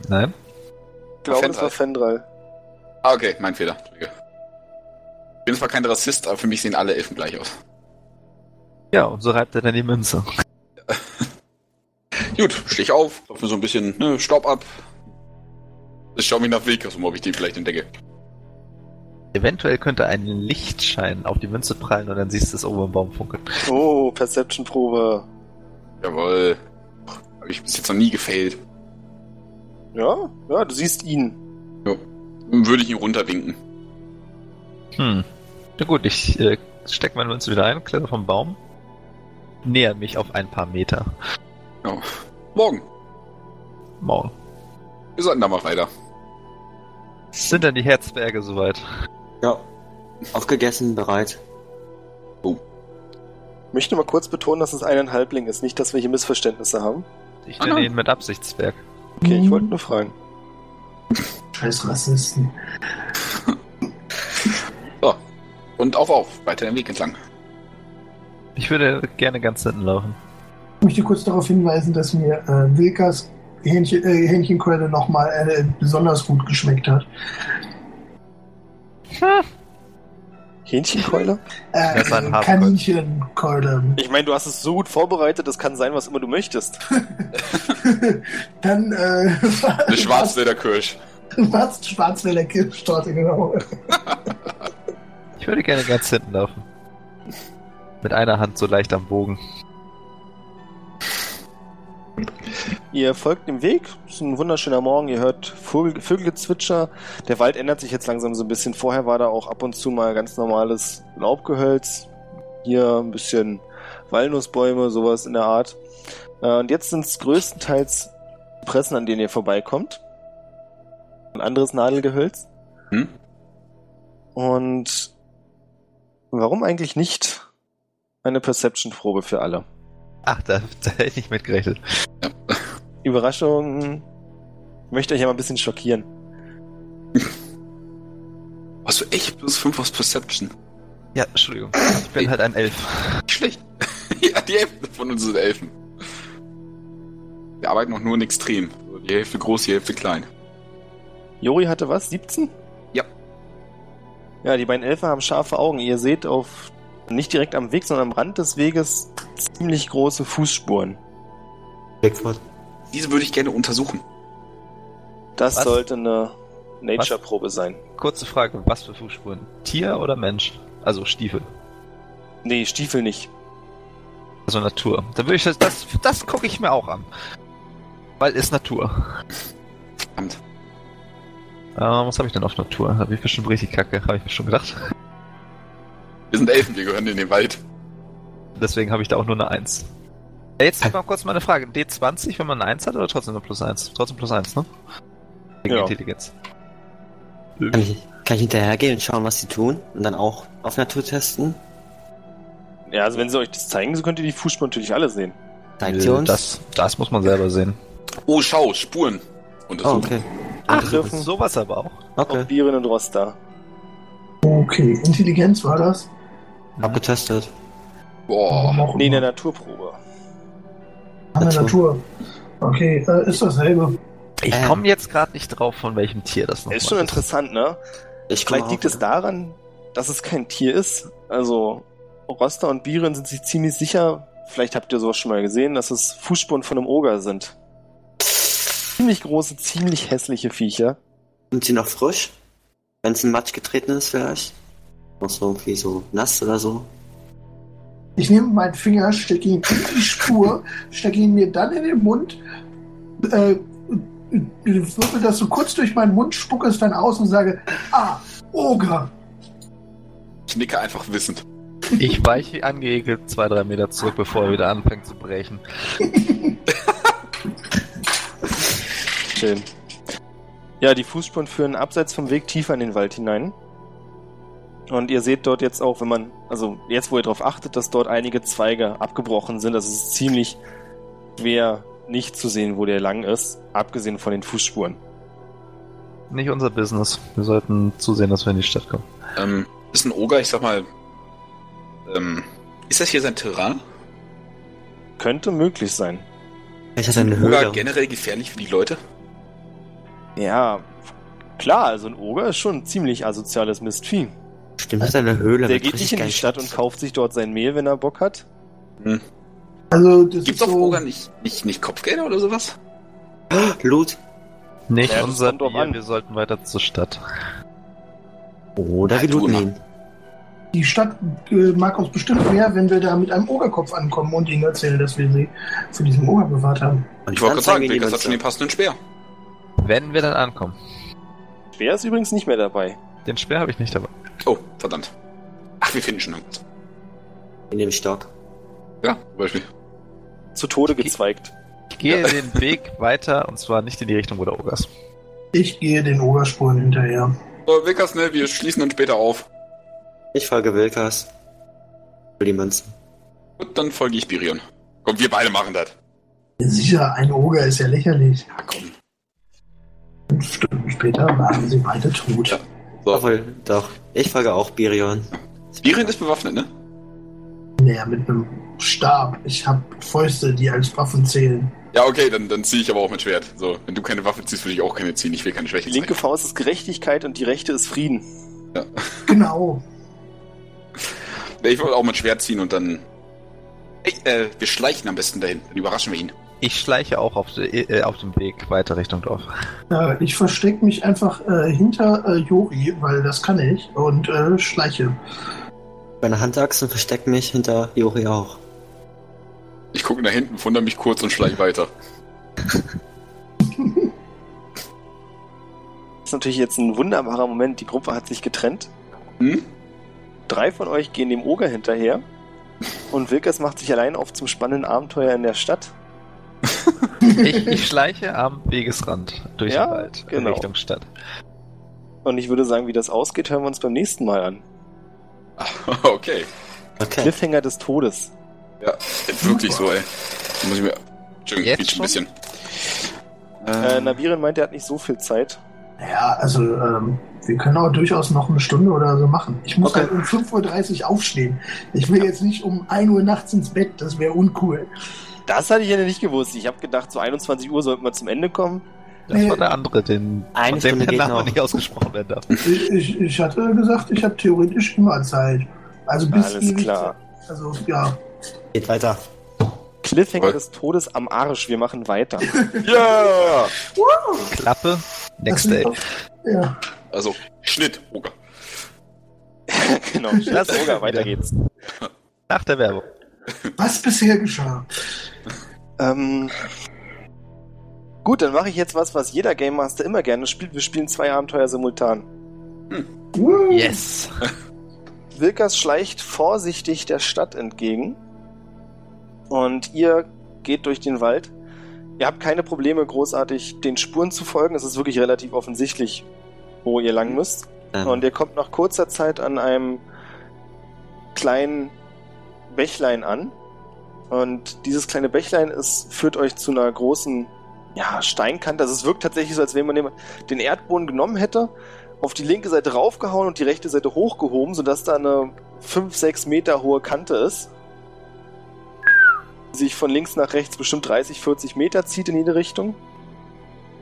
S1: Nein?
S2: Ich glaube, das war Fendral.
S3: Ah, okay, mein Fehler. Entschuldige. Ich bin zwar kein Rassist, aber für mich sehen alle Elfen gleich aus.
S1: Ja, und so reibt er dann die Münze.
S3: Gut, stehe ich auf, klopfe mir so ein bisschen ne, Staub ab. Ich schaue mich nach Wilkas um, ob ich den vielleicht entdecke.
S1: Eventuell könnte ein Lichtschein auf die Münze prallen und dann siehst du es oben im Baum funkeln.
S2: Oh, Perception-Probe.
S3: Jawohl. Habe ich bis jetzt noch nie gefailt.
S2: Ja, ja, du siehst ihn.
S3: Würde ich ihn runterwinken.
S1: Hm. Na gut, ich äh, steck meine Münze wieder ein, kletter vom Baum, näher mich auf ein paar Meter.
S3: Morgen.
S1: Maul.
S3: Wir sollten da mal weiter.
S1: Sind dann die Herzberge soweit?
S5: Ja. Aufgegessen, bereit.
S2: Ich möchte mal kurz betonen, dass es ein Halbling ist, nicht, dass wir hier Missverständnisse haben.
S1: Ich
S3: Ah,
S1: nenne
S3: nein.
S1: ihn mit Absichtsberg.
S2: Okay, ich
S4: Mhm.
S2: wollte nur fragen.
S4: Scheiß Rassisten.
S3: Und auf, auf, weiter den Weg entlang.
S1: Ich würde gerne ganz hinten laufen.
S4: Ich möchte kurz darauf hinweisen, dass mir äh, Wilkas Hähnchen, äh, Hähnchenkeule nochmal äh, besonders gut geschmeckt hat.
S2: Hähnchenkeule?
S4: Äh,
S1: Das ist ein Hafer-
S4: Kaninchenkeule.
S2: Ich meine, du hast es so gut vorbereitet, das kann sein, was immer du möchtest.
S4: dann äh,
S3: Eine Schwarzwälder Kirsch.
S4: was Schwarzwälder Kirschtorte, genau.
S1: Ich würde gerne ganz hinten laufen. Mit einer Hand so leicht am Bogen.
S2: Ihr folgt dem Weg, es ist ein wunderschöner Morgen, ihr hört Vogel, Vögelgezwitscher. Der Wald ändert sich jetzt langsam so ein bisschen. Vorher war da auch ab und zu mal ganz normales Laubgehölz. Hier ein bisschen Walnussbäume, sowas in der Art. Äh, Und jetzt sind es größtenteils Pressen, an denen ihr vorbeikommt. Ein anderes Nadelgehölz.
S3: Hm?
S2: Und warum eigentlich nicht eine Perception-Probe für alle?
S1: Ach, da, da hätte ich mitgerechnet.
S2: Überraschung. Ich möchte euch ja mal ein bisschen schockieren.
S3: Hast du echt plus 5 aus Perception?
S1: Ja, Entschuldigung. Ich bin halt ein Elf.
S3: Nicht schlecht. ja, die Hälfte von uns sind Elfen. Wir arbeiten auch nur in Extrem. Also Die Hälfte groß, die Hälfte klein.
S2: Jori hatte was? 17?
S3: Ja.
S2: Ja, die beiden Elfen haben scharfe Augen. Ihr seht auf, nicht direkt am Weg, sondern am Rand des Weges ziemlich große Fußspuren.
S5: Bigfoot.
S3: Diese würde ich gerne untersuchen.
S2: Das
S1: Was?
S2: sollte eine Nature-Probe sein.
S1: Kurze Frage, was für Fußspuren? Tier oder Mensch? Also Stiefel.
S2: Nee, Stiefel nicht.
S1: Also Natur. Dann würde ich das, das, das gucke ich mir auch an. Weil ist Natur.
S3: Verdammt.
S1: Ähm, was habe ich denn auf Natur? Habe ich bestimmt richtig kacke, habe ich mir schon gedacht.
S3: Wir sind Elfen, wir gehören in den Wald.
S1: Deswegen habe ich da auch nur eine 1. Äh,
S5: Halt.
S1: Jetzt mal kurz meine Frage. D20, wenn man eine 1 hat oder trotzdem nur plus 1? Trotzdem plus 1, ne? Wegen
S2: Ja.
S1: Intelligenz.
S5: Kann ich, kann ich hinterhergehen und schauen, was sie tun? Und dann auch auf Natur testen?
S2: Ja, also wenn sie euch das zeigen, so könnt ihr die Fußspuren natürlich alle sehen.
S5: Zeigt sie uns?
S1: Das, das muss man selber sehen.
S3: Oh, schau, Spuren.
S5: oh,
S3: Untersuchen.
S5: okay.
S1: Ach,
S2: dürfen-
S1: Also sowas aber auch.
S5: Okay.
S2: Auch Biren und Rosta.
S4: Okay, Intelligenz war das.
S5: Abgetestet.
S3: Boah.
S4: Noch
S2: Oh, Nee,
S4: immer.
S2: eine Naturprobe.
S4: An der Natur. Okay, äh, ist dasselbe.
S1: Ich
S5: Ähm.
S1: komme jetzt gerade nicht drauf, von welchem Tier das nochmal
S2: Ist schon interessant, ne?
S5: Ich komme
S2: Vielleicht liegt es daran, dass es kein Tier ist. Also Rosta und Biren sind sich ziemlich sicher, vielleicht habt ihr sowas schon mal gesehen, dass es Fußspuren von einem Oger sind. Ziemlich große, ziemlich hässliche Viecher.
S5: Sind sie noch frisch? Wenn es in Matsch getreten ist, vielleicht? Noch so irgendwie so nass oder so?
S4: Ich nehme meinen Finger, stecke ihn in die Spur, stecke ihn mir dann in den Mund, äh, würfel das so kurz durch meinen Mund, spucke es dann aus und sage, ah, Ogre.
S3: Ich nicke einfach wissend.
S1: Ich weiche angeekelt zwei, drei Meter zurück, bevor er wieder anfängt zu brechen.
S2: Schön. Ja, die Fußspuren führen abseits vom Weg tiefer in den Wald hinein. Und ihr seht dort jetzt auch, wenn man, also jetzt wo ihr darauf achtet, dass dort einige Zweige abgebrochen sind, also es ist ziemlich schwer nicht zu sehen, wo der lang ist, abgesehen von den Fußspuren.
S1: Nicht unser Business. Wir sollten zusehen, dass wir in die Stadt kommen.
S3: Ähm, ist ein Oger, ich sag mal. Ähm, ist das hier sein Terrain?
S2: Könnte möglich sein.
S5: Vielleicht hat er eine
S3: Oger
S5: Höhle.
S3: generell gefährlich für die Leute?
S2: Ja, klar, also ein Oger ist schon ein ziemlich asoziales Mistvieh.
S5: Stimmt, hat er eine Höhle.
S2: Der
S5: mit
S2: geht nicht
S5: richtig
S2: in die
S5: geilen
S2: Stadt und kauft sich dort sein Mehl, wenn er Bock hat.
S4: Also, das
S3: Gibt's
S4: ist
S3: auf
S4: so,
S3: Oger nicht, nicht, nicht Kopfgelder oder sowas?
S5: Loot.
S1: Nicht
S2: Ja, das
S1: unser
S2: kommt drauf
S1: Bier,
S2: an.
S1: wir sollten weiter zur Stadt.
S5: Oder wir
S3: Halt,
S5: looten
S3: Uhr.
S5: ihn.
S4: die Stadt äh, mag uns bestimmt mehr, wenn wir da mit einem Ogerkopf ankommen und ihnen erzählen, dass wir sie vor diesem Oger bewahrt haben.
S5: Und
S3: Ich wollte
S5: dann
S3: gerade sagen,
S5: zeigen wir
S3: Wilkas
S5: ihm
S3: hat schon den
S5: uns
S3: passenden Speer.
S1: Wenn wir dann ankommen.
S2: Speer ist übrigens nicht mehr dabei.
S1: Den Speer habe ich nicht dabei.
S3: Oh, verdammt. Ach, wir finden schon irgendwas.
S5: in dem Stock.
S3: Ja, zum Beispiel.
S2: Zu Tode gezweigt.
S1: Ich gehe den Weg weiter und zwar nicht in die Richtung, wo der Oger ist.
S4: Ich gehe den Ogerspuren hinterher.
S3: So, Wilkas, ne, wir schließen dann später auf.
S5: Ich folge Wilkas. Für die Münzen.
S3: Und dann folge ich Birion. Komm, wir beide machen das.
S4: Sicher, ein Oger ist ja lächerlich.
S3: Ja, komm.
S4: Fünf Stunden später waren sie beide tot.
S3: Ja. So.
S5: Obwohl, doch. Ich folge auch Birion.
S3: Birion ist bewaffnet, ne?
S4: Naja, mit einem Stab. Ich habe Fäuste, die als Waffen zählen.
S3: Ja, okay, dann, dann ziehe ich aber auch mein Schwert. So, wenn du keine Waffe ziehst, will ich auch keine ziehen. Ich will keine
S2: Die
S3: Schwäche
S2: linke Faust ist Gerechtigkeit und die rechte ist Frieden.
S4: Genau.
S3: zeigen. Nee, Ich wollte auch mein Schwert ziehen und dann... Ey, äh, wir schleichen am besten dahin. Dann überraschen wir ihn.
S1: Ich schleiche auch auf, de, äh, auf dem Weg weiter Richtung Dorf.
S4: Äh, ich verstecke mich einfach äh, hinter äh, Jori, weil das kann ich, und äh, schleiche.
S5: Meine Handachsen verstecken mich hinter Jori auch.
S3: Ich gucke nach hinten, wundere mich kurz und schleiche weiter.
S2: Das ist natürlich jetzt ein wunderbarer Moment. Die Gruppe hat sich getrennt.
S3: Hm?
S2: Drei von euch gehen dem Oger hinterher. Und Wilkers macht sich allein auf zum spannenden Abenteuer in der Stadt.
S1: Ich, ich schleiche am Wegesrand durch
S2: Ja,
S1: den Wald
S2: genau.
S1: in Richtung Stadt.
S2: Und ich würde sagen, wie das ausgeht, hören wir uns beim nächsten Mal an.
S3: Ah, okay.
S5: Okay.
S2: Cliffhanger des Todes.
S3: Ja, wirklich so, ey. Da muss ich mir... Entschuldigung,
S1: Jetzt
S3: quietscht ein
S1: schon?
S3: bisschen. Ah.
S2: Äh, Naviren meint, er hat nicht so viel Zeit.
S4: Ja, also ähm, wir können auch durchaus noch eine Stunde oder so machen. Ich muss
S5: Okay.
S4: halt um 5.30 Uhr aufstehen. Ich will jetzt nicht um 1 Uhr nachts ins Bett, das wäre uncool.
S2: Das hatte ich ja nicht gewusst. Ich habe gedacht, so 21 Uhr sollten wir zum Ende kommen.
S1: Das
S4: Nee.
S1: war der andere, den
S5: Äh, Eine
S1: von dem
S5: Stunde
S1: der
S5: geht
S1: Name
S5: noch.
S1: nicht ausgesprochen werden darf.
S4: Ich, ich, ich hatte gesagt, ich habe theoretisch immer Zeit. Also bis
S2: Alles
S4: ewig-
S2: klar.
S4: Also ja,
S5: Geht weiter.
S2: Cliffhanger
S3: Voll.
S2: des Todes am Arsch. Wir machen weiter.
S3: Ja!
S1: Klappe, next day.
S4: ja.
S3: Also, Schnitt, Oger.
S2: genau. Lass Oger, weiter geht's.
S1: Nach der Werbung.
S4: Was bisher geschah?
S2: Ähm, gut, dann mache ich jetzt was, was jeder Game Master immer gerne spielt. Wir spielen zwei Abenteuer simultan.
S4: Uh,
S1: Yes.
S2: Wilkas schleicht vorsichtig der Stadt entgegen. Und ihr geht durch den Wald. Ihr habt keine Probleme, großartig den Spuren zu folgen. Es ist wirklich relativ offensichtlich, wo ihr lang müsst.
S5: Ähm,
S2: Und ihr kommt nach kurzer Zeit an einem kleinen Bächlein an. Und dieses kleine Bächlein ist, führt euch zu einer großen ja, Steinkante. Also es wirkt tatsächlich so, als wenn man den- den Erdboden genommen hätte, auf die linke Seite raufgehauen und die rechte Seite hochgehoben, sodass da eine 5, 6 Meter hohe Kante ist. Die sich von links nach rechts bestimmt 30, 40 Meter zieht in jede Richtung.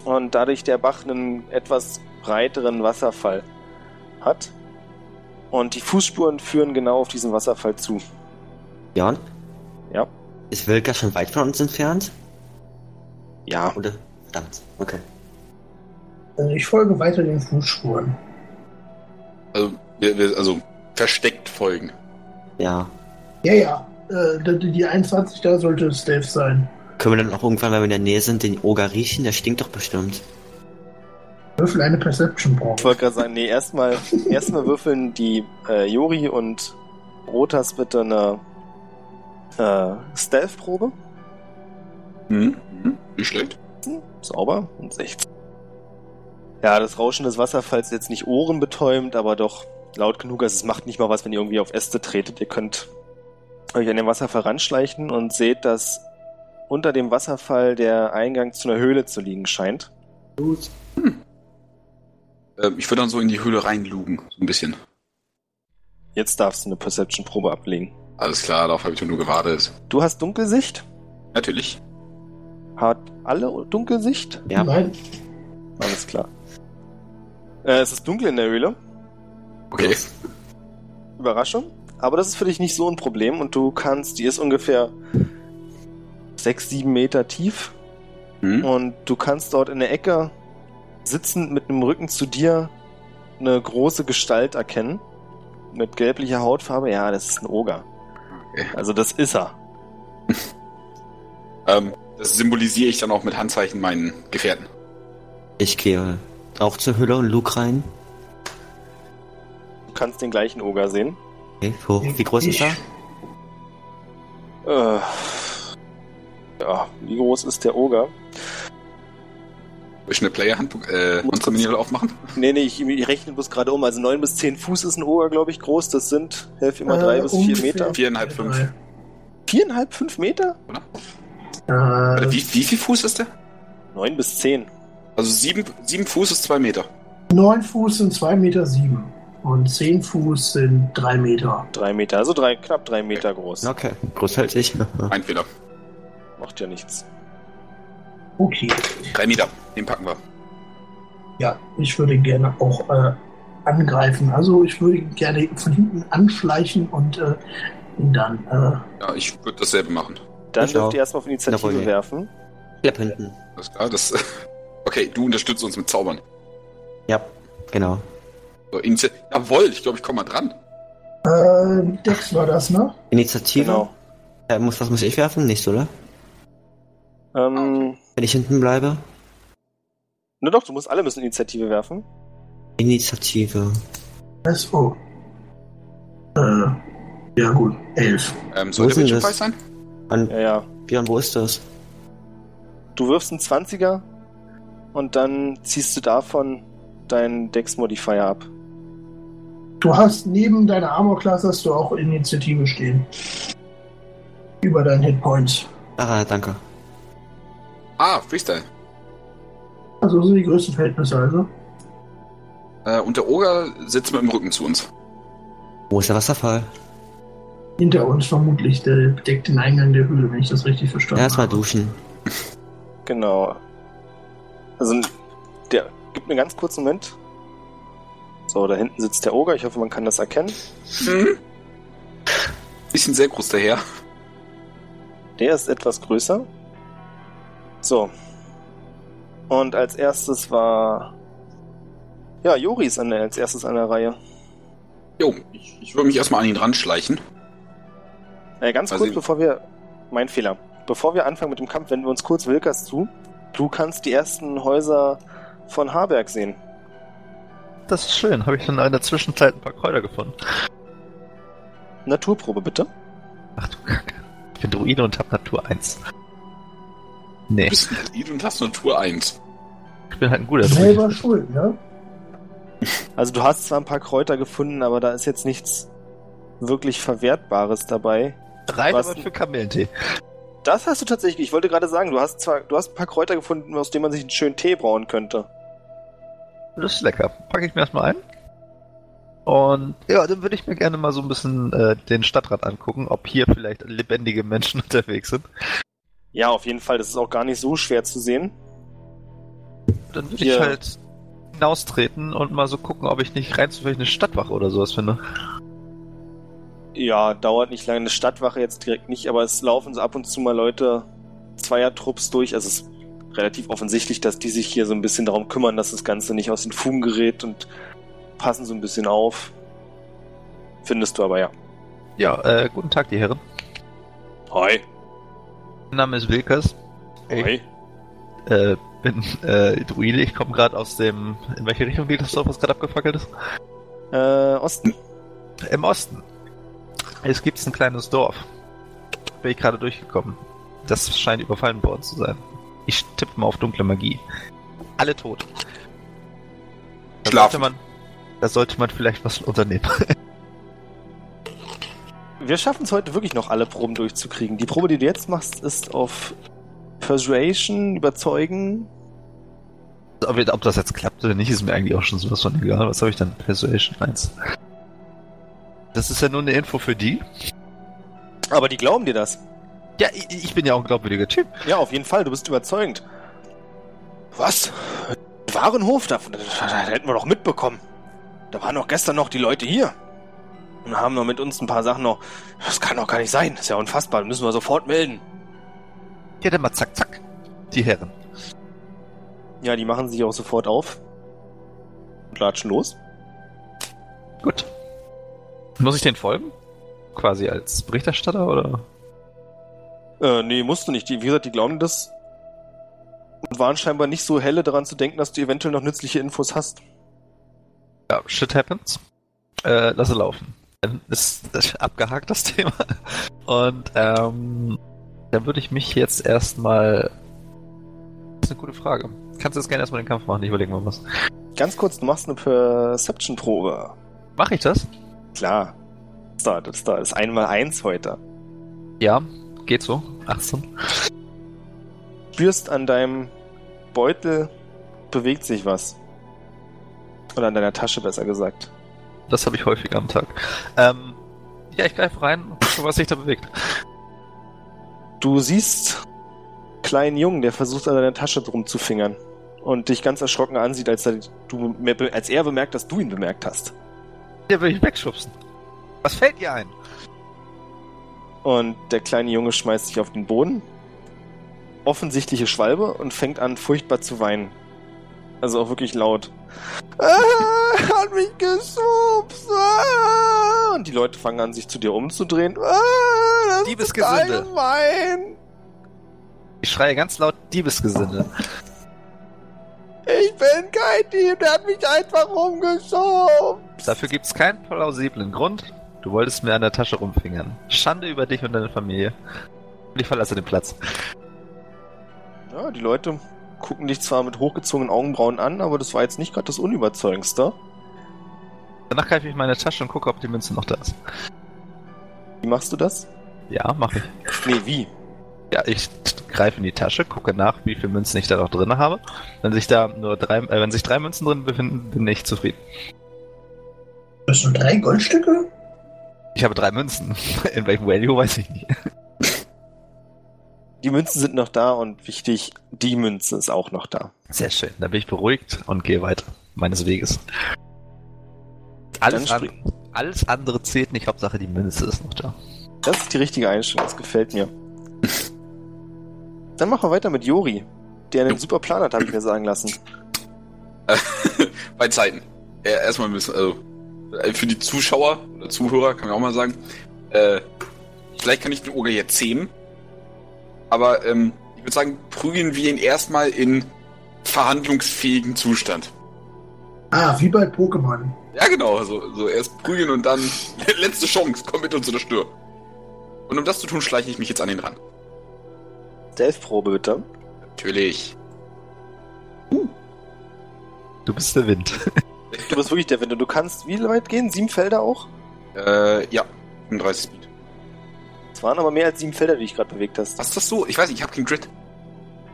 S2: Und dadurch der Bach einen etwas breiteren Wasserfall hat. Und die Fußspuren führen genau auf diesen Wasserfall zu.
S5: Björn?
S2: Ja.
S5: Ist Wilka schon weit von uns entfernt?
S2: Ja.
S5: Oder? Verdammt. Okay.
S4: Also ich folge weiter den Fußspuren.
S3: Also, wir, wir, also versteckt folgen.
S5: Ja.
S4: Ja, ja. Äh, die die 21 da sollte Stealth sein.
S5: Können wir dann auch irgendwann, wenn wir in der Nähe sind, den Oger riechen? Der stinkt doch bestimmt.
S4: Würfel eine Perception
S2: Ich
S4: brauchen.
S2: wollte gerade sagen, nee, erstmal erstmal würfeln die äh, Jori und Rotas bitte eine äh, Stealth-Probe. Hm?
S3: Mhm. Mhm. Nicht schlecht.
S2: Sauber und 16. Ja, das Rauschen des Wasserfalls ist jetzt nicht ohrenbetäubend, aber doch laut genug. Also es macht nicht mal was, wenn ihr irgendwie auf Äste tretet. Ihr könnt euch an den Wasserfall ranschleichen und seht, dass unter dem Wasserfall der Eingang zu einer Höhle zu liegen scheint.
S3: Ähm, ich würde dann so in die Höhle reinlugen, so ein bisschen.
S2: Jetzt darfst du eine Perception-Probe ablegen.
S3: Alles klar, darauf habe ich doch nur gewartet.
S2: Du hast Dunkelsicht?
S3: Natürlich.
S2: Hat alle Dunkelsicht?
S5: Ja.
S4: Nein,
S2: Alles klar. Äh, es ist dunkel in der Höhle.
S3: Okay.
S2: Überraschung. Aber das ist für dich nicht so ein Problem und du kannst, die ist ungefähr sechs, sieben Meter tief
S5: Oh.
S3: Mhm.
S2: und du kannst dort in der Ecke sitzend mit dem Rücken zu dir eine große Gestalt erkennen. Mit gelblicher Hautfarbe. Ja, das ist ein Oger.
S3: Okay.
S2: Also das ist er.
S3: Ähm, das symbolisiere ich dann auch mit Handzeichen meinen Gefährten.
S5: Ich gehe auch zur Hülle und Luke rein.
S2: Du kannst den gleichen Oger sehen.
S5: Okay, hoch. Wie groß ist er?
S2: Äh, ja, wie groß ist der Oger?
S3: Soll ich eine Player-Handbuch, äh, unsere Minirolle aufmachen?
S2: Nee, nee, ich, ich rechne bloß gerade um. Also 9 bis 10 Fuß ist ein Oger, glaube ich, groß. Das sind, helf immer, 3
S4: Äh,
S2: bis 4
S4: ungefähr.
S2: Meter.
S3: Viereinhalb, fünf.
S4: Drei.
S2: Viereinhalb, fünf Meter?
S3: Warte,
S4: Äh,
S3: Wie, wie viel Fuß ist der?
S2: Neun bis zehn.
S3: Also sieben, sieben Fuß ist zwei Meter.
S4: 9 Fuß sind 2,7 Meter sieben. und 10 Fuß sind 3 Meter.
S2: Drei Meter, also drei, knapp drei Meter groß.
S5: Okay, groß als ich.
S3: Mein Fehler.
S2: Macht ja nichts.
S4: Okay,
S3: Drei Meter. Den packen wir.
S4: ja, ich würde gerne auch äh, angreifen. Also ich würde ihn gerne von hinten anschleichen und äh, ihn dann äh,
S3: Ja, ich würde dasselbe machen.
S2: Dann
S5: Ich auch.
S2: dürft ihr erstmal auf Initiative
S5: Jawohl, ey.
S2: werfen.
S5: Klapp hinten.
S3: Alles klar, das. Okay, du unterstützt uns mit Zaubern.
S5: Ja, genau.
S3: So, Initi Jawohl, ich glaube, ich komme mal dran.
S4: äh, Dex war das, ne?
S5: Initiative.
S2: Genau.
S5: Äh, muss, was muss ich werfen? Nichts, oder?
S2: Ähm,
S5: Wenn ich hinten bleibe?
S2: na doch, du musst alle müssen Initiative werfen.
S5: Initiative.
S4: Das, oh. Äh, ja gut, 11.
S3: Ähm,
S5: Wo
S3: soll
S5: ist
S3: der
S5: denn
S3: Bildschirm
S5: das?
S3: frei sein?
S5: An
S2: Ja, ja.
S5: Björn, wo ist das?
S2: Du wirfst einen 20er und dann ziehst du davon deinen Dex-Modifier ab.
S4: Du hast neben deiner Armor-Klasse hast du auch Initiative stehen. Über deinen Hitpoints.
S5: Ah, danke.
S3: Ah, Freestyle.
S4: Also so die größten Verhältnisse also.
S3: Äh, und der Oger sitzt mit dem Rücken zu uns.
S5: Wo ist der Wasserfall?
S4: Hinter uns vermutlich der bedeckte Eingang der Höhle, wenn ich das richtig verstanden
S5: Erstmal
S4: habe.
S5: duschen.
S2: Genau. Also, der gibt mir ganz kurzen Moment. So, da hinten sitzt der Oger. Ich hoffe, man kann das erkennen.
S3: Hm. Bisschen sehr groß daher.
S2: Der ist etwas größer. So. Und als erstes war. Ja, Jori ist an der, als erstes an der Reihe.
S3: Jo, ich, ich würde mich erstmal an ihn ranschleichen.
S2: Äh, ganz
S3: Also-
S2: kurz, bevor wir. Mein Fehler. Bevor wir anfangen mit dem Kampf, wenden wir uns kurz Wilkas zu. Du kannst die ersten Häuser von Harberg sehen.
S1: Das ist schön. Habe ich in einer Zwischenzeit ein paar Kräuter gefunden.
S2: Naturprobe bitte.
S1: Ach du Kacke. Ich bin Druide und hab Natur 1.
S3: Du
S1: Nee,
S3: bist ein Lied und hast Natur 1.
S1: ich bin halt ein guter Druide.
S4: Selber schuld, ne?
S2: Also du hast zwar ein paar Kräuter gefunden, aber da ist jetzt nichts wirklich Verwertbares dabei.
S1: Rein
S2: Was-
S1: aber für Kamillentee.
S2: Das hast du tatsächlich. Ich wollte gerade sagen, du hast zwar, du hast ein paar Kräuter gefunden, aus denen man sich einen schönen Tee brauen könnte.
S1: Das ist lecker. Packe ich mir erstmal ein. Und ja, dann würde ich mir gerne mal so ein bisschen äh, den Stadtrat angucken, ob hier vielleicht lebendige Menschen unterwegs sind.
S2: Ja, auf jeden Fall. Das ist auch gar nicht so schwer zu sehen.
S1: Dann würde
S2: Ja.
S1: ich halt hinaustreten und mal so gucken, ob ich nicht rein zufällig eine Stadtwache oder sowas finde.
S2: Ja, dauert nicht lange. Eine Stadtwache jetzt direkt nicht, aber es laufen so ab und zu mal Leute Zweiertrupps durch. Also es ist relativ offensichtlich, dass die sich hier so ein bisschen darum kümmern, dass das Ganze nicht aus den Fugen gerät und passen so ein bisschen auf. Findest du aber ja.
S1: Ja, äh, guten Tag, die Herren.
S2: Hi.
S1: Mein Name ist Wilkers. Ich äh, bin äh, Druide, ich komme gerade aus dem. In welche Richtung geht das Dorf, was gerade abgefackelt ist?
S2: Äh, Osten.
S1: Im Osten. Es gibt ein kleines Dorf. Bin ich gerade durchgekommen. Das scheint überfallen worden zu sein. Ich tippe mal auf dunkle Magie. Alle tot. Da sollte
S3: Schlafen.
S1: man, da sollte man vielleicht was unternehmen.
S2: Wir schaffen es heute wirklich noch, alle Proben durchzukriegen. Die Probe, die du jetzt machst, ist auf Persuasion, Überzeugen.
S1: Ob, ob das jetzt klappt oder nicht, ist mir eigentlich auch schon sowas von egal. Was habe ich dann? Persuasion 1. Das ist ja nur eine Info für die.
S2: Aber die glauben dir das.
S1: Ja, ich, ich bin ja auch ein glaubwürdiger Typ.
S2: Ja, auf jeden Fall, du bist überzeugend. Was? Warenhof? Da, da, da hätten wir doch mitbekommen. Da waren doch gestern noch die Leute hier. Und haben noch mit uns ein paar Sachen noch. Das kann doch gar nicht sein. Ist ja unfassbar. Müssen wir sofort melden.
S1: Ja, dann mal zack, zack. Die Herren.
S2: Ja, die machen sich auch sofort auf. Und latschen los.
S1: Gut. Muss ich den folgen? Quasi als Berichterstatter oder?
S2: Äh, nee, musst du nicht. Die, wie gesagt, die glauben das. Und waren scheinbar nicht so helle daran zu denken, dass du eventuell noch nützliche Infos hast.
S1: Ja, shit happens. Äh, lasse laufen. Dann ist das abgehakt, das Thema. Und ähm, dann würde ich mich jetzt erstmal. Das ist eine gute Frage. Kannst du jetzt gerne erstmal den Kampf machen? Ich überlege mal was.
S2: Ganz kurz, du machst eine Perception-Probe.
S1: Mache ich das?
S2: Klar. Das da, das da ist einmal eins heute.
S1: Ja, geht so. 18.
S2: spürst an deinem Beutel, bewegt sich was. Oder an deiner Tasche, besser gesagt.
S1: Das habe ich häufiger am Tag. Ähm, ja, ich greife rein, gucke, was sich da bewegt.
S2: Du siehst einen kleinen Jungen, der versucht, an deiner Tasche drum zu fingern. Und dich ganz erschrocken ansieht, als er, du, als er bemerkt, dass du ihn bemerkt hast.
S1: Der will ich wegschubsen. Was fällt dir ein?
S2: Und der kleine Junge schmeißt sich auf den Boden. Offensichtliche Schwalbe und fängt an, furchtbar zu weinen. Also auch wirklich laut. Ah, hat mich geschubst. Ah. Und die Leute fangen an, sich zu dir umzudrehen. Ah, das ist
S1: Diebesgesinde.
S2: total gemein.
S1: Ich schreie ganz laut Diebesgesinde.
S2: Ich bin kein Dieb, der hat mich einfach umgeschubst.
S1: Dafür gibt's keinen plausiblen Grund. Du wolltest mir an der Tasche rumfingern. Schande über dich und deine Familie. Und ich verlasse den Platz.
S2: Ja, die Leute gucken dich zwar mit hochgezogenen Augenbrauen an, aber das war jetzt nicht gerade das Unüberzeugendste.
S1: Danach greife ich meine Tasche und gucke, ob die Münze noch da ist.
S2: Wie machst du das?
S1: Ja, mache ich.
S2: Nee, wie?
S1: Ja, ich greife in die Tasche, gucke nach, wie viele Münzen ich da noch drin habe. Wenn sich da nur drei, äh, wenn sich drei Münzen drin befinden, bin ich zufrieden.
S4: Das sind drei Goldstücke?
S1: Ich habe drei Münzen. In welchem Value weiß ich nicht.
S2: Die Münzen sind noch da und wichtig, die Münze ist auch noch da.
S1: Sehr schön. Dann bin ich beruhigt und gehe weiter meines Weges. Alles,
S2: Dann
S1: an, alles andere zählt nicht. Hauptsache die Münze ist noch da.
S2: Das ist die richtige Einstellung, das gefällt mir. Dann machen wir weiter mit Jori, der einen super Plan hat, habe ich mir sagen lassen.
S3: Bei Zeiten. Ja, erstmal müssen, also äh, für die Zuschauer oder Zuhörer kann man auch mal sagen, äh, vielleicht kann ich den Ogre jetzt zähmen, aber ähm, ich würde sagen, prügeln wir ihn erstmal in verhandlungsfähigen Zustand.
S4: Ah, wie bei Pokémon.
S3: Ja, genau, so, so erst prügeln und dann letzte Chance, komm mit uns oder stirb. Und um das zu tun, schleiche ich mich jetzt an ihn ran.
S2: Stealth-Probe bitte.
S3: Natürlich.
S1: Du bist der Wind.
S2: Du bist wirklich der Winter. Du kannst wie weit gehen? Sieben Felder auch?
S3: Äh, ja, 35 Speed.
S2: Es waren aber mehr als sieben Felder, die ich gerade bewegt hast.
S3: Was ist das so? Ich weiß nicht, ich habe keinen Grid.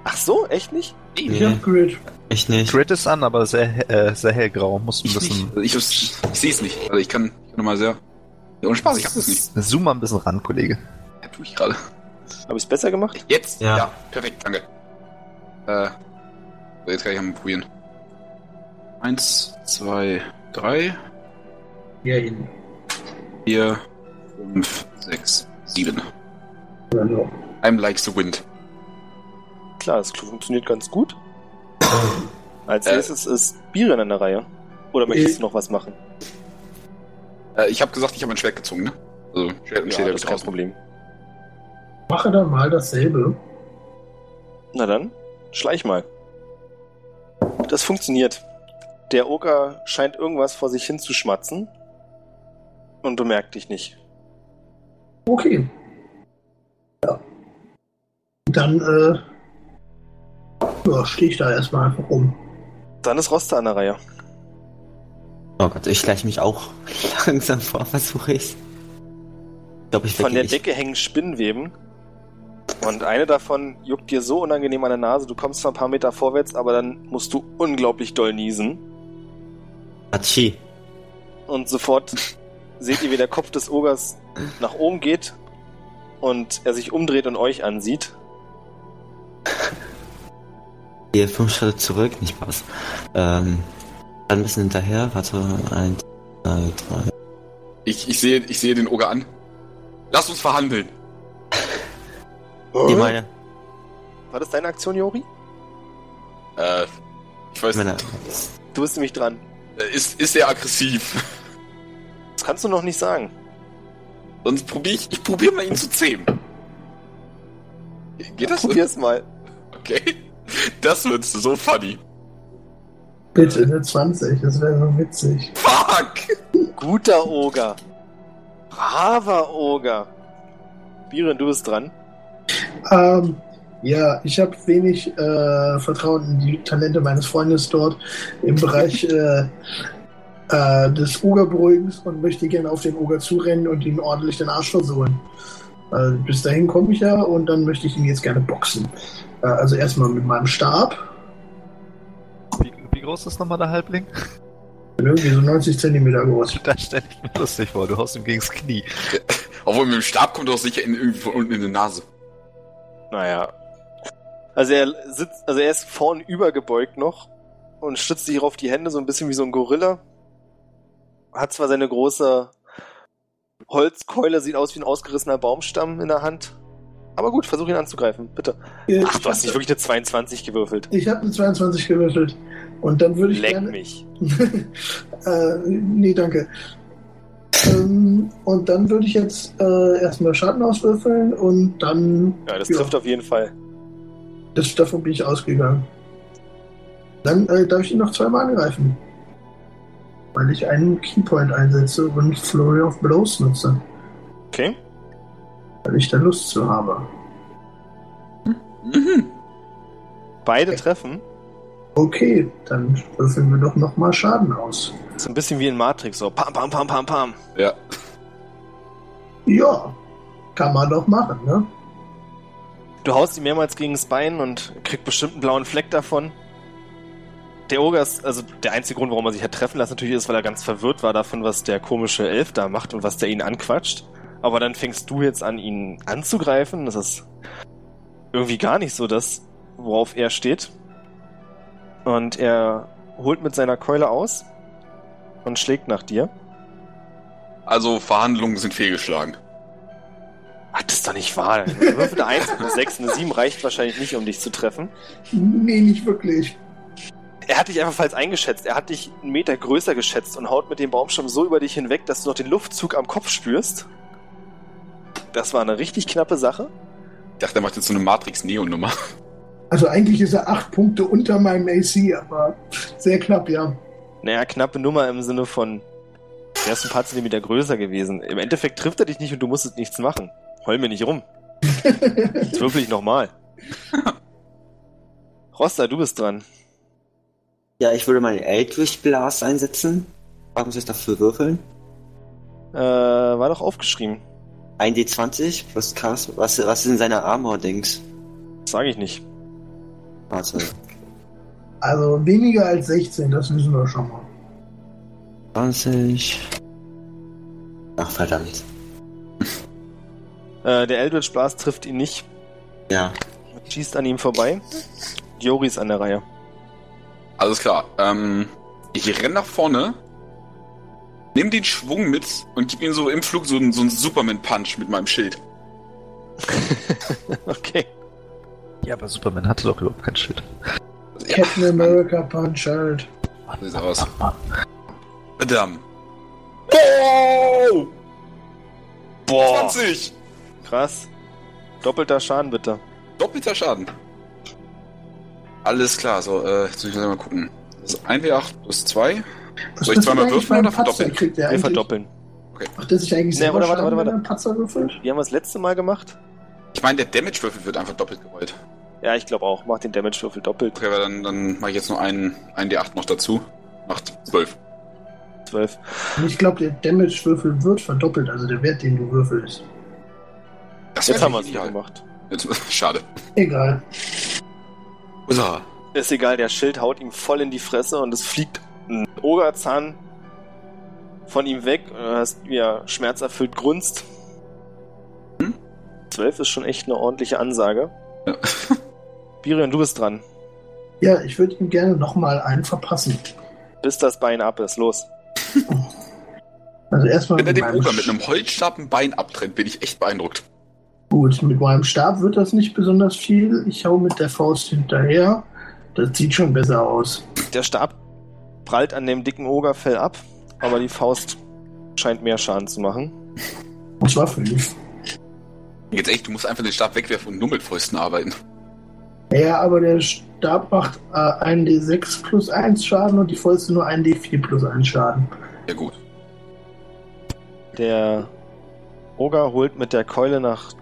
S2: Ach so, echt nicht?
S5: Nee,
S4: Ich upgrade.
S5: ich nicht.
S1: Grid ist an, aber sehr, äh, sehr hellgrau. Muss ein
S3: Ich,
S1: bisschen.
S3: nicht. Also ich, ich, ich sehe es nicht. Also ich kann nochmal sehr. Ja, ohne Spaß, ich hab das nicht.
S1: Zoom mal ein bisschen ran, Kollege.
S3: Ja, tue ich gerade.
S2: Habe ich es besser gemacht?
S3: Jetzt?
S5: Ja.
S3: perfekt, danke. Äh, so, jetzt kann ich einmal probieren. Eins, zwei, drei,
S4: Ja, eben.
S3: vier, fünf, sechs, sieben.
S4: Oder so.
S3: I'm like the wind.
S2: Klar, das funktioniert ganz gut. Als
S3: Äh.
S2: nächstes ist Biren an der Reihe. Oder möchtest
S4: Ich-
S2: du noch was machen?
S3: Äh, ich habe gesagt, ich habe mein Schwert gezogen, ne? Also, Schwert und Schädel
S2: das ist kein
S3: draußen.
S2: Problem.
S4: Mache dann mal dasselbe.
S2: Na dann, schleich mal. Das funktioniert. Der Oker scheint irgendwas vor sich hin zu schmatzen und bemerkt dich nicht.
S4: Okay. Ja. Dann, äh, ja, stehe ich da erstmal einfach um. rum.
S2: Dann ist Roster an der Reihe.
S5: Oh Gott, ich schleiche mich auch langsam vor, versuche ich. Ich glaube, ich
S2: Von der
S5: vergehe nicht.
S2: Decke hängen Spinnenweben. Und eine davon juckt dir so unangenehm an der Nase, du kommst zwar ein paar Meter vorwärts, aber dann musst du unglaublich doll niesen.
S5: Atschi.
S2: Und sofort seht ihr, wie der Kopf des Ogers nach oben geht und er sich umdreht und euch ansieht.
S5: Gehe fünf Schritte zurück, nicht was. Ähm, dann ein bisschen hinterher, warte, ein, zwei, drei.
S3: Ich, ich, sehe, ich sehe den Oger an. Lass uns verhandeln.
S5: Die meine,
S2: War das deine Aktion, Jori?
S3: Äh, ich weiß
S5: meine,
S3: nicht.
S2: Du bist nämlich dran.
S3: Äh, Ist, ist er aggressiv?
S2: Das kannst du noch nicht sagen.
S3: Sonst probiere ich, ich probiere mal ihn zu zähmen. Geht das?
S2: Probier's mal.
S3: Okay. Das wird so funny.
S4: Bitte eine 20, das wäre so witzig.
S3: Fuck!
S2: Guter Oger. Braver Oger. Biren, du bist dran.
S4: Ähm, ja, ich habe wenig äh, Vertrauen in die Talente meines Freundes dort im Bereich äh, äh, des Ogerberuhigens und möchte gerne auf den Oger zurennen und ihm ordentlich den Arsch versohlen. Äh, bis dahin komme ich ja und dann möchte ich ihn jetzt gerne boxen. Äh, also erstmal mit meinem Stab,
S1: Wie, wie groß ist nochmal der Halbling?
S4: bin irgendwie so 90 Zentimeter groß.
S1: Da stelle ich mir lustig vor. Du haust ihm gegens Knie.
S3: Obwohl mit dem Stab kommt er doch sicher in, irgendwie von unten in die Nase.
S2: Naja. Also er sitzt, also er ist vorn übergebeugt noch und stützt sich auf die Hände, so ein bisschen wie so ein Gorilla. Hat zwar seine große Holzkeule, sieht aus wie ein ausgerissener Baumstamm in der Hand. Aber gut, versuch ihn anzugreifen, bitte. Ach, du hast nicht wirklich eine 22 gewürfelt.
S4: Ich habe eine 22 gewürfelt. Und dann würde ich
S2: Leck
S4: gerne.
S2: mich.
S4: äh, nee, danke. Ähm, und dann würde ich jetzt äh, erstmal Schaden auswürfeln und dann.
S2: Ja, das
S4: Ja.
S2: trifft auf jeden Fall.
S4: Das, davon bin ich ausgegangen. Dann äh, darf ich ihn noch zweimal angreifen. Weil ich einen Keypoint einsetze und Flurry of Blows nutze.
S2: Okay.
S4: Weil ich da Lust zu habe.
S3: Mhm.
S2: Beide treffen.
S4: Okay, dann würfeln wir doch nochmal Schaden aus.
S2: So ein bisschen wie in Matrix, so pam, pam, pam, pam, pam.
S3: Ja.
S4: Ja, kann man doch machen, ne?
S2: Du haust ihm mehrmals gegen das Bein und kriegt bestimmt einen blauen Fleck davon. Der Oger ist, also der einzige Grund, warum er sich hat treffen lassen, natürlich ist, weil er ganz verwirrt war davon, was der komische Elf da macht und was der ihn anquatscht. Aber dann fängst du jetzt an, ihn anzugreifen. Das ist irgendwie gar nicht so das, worauf er steht. Und er holt mit seiner Keule aus und schlägt nach dir.
S3: Also Verhandlungen sind fehlgeschlagen.
S2: Ach, das ist doch nicht wahr. Eine Würfel eine 1 und eine 6 eine 7 reicht wahrscheinlich nicht, um dich zu treffen.
S4: Nee, nicht wirklich.
S2: Er hat dich einfach falsch eingeschätzt. Er hat dich einen Meter größer geschätzt und haut mit dem Baumstamm so über dich hinweg, dass du noch den Luftzug am Kopf spürst. Das war eine richtig knappe Sache.
S3: Ich dachte, er macht jetzt so eine Matrix-Neo-Nummer.
S4: Also eigentlich ist er acht Punkte unter meinem AC, aber sehr knapp, ja.
S2: Naja, knappe Nummer im Sinne von, er ist ein paar Zentimeter größer gewesen. Im Endeffekt trifft er dich nicht und du musstest nichts machen. Heul mir nicht rum. Jetzt würfel ich nochmal. Rosta, du bist dran.
S5: Ja, ich würde meinen Eldritch Blast einsetzen. Was muss ich dafür würfeln?
S2: Äh, war doch aufgeschrieben.
S5: 1d20 plus Cast. Was, was ist in seiner Armor-Dings?
S2: Das sage ich nicht.
S5: Warte.
S4: Also weniger als 16, das wissen wir schon mal.
S5: 20. Ach, verdammt.
S2: Äh, der Eldritch Blast trifft ihn nicht.
S5: Ja.
S2: Schießt an ihm vorbei. Jori ist an der Reihe.
S3: Alles klar. Ähm, ich renn nach vorne, nimm den Schwung mit und gib ihm so im Flug so einen, so einen Superman-Punch mit meinem Schild.
S2: Okay.
S1: Ja, aber Superman hatte doch überhaupt kein Schild.
S4: Captain America Punch halt.
S3: So sieht's aus. Badam. Oh!
S2: Boah.
S3: 20!
S2: Krass. Doppelter Schaden bitte.
S3: Doppelter Schaden. Alles klar, so, äh, jetzt müssen wir mal gucken. Also Das ist 1W8 plus 2. Soll
S4: Was
S3: ich
S4: passiert
S3: zweimal
S4: eigentlich
S3: würfeln
S4: beim
S3: oder
S4: Patzer?
S3: verdoppeln?
S4: Kriegt der
S2: Wir
S4: eigentlich,
S2: verdoppeln.
S4: macht der sich eigentlich
S2: Nee,
S4: selber
S2: oder warte, warte,
S4: Schaden, wenn er
S2: warte.
S4: einen Patzer würfelt?
S2: Wie haben wir das letzte Mal gemacht?
S3: Ich meine, der Damage-Würfel wird einfach doppelt gewollt.
S2: Ja, ich glaube auch. Mach den Damage-Würfel doppelt.
S3: Okay, aber dann, dann mache ich jetzt nur einen, einen D8 noch dazu. Macht 12.
S2: 12.
S4: Und ich glaube, der Damage-Würfel wird verdoppelt, also der Wert, den du würfelst.
S3: Das
S2: Jetzt
S3: wär
S2: haben wir es
S3: ideal.
S2: gemacht.
S3: Jetzt, schade.
S4: Egal.
S3: Usa.
S2: Ist egal, der Schild haut ihm voll in die Fresse und es fliegt ein Ogerzahn von ihm weg. Und Du hast, wie er schmerzerfüllt grunzt.
S3: Hm?
S2: 12 ist schon echt eine ordentliche Ansage.
S3: Ja.
S2: Birion, du bist dran.
S4: Ja, ich würde ihm gerne nochmal einen verpassen.
S2: Bis das Bein ab ist. Los.
S4: Also erstmal
S3: Wenn er dem
S4: meinem
S3: Oger mit einem Holzstab ein Bein abtrennt, bin ich echt beeindruckt.
S4: Gut, mit meinem Stab wird das nicht besonders viel. Ich hau mit der Faust hinterher. Das sieht schon besser aus.
S2: Der Stab prallt an dem dicken Ogerfell ab, aber die Faust scheint mehr Schaden zu machen.
S4: Und zwar fünf.
S3: Jetzt echt, du musst einfach den Stab wegwerfen und nur mit Fäusten arbeiten.
S4: Ja, aber der Stab macht äh, 1d6 plus 1 Schaden und die Fäuste nur 1d4 plus 1 Schaden.
S3: Ja gut.
S2: Der Oger holt mit der Keule nach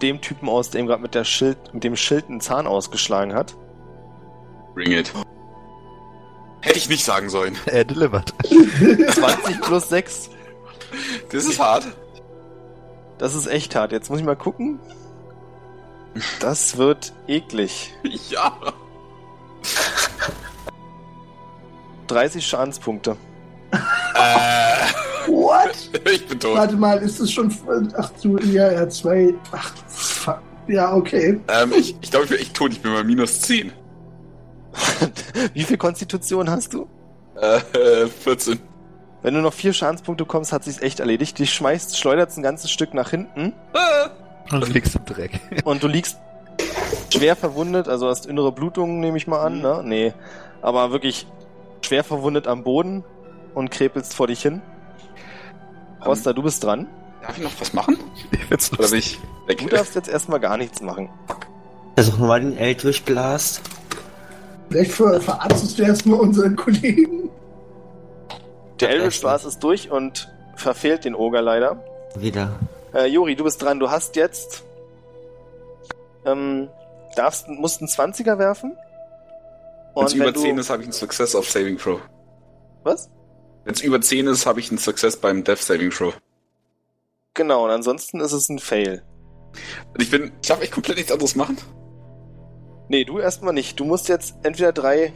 S2: dem Typen aus, dem gerade mit, der Schild- mit dem Schild einen Zahn ausgeschlagen hat.
S3: Bring it. Hätte ich nicht sagen sollen.
S1: Er delivered.
S2: 20 plus 6.
S3: Das ist hart.
S2: Das ist echt hart. Jetzt muss ich mal gucken. Das wird eklig.
S3: Ja.
S2: 30 Schadenspunkte.
S3: Äh,
S4: What?
S3: ich bin tot.
S4: Warte mal, ist es schon. Ach du, ja, ja, zwei. Ach, fuck. Ja, okay.
S3: Ähm, ich ich glaube, ich bin echt tot. Ich bin bei minus 10.
S2: Wie viel Konstitution hast du?
S3: Äh, 14.
S2: Wenn du noch vier Schadenspunkte kommst, hat sich's echt erledigt. Dich schmeißt, schleuderst ein ganzes Stück nach hinten
S3: Äh,
S2: Also-
S1: Und liegst im Dreck.
S2: und du liegst schwer verwundet, also hast innere Blutungen, nehme ich mal an,
S3: Mhm.
S2: ne? Nee. Aber wirklich schwer verwundet am Boden und krepelst vor dich hin. Rosta, du bist dran.
S3: darf ich noch was machen?
S1: Ich find's
S3: Oder
S1: lustig.
S3: bin ich weg?
S2: Du darfst jetzt erstmal gar nichts machen.
S5: Versuch mal den L durchblast.
S4: Vielleicht ver verarztest du erstmal unseren Kollegen.
S2: Der
S5: Ja,
S2: Elvish
S5: stimmt.
S2: Spaß ist durch und verfehlt den Oger leider.
S5: Wieder.
S2: Äh, Juri, du bist dran. Du hast jetzt. Ähm, darfst, musst einen 20er werfen.
S3: Wenn es über
S2: du-
S3: 10 ist, habe ich einen Success auf Saving Throw.
S2: Was?
S3: Wenn es über 10 ist, habe ich einen Success beim Death Saving Throw.
S2: Genau, und ansonsten ist es ein Fail.
S3: Und ich bin. Ich darf echt komplett nichts anderes machen.
S2: Nee, du erstmal nicht. Du musst jetzt entweder drei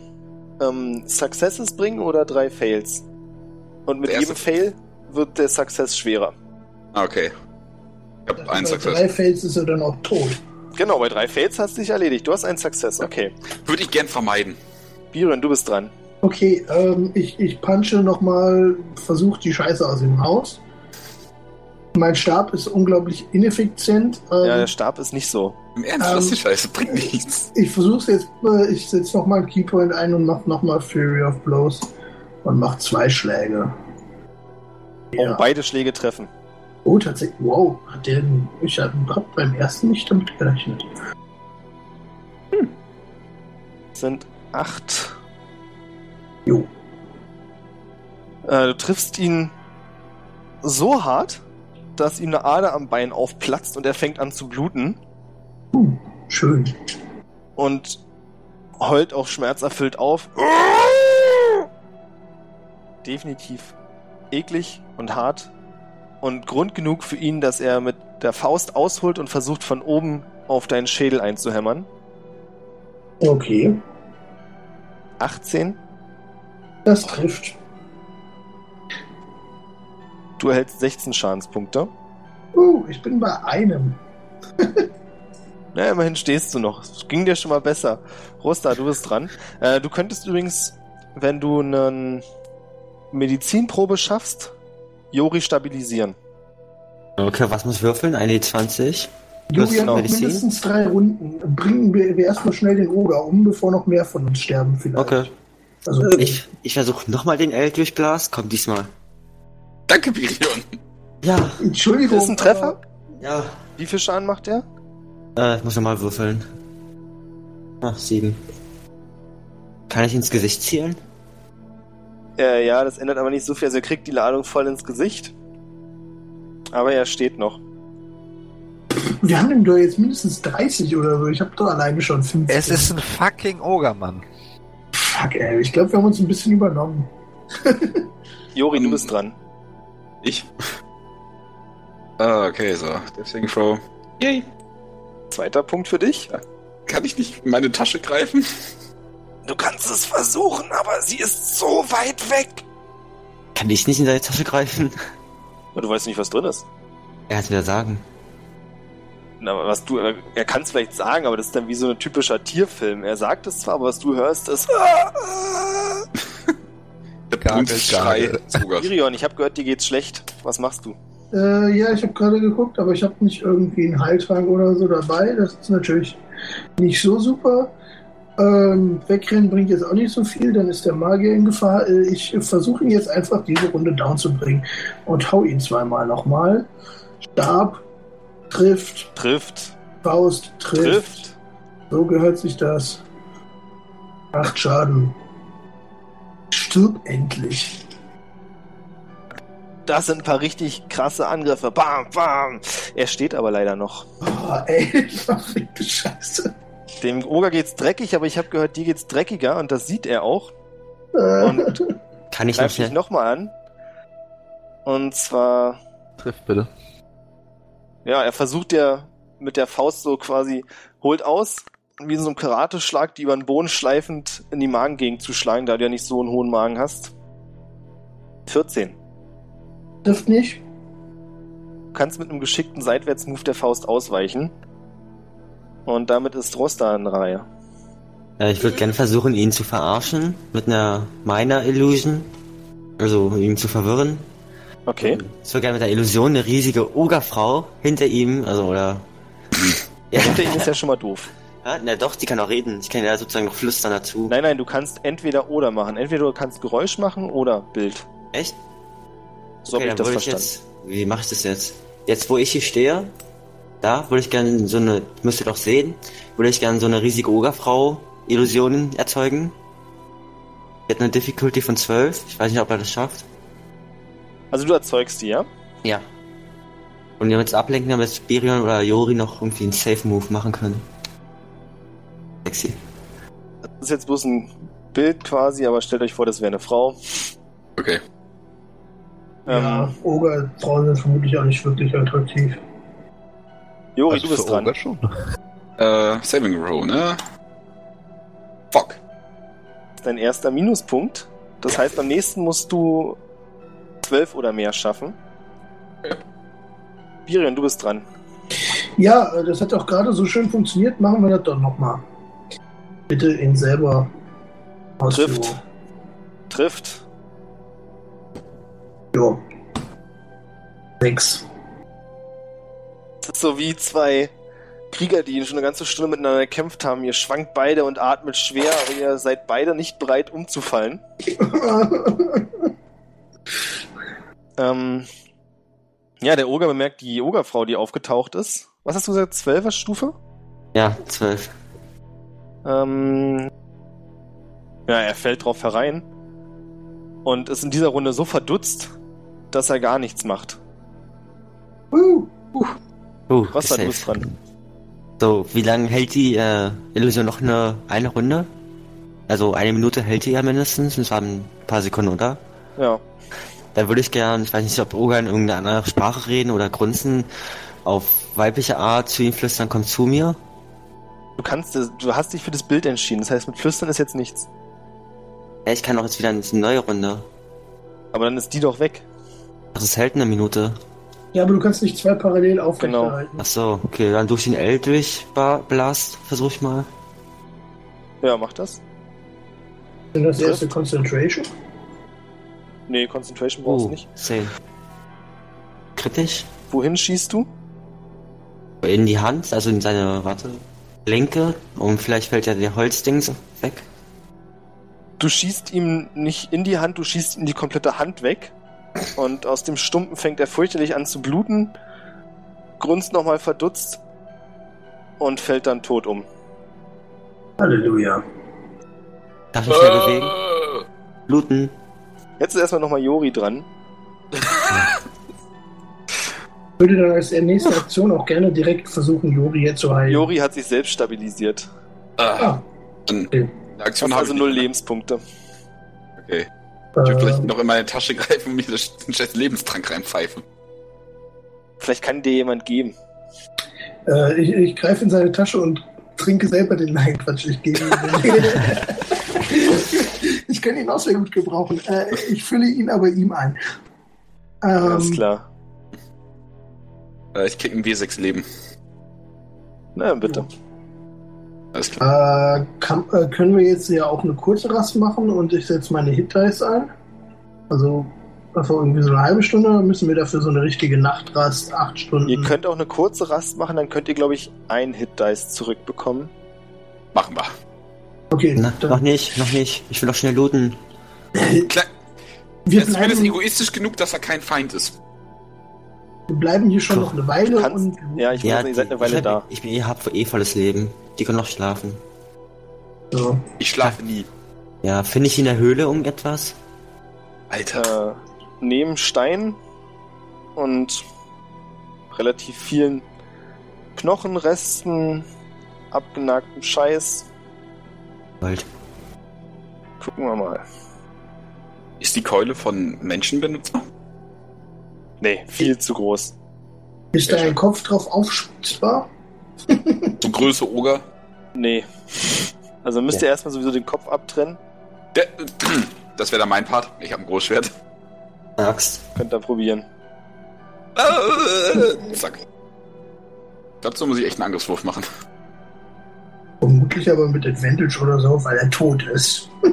S2: ähm, Successes bringen oder drei Fails. Und mit
S3: Der erste-
S2: jedem Fail wird der Success schwerer.
S3: Ah, okay. Ich habe einen
S4: Bei
S3: Success.
S4: drei Fails ist er dann auch tot.
S2: Genau, bei drei Fails hast du dich erledigt. Du hast einen Success, okay.
S3: Würde ich gern vermeiden.
S2: Biren, du bist dran.
S4: Okay, ähm, ich, ich punche nochmal, versuche die Scheiße aus ihm raus. Mein Stab ist unglaublich ineffizient. Ähm,
S2: Ja, der Stab ist nicht so.
S3: Im Ernst,
S4: Ähm.
S3: was die Scheiße bringt nichts.
S4: ich versuche jetzt, äh, ich setze nochmal einen Keypoint ein und mache nochmal Fury of Blows und mache zwei Schläge.
S2: Oh, beide Schläge treffen.
S4: Oh, tatsächlich. Wow, hat der, ich habe beim ersten nicht damit gerechnet.
S2: Das sind acht.
S4: Jo.
S2: Äh, du triffst ihn so hart, dass ihm eine Ader am Bein aufplatzt und er fängt an zu bluten
S4: Schön.
S2: und heult auch schmerzerfüllt auf. Definitiv eklig und hart und Grund genug für ihn, dass er mit der Faust ausholt und versucht von oben auf deinen Schädel einzuhämmern.
S4: Okay,
S2: 18.
S4: das trifft.
S2: Du erhältst 16 Schadenspunkte.
S4: Oh, ich bin bei einem.
S2: Na, immerhin stehst du noch. Es ging dir schon mal besser. Rosta, du bist dran. Äh, du könntest übrigens, wenn du eine Medizinprobe schaffst, Jori stabilisieren.
S5: Okay, was muss ich würfeln? 1D20?
S4: Juri hat
S2: genau.
S4: noch mindestens drei Runden. Bringen wir, wir erstmal schnell den Oger um, bevor noch mehr von uns sterben vielleicht.
S5: Okay.
S4: Also
S5: Ich, Ähm, ich versuche nochmal den L durchblast. Komm, diesmal.
S3: Danke, Birion.
S5: Ja,
S4: Entschuldigung.
S2: Ist das ein Treffer?
S5: ja.
S2: Wie viel Schaden macht er?
S5: Äh, ich muss nochmal würfeln. Ach, Ah, sieben. Kann ich ins Gesicht zielen?
S2: Äh, ja, das ändert aber nicht so viel. Also er kriegt die Ladung voll ins Gesicht. Aber er steht noch.
S4: äh, Wir haben ihm doch jetzt mindestens 30 oder so. Ich habe doch alleine schon 50.
S1: Es ist ein fucking Ogermann.
S4: Fuck, ey. Ich glaube, wir haben uns ein bisschen übernommen.
S2: Jori, du
S3: Ähm,
S2: bist dran.
S3: Ich. Ah, okay, so. Death Saving Throw. Yay.
S2: Zweiter Punkt für dich.
S3: Kann ich nicht in meine Tasche greifen?
S2: Du kannst es versuchen, aber sie ist so weit weg.
S5: Kann ich nicht in seine Tasche greifen?
S2: Du weißt nicht, was drin ist.
S5: Er hat's wieder sagen.
S2: Na, was du, er kann es vielleicht sagen, aber das ist dann wie so ein typischer Tierfilm. Er sagt es zwar, aber was du hörst, ist.
S3: Der
S1: Gagel,
S3: Blutsschrei.
S1: Gagel.
S3: sogar.
S2: Irion, ich habe gehört, dir geht's schlecht. Was machst du?
S4: Äh, ja, ich habe gerade geguckt, aber ich habe nicht irgendwie einen Heiltrank oder so dabei. Das ist natürlich nicht so super. Ähm, wegrennen bringt jetzt auch nicht so viel, dann ist der Magier in Gefahr. Äh, ich versuche ihn jetzt einfach diese Runde down zu bringen und hau ihn zweimal nochmal. Stab trifft,
S2: Trifft.
S4: Faust trifft.
S2: Trifft.
S4: So gehört sich das. Acht Schaden. Stirb endlich.
S2: Das sind ein paar richtig krasse Angriffe. Bam, bam. Er steht aber leider noch.
S4: Oh, ey, verfickte Scheiße.
S2: Dem Oger geht's dreckig, aber ich habe gehört, dir geht's dreckiger und das sieht er auch.
S4: Äh,
S2: Und
S5: Kann ich noch
S2: greift dich
S5: schnell.
S2: nochmal an. Und zwar,
S1: Trifft bitte.
S2: ja, er versucht ja mit der Faust so quasi, holt aus, wie in so einem Karateschlag, die über den Boden schleifend in die Magengegend zu schlagen, da du ja nicht so einen hohen Magen hast. 14.
S4: trifft nicht.
S2: Du kannst mit einem geschickten Seitwärtsmove der Faust ausweichen. Und damit ist Rosta in Reihe.
S5: Äh, ich würde gerne versuchen, ihn zu verarschen. Mit einer Minor Illusion. Also, ihn zu verwirren.
S2: Okay.
S5: Ich würde gerne mit der Illusion eine riesige Ogerfrau hinter ihm, also, oder. ja,
S2: Hinter ihm ist ja schon mal doof.
S5: ja, na doch, die kann auch reden. Ich kann ja sozusagen noch flüstern dazu.
S2: Nein, nein, du kannst entweder oder machen. Entweder du kannst Geräusch machen oder Bild.
S5: Echt?
S2: So habe ich
S5: dann
S2: das
S5: würde
S2: verstanden.
S5: jetzt, wie mache ich das jetzt? Jetzt, wo ich hier stehe, da würde ich gerne so eine, müsst ihr doch sehen, würde ich gerne so eine riesige Ogerfrau-Illusion erzeugen. Die hat eine Difficulty von 12. Ich weiß nicht, ob er das schafft.
S2: Also du erzeugst die, ja?
S5: Ja. Und wir jetzt ablenken, damit Spirion oder Jori noch irgendwie einen Safe-Move machen können. Sexy.
S2: Das ist jetzt bloß ein Bild quasi, aber stellt euch vor, das wäre eine Frau.
S3: Okay.
S2: Ähm.
S4: Ja, Oger, Frauen sind vermutlich auch nicht wirklich attraktiv.
S2: Jori,
S1: Also
S2: du
S1: für
S2: bist dran.
S1: Oger schon.
S3: Äh, Saving Row, ne? Fuck.
S2: Das ist dein erster Minuspunkt. Das heißt, am nächsten musst du zwölf oder mehr schaffen. Birion, du bist dran.
S4: Ja, äh, das hat auch gerade so schön funktioniert. Machen wir das doch nochmal. Bitte ihn selber ausführen.
S2: Trifft. Trifft.
S4: Jo. Sechs.
S2: Das ist so wie zwei Krieger, die schon eine ganze Stunde miteinander gekämpft haben. Ihr schwankt beide und atmet schwer, aber ihr seid beide nicht bereit umzufallen. Ähm, ja, der Oger bemerkt die Ogerfrau, die aufgetaucht ist. Was hast du gesagt? Zwölfer Stufe?
S5: Ja, 12.
S2: Ähm, ja, er fällt drauf herein und ist in dieser Runde so verdutzt, dass er gar nichts macht.
S4: uh,
S5: Uh,
S2: Was
S5: ist
S2: war du
S5: safe.
S2: bist dran?
S5: So, wie lange hält die äh, Illusion noch eine, eine Runde? Also eine Minute hält die ja mindestens. Das waren ein paar Sekunden, oder?
S2: Ja.
S5: Dann würde ich gern, ich weiß nicht, ob Oga in irgendeiner anderen Sprache reden oder grunzen, auf weibliche Art zu ihm flüstern, komm zu mir.
S2: Du kannst, du hast dich für das Bild entschieden. Das heißt, mit Flüstern ist jetzt nichts.
S5: Ja, ich kann auch jetzt wieder in eine neue Runde.
S2: Aber dann ist die doch weg.
S5: Ach, das hält eine Minute.
S4: ja, aber du kannst nicht zwei parallel
S2: Genau.
S4: aufrechterhalten.
S5: Ach so, okay, dann durch den L durch Ba- Blast, versuch ich mal.
S2: Ja, mach das.
S4: Genau. Das erste Concentration.
S2: Nee, Concentration brauchst
S5: Oh.
S2: du nicht.
S5: 10. Kritisch?
S2: Wohin schießt du?
S5: In die Hand, also in seine, warte, Linke. Und vielleicht fällt ja der Holzdings weg.
S2: Du schießt ihm nicht in die Hand, du schießt ihm die komplette Hand weg. Und aus dem Stumpen fängt er fürchterlich an zu bluten, grunzt nochmal verdutzt und fällt dann tot um.
S4: Halleluja.
S5: Darf mich schnell bewegen? Bluten.
S2: Jetzt ist erstmal nochmal Jori dran.
S4: Würde dann als nächste Aktion auch gerne direkt versuchen, Jori jetzt zu heilen.
S2: Jori hat sich selbst stabilisiert.
S3: Ah,
S4: Ah,
S3: dann
S4: okay.
S3: eine Aktion
S2: Hat
S3: habe
S2: also
S3: ich
S2: null
S3: nicht.
S2: Lebenspunkte.
S3: Okay. Ich würde vielleicht
S4: Ähm,
S3: noch in meine Tasche greifen und mir das den scheiß Lebenstrank reinpfeifen.
S2: Vielleicht kann dir jemand geben.
S4: äh, ich, ich greife in seine Tasche und trinke selber den Nein, Quatsch, ich gebe ihm den. Ich kann ihn auch sehr gut gebrauchen. Äh, ich fülle ihn aber ihm ein. Ähm,
S2: Alles klar.
S3: Äh, ich krieg ein W6 Leben.
S2: Na dann bitte.
S3: Alles klar.
S4: Äh, kann, äh, können wir jetzt ja auch eine kurze Rast machen und ich setze meine Hit Dice ein? Also einfach irgendwie so eine halbe Stunde oder müssen wir dafür so eine richtige Nachtrast, acht Stunden.
S2: Ihr könnt auch eine kurze Rast machen, dann könnt ihr, glaube ich, ein Hit-Dice zurückbekommen.
S3: Machen wir.
S4: okay,
S5: Na,
S4: dann,
S5: noch nicht, noch nicht. Ich will doch schnell looten.
S3: Klar,
S4: wir,
S3: er ist zumindest
S4: bleiben,
S3: egoistisch genug, dass er kein Feind ist.
S4: wir bleiben hier schon noch eine Weile
S2: kannst-
S4: und
S2: Ja, ich weiß, nicht, ihr seid
S5: die-
S2: eine Weile
S5: ich
S2: da.
S5: hab, Ich bin, ihr habt eh volles Leben. Die können noch schlafen.
S4: so.
S3: Ich schlafe nie.
S5: Ja, finde ich in der Höhle um etwas?
S3: Alter.
S2: Äh, neben Stein und relativ vielen Knochenresten, abgenagtem Scheiß.
S5: Gold.
S2: Gucken wir mal. Äh.
S3: Ist die Keule von Menschen benutzt?
S2: Nee, viel zu groß.
S4: ist da ein Kopf drauf aufspitzbar?
S3: So Größe Oger?
S2: Nee. Also müsst ihr erstmal sowieso den Kopf abtrennen.
S3: Der, das wäre dann mein Part. Ich habe ein Großschwert.
S5: Eine Axt.
S2: Könnt ihr probieren.
S3: Äh, Zack. Dazu muss ich echt einen Angriffswurf machen.
S4: Vermutlich aber mit Advantage oder so, weil er tot ist.
S2: ihr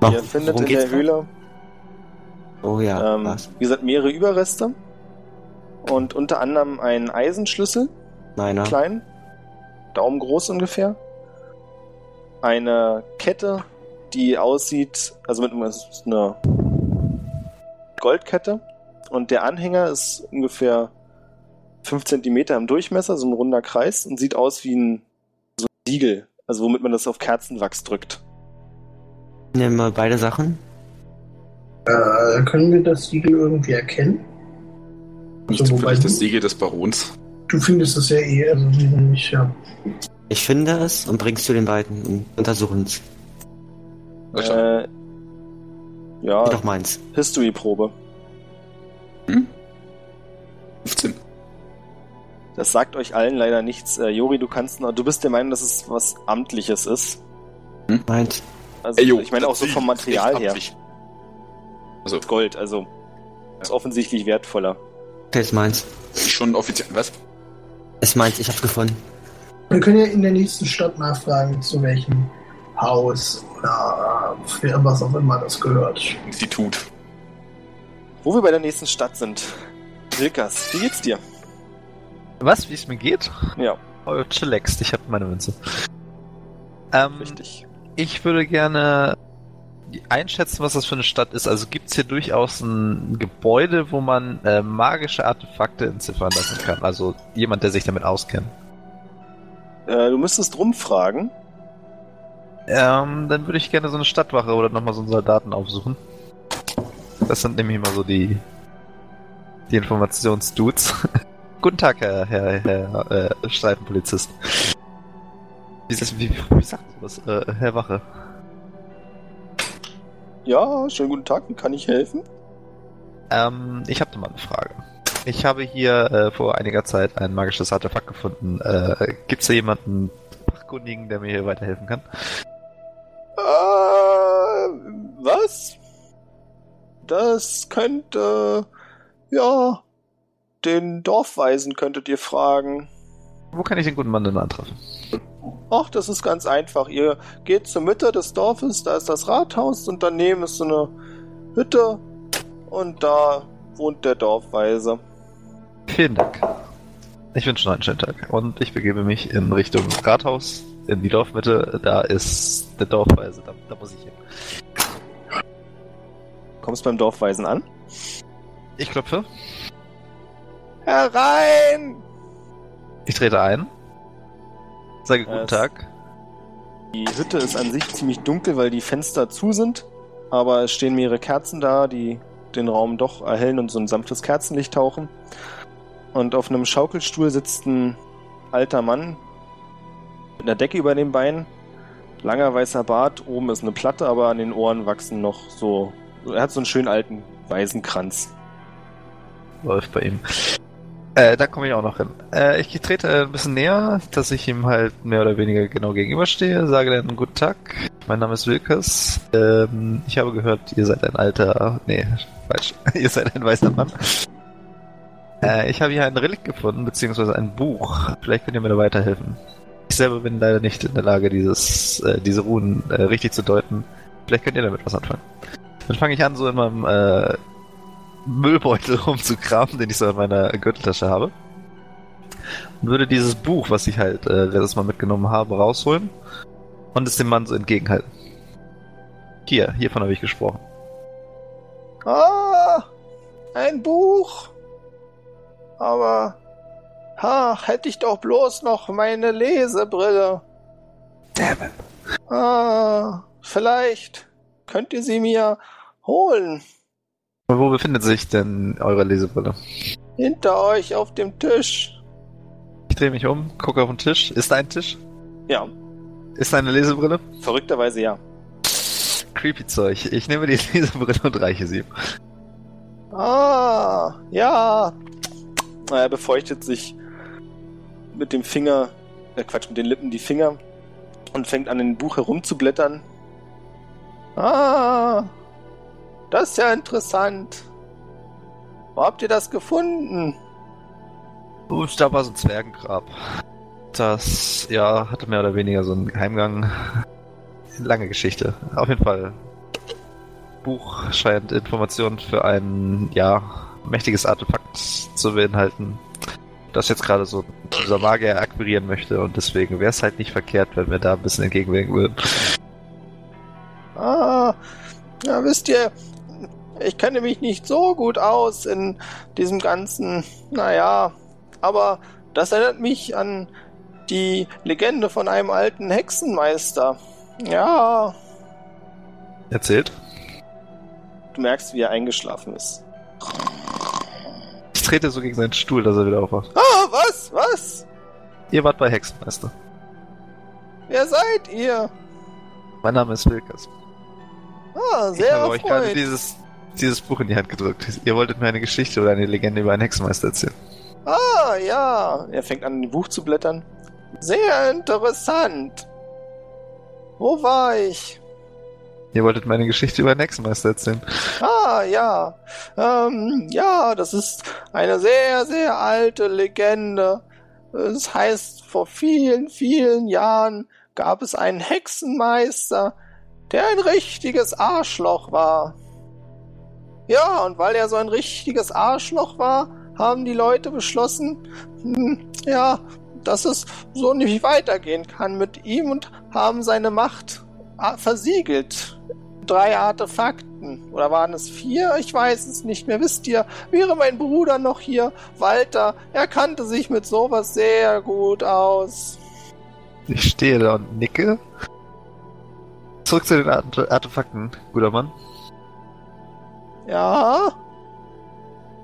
S5: Warum-
S2: findet
S5: worum
S2: in der
S5: geht's da?
S2: Höhle,
S5: Oh ja,
S2: ähm,
S5: was?
S2: wie gesagt, mehrere Überreste. Und unter anderem einen Eisenschlüssel.
S5: Meiner.
S2: klein, Daumen groß ungefähr. Eine Kette, die aussieht, also mit es ist eine Goldkette. Und der Anhänger ist ungefähr 5 cm im Durchmesser, so ein runder Kreis und sieht aus wie ein so ein Siegel, also womit man das auf Kerzenwachs drückt.
S5: Nehmen wir beide Sachen.
S4: Äh, können wir das Siegel irgendwie erkennen?
S3: Nicht
S4: Also, wobei
S3: zufällig
S4: du,
S3: das Siegel des Barons.
S4: du findest es ja eh, also wir sind nicht, ja.
S5: Ich finde es und bringst zu den beiden und untersuchen es.
S3: Verstanden.
S2: Äh, ja,
S5: Doch meins.
S2: History-Probe.
S3: 15.
S2: Das sagt euch allen leider nichts. Äh, Jori, du kannst, du bist der Meinung, dass es was Amtliches ist.
S5: Meins.
S2: Also,
S3: Ey, jo,
S2: ich meine auch
S3: das
S2: so vom
S3: Siegel ist echt
S2: Material her.
S3: amtlich.
S2: Gold, also ist offensichtlich wertvoller.
S5: Okay, ist meins.
S3: Ist Schon offiziell. Was?
S5: Ist meins, ich hab's gefunden.
S4: Wir können ja in der nächsten Stadt nachfragen, zu welchem Haus oder für was auch immer das gehört.
S3: Institut.
S2: Wo wir bei der nächsten Stadt sind. Wilkas, wie geht's dir?
S1: Was, wie es mir geht?
S2: Ja.
S1: Oh, chillaxt, ich habe meine Münze. Ähm,
S2: Richtig.
S1: Ich würde gerne einschätzen, was das für eine Stadt ist. Also gibt es hier durchaus ein Gebäude, wo man äh, magische Artefakte entziffern lassen kann. Also jemand, der sich damit auskennt.
S2: Äh, du müsstest rumfragen.
S1: Ähm, dann würde ich gerne so eine Stadtwache oder nochmal so einen Soldaten aufsuchen. Das sind nämlich immer so die, die Informationsdudes. Guten Tag, Herr, Herr, Herr äh, Streifenpolizist. Wie, wie, wie sagt man das? Äh, Herr Wache.
S2: Ja, schönen guten Tag, wie kann ich helfen?
S1: Ähm, ich habe da mal eine Frage. Ich habe hier äh, vor einiger Zeit ein magisches Artefakt gefunden. Äh, Gibt es da jemanden Fachkundigen, der mir hier weiterhelfen kann?
S2: Äh, was? Das könnte, ja, den Dorfweisen könntet ihr fragen.
S1: Wo kann ich den guten Mann denn antreffen?
S2: Ach, das ist ganz einfach. Ihr geht zur Mitte des Dorfes, da ist das Rathaus und daneben ist so eine Hütte und da wohnt der Dorfweise.
S1: Vielen Dank. Ich wünsche noch einen schönen Tag. Und ich begebe mich in Richtung Rathaus, in die Dorfmitte. Da ist der Dorfweise, da, da muss ich hin.
S2: Kommst beim Dorfweisen an?
S1: Ich klopfe,
S2: Herein!
S1: ich trete ein, sage guten
S2: Es-
S1: Tag.
S2: Die Hütte ist an sich ziemlich dunkel, weil die Fenster zu sind. Aber es stehen mehrere Kerzen da, die den Raum doch erhellen und so ein sanftes Kerzenlicht tauchen. Und auf einem Schaukelstuhl sitzt ein alter Mann mit einer Decke über den Beinen. Langer weißer Bart, oben ist eine Platte, aber an den Ohren wachsen noch so. Er hat so einen schönen alten Waisenkranz.
S1: läuft bei ihm. Äh, da komme ich auch noch hin. Äh, ich trete äh, ein bisschen näher, dass ich ihm halt mehr oder weniger genau gegenüberstehe, sage dann guten Tag, mein Name ist Wilkes. Ähm, ich habe gehört, ihr seid ein alter. Nee, falsch. ihr seid ein weißer Mann. Äh, ich habe hier ein Relikt gefunden, beziehungsweise ein Buch. Vielleicht könnt ihr mir da weiterhelfen. Ich selber bin leider nicht in der Lage, dieses, äh, diese Runen äh, richtig zu deuten. Vielleicht könnt ihr damit was anfangen. Dann fange ich an, so in meinem äh, Müllbeutel rumzukramen, den ich so in meiner Gürteltasche habe. Und würde dieses Buch, was ich halt äh, letztes Mal mitgenommen habe, rausholen und es dem Mann so entgegenhalten. Hier, hiervon habe ich gesprochen.
S2: Ah, ein Buch. Aber, ha, hätte ich doch bloß noch meine Lesebrille.
S1: Damn it.
S2: Ah, vielleicht könnt ihr sie mir holen.
S1: Wo befindet sich denn eure Lesebrille?
S2: Hinter euch auf dem Tisch.
S1: Ich drehe mich um, gucke auf den Tisch. Ist da ein Tisch?
S2: Ja,
S1: Ist da eine Lesebrille?
S2: verrückterweise ja.
S1: Creepy Zeug. Ich nehme die Lesebrille und reiche sie. ihm.
S2: Ah, ja. Na, Er befeuchtet sich mit dem Finger, äh Quatsch, mit den Lippen die Finger und fängt an, im Buch herumzublättern. Ah, das ist ja interessant. Wo habt ihr das gefunden?
S1: Und da war so ein Zwergengrab. Das, ja, hatte mehr oder weniger so einen Geheimgang. Lange Geschichte. Auf jeden Fall. Buch scheint Informationen für ein, ja, mächtiges Artefakt zu beinhalten, das jetzt gerade so unser Magier akquirieren möchte und deswegen wäre es halt nicht verkehrt, wenn wir da ein bisschen entgegenwirken würden.
S2: Ah, ja, wisst ihr, ich kenne mich nicht so gut aus in diesem ganzen, naja, aber das erinnert mich an die Legende von einem alten Hexenmeister. Ja,
S1: Erzählt?
S2: du merkst, wie er eingeschlafen ist.
S1: Ich trete so gegen seinen Stuhl, dass er wieder aufwacht.
S2: Ah, was, was?
S1: Ihr wart bei Hexenmeister.
S2: Wer seid ihr?
S1: Mein Name ist Wilkes.
S2: Ah,
S1: Ich
S2: sehr
S1: habe euch gerade
S2: erfreut.
S1: dieses, dieses Buch in die Hand gedrückt. Ihr wolltet mir eine Geschichte oder eine Legende über einen Hexenmeister erzählen.
S2: Ah, ja. Er fängt an, in dem Buch zu blättern. Sehr interessant. Wo war ich?
S1: Ihr wolltet mir eine Geschichte über einen Hexenmeister erzählen.
S2: Ah, ja. Ähm, ja, das ist eine sehr, sehr alte Legende. Es heißt, vor vielen, vielen Jahren gab es einen Hexenmeister, der ein richtiges Arschloch war. Ja, und weil er so ein richtiges Arschloch war, haben die Leute beschlossen, hm, ja, dass es so nicht weitergehen kann mit ihm und haben seine Macht ah, versiegelt drei Artefakten. Oder waren es vier? Ich weiß es nicht mehr. Wisst ihr, wäre mein Bruder noch hier, Walter, er kannte sich mit sowas sehr gut aus.
S1: Ich stehe da und nicke. Zurück zu den Arte- Artefakten, guter Mann.
S2: Ja,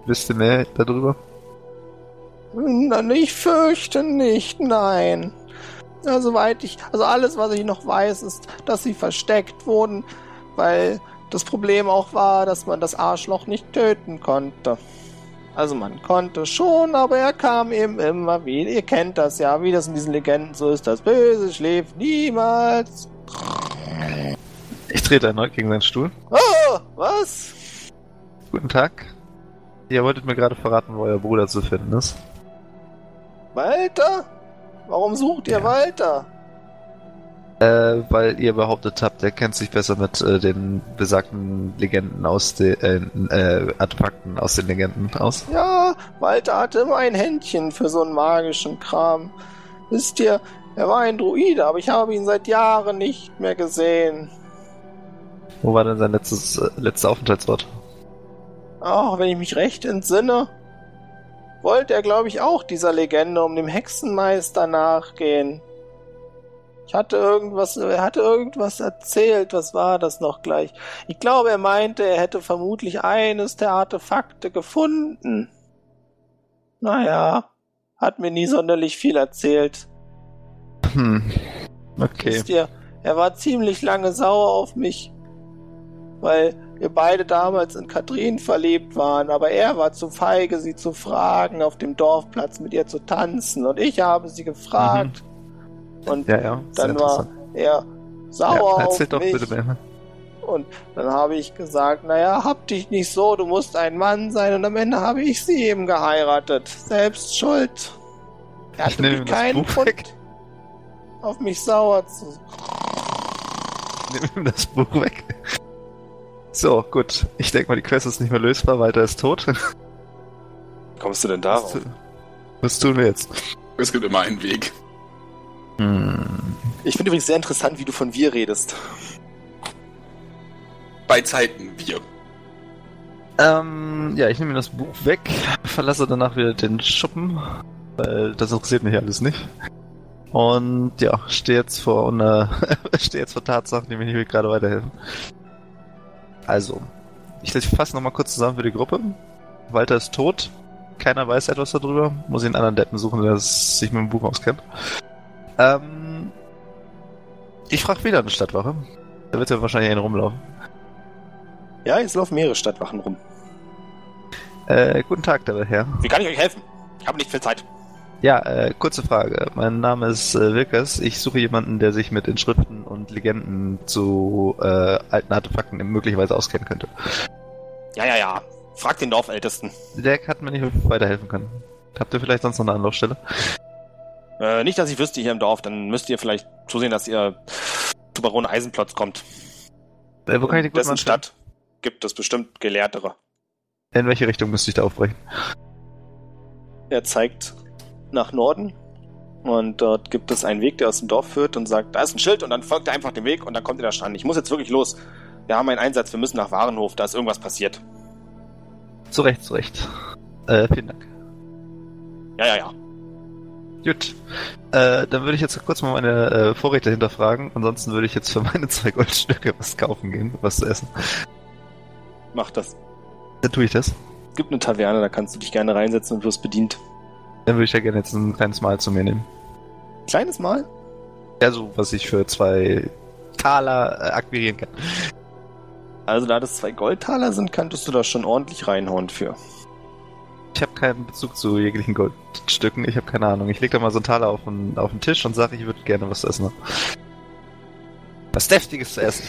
S1: Wisst ihr mehr darüber?
S2: Nein, ich fürchte nicht, nein. Ja, soweit ich, also alles, was ich noch weiß, ist, dass sie versteckt wurden, weil das Problem auch war, dass man das Arschloch nicht töten konnte. Also man konnte schon, aber er kam eben immer wieder. Ihr kennt das ja, wie das in diesen Legenden so ist. Das Böse schläft niemals.
S1: Ich trete erneut gegen seinen Stuhl.
S2: Oh, was?
S1: Guten Tag. Ihr wolltet mir gerade verraten, wo euer Bruder zu finden ist.
S2: Walter? Warum sucht ihr
S1: Ja.
S2: Walter?
S1: Äh, weil ihr behauptet habt, er kennt sich besser mit äh, den besagten Legenden aus den äh, äh, Artefakten aus den Legenden aus.
S2: Ja, Walter hatte immer ein Händchen für so einen magischen Kram. Wisst ihr, er war ein Druide, aber ich habe ihn seit Jahren nicht mehr gesehen.
S1: Wo war denn sein letztes äh, letzter Aufenthaltsort?
S2: Ach, wenn ich mich recht entsinne, wollte er, glaube ich, auch dieser Legende um dem Hexenmeister nachgehen. Ich hatte irgendwas, er hatte irgendwas erzählt. Was war das noch gleich? Ich glaube, er meinte, er hätte vermutlich eines der Artefakte gefunden. Naja, hat mir nie sonderlich viel erzählt.
S1: Hm. Okay.
S2: Wisst ihr, er war ziemlich lange sauer auf mich, weil wir beide damals in Katrin verliebt waren, aber er war zu feige, sie zu fragen, auf dem Dorfplatz mit ihr zu tanzen. Und ich habe sie gefragt. Und
S1: Mhm. Ja, ja. sehr
S2: dann war
S1: interessant.
S2: er sauer
S1: ja,
S2: auf
S1: erzähl
S2: mich.
S1: doch bitte mehr.
S2: Und dann habe ich gesagt, naja, hab dich nicht so, du musst ein Mann sein. Und am Ende habe ich sie eben geheiratet. Selbst schuld. Er
S1: Ich
S2: hatte
S1: nehme
S2: mir
S1: das
S2: keinen
S1: Buch
S2: Grund,
S1: weg.
S2: auf mich sauer zu
S1: Nimm ihm das Buch weg. So, gut. Ich denke mal, die Quest ist nicht mehr lösbar. Walter ist tot.
S2: Kommst du denn
S1: Was, tu- was tun wir jetzt?
S3: Es gibt immer einen Weg.
S1: Hm.
S2: Ich finde übrigens sehr interessant, wie du von wir redest.
S3: Bei Zeiten wir.
S1: Ähm, ja, ich nehme mir das Buch weg, verlasse danach wieder den Schuppen, weil das interessiert mich alles nicht. Und ja, stehe jetzt vor einer, stehe jetzt vor Tatsachen, die mir nicht gerade weiterhelfen. Also, ich fasse nochmal kurz zusammen für die Gruppe. Walter ist tot, keiner weiß etwas darüber, muss ich einen anderen Deppen suchen, der sich mit dem Buch auskennt. Ähm, ich frage wieder eine Stadtwache. Da wird ja wahrscheinlich einen rumlaufen.
S2: Ja, jetzt laufen mehrere Stadtwachen rum.
S1: Äh, guten Tag, der Herr.
S2: Wie kann ich euch helfen? Ich habe nicht viel Zeit.
S1: Ja, äh, kurze Frage. Mein Name ist äh, Wilkers. Ich suche jemanden, der sich mit Inschriften und Legenden zu äh, alten Artefakten möglicherweise auskennen könnte.
S2: Ja, ja, ja. Frag den Dorfältesten.
S1: Der hat mir nicht weiterhelfen können. Habt ihr vielleicht sonst noch eine Anlaufstelle?
S2: Äh, nicht, dass ich wüsste hier im Dorf, dann müsst ihr vielleicht zusehen, dass ihr zu Baron Eisenplotz kommt.
S1: Äh, wo kann ich den
S2: In dessen
S1: Mann finden?
S2: Stadt gibt es bestimmt Gelehrtere.
S1: In welche Richtung müsste ich da aufbrechen?
S2: Er zeigt nach Norden und dort gibt es einen Weg, der aus dem Dorf führt und sagt, da ist ein Schild und dann folgt er einfach dem Weg und dann kommt ihr da schon an. Ich muss jetzt wirklich los. Wir haben einen Einsatz, wir müssen nach Warenhof, da ist irgendwas passiert.
S1: Zu Recht, zu Recht. Äh, vielen Dank.
S2: Ja, ja, ja.
S1: Gut. Äh, dann würde ich jetzt kurz mal meine äh, Vorräte hinterfragen. Ansonsten würde ich jetzt für meine zwei Goldstücke was kaufen gehen, was zu essen.
S2: Mach das.
S1: Dann tue ich das.
S2: Es gibt eine Taverne, da kannst du dich gerne reinsetzen und wirst bedient.
S1: Dann würde ich ja gerne jetzt ein kleines Mahl zu mir nehmen.
S2: Kleines Mal.
S1: Ja, so was ich für zwei Taler äh, akquirieren kann.
S2: Also da das zwei Goldtaler sind, könntest du da schon ordentlich reinhauen für.
S1: Ich habe keinen Bezug zu jeglichen Goldstücken. Ich habe keine Ahnung. Ich leg da mal so einen Taler auf den, auf den Tisch und sage, ich würde gerne was zu essen haben. Was Deftiges zu essen.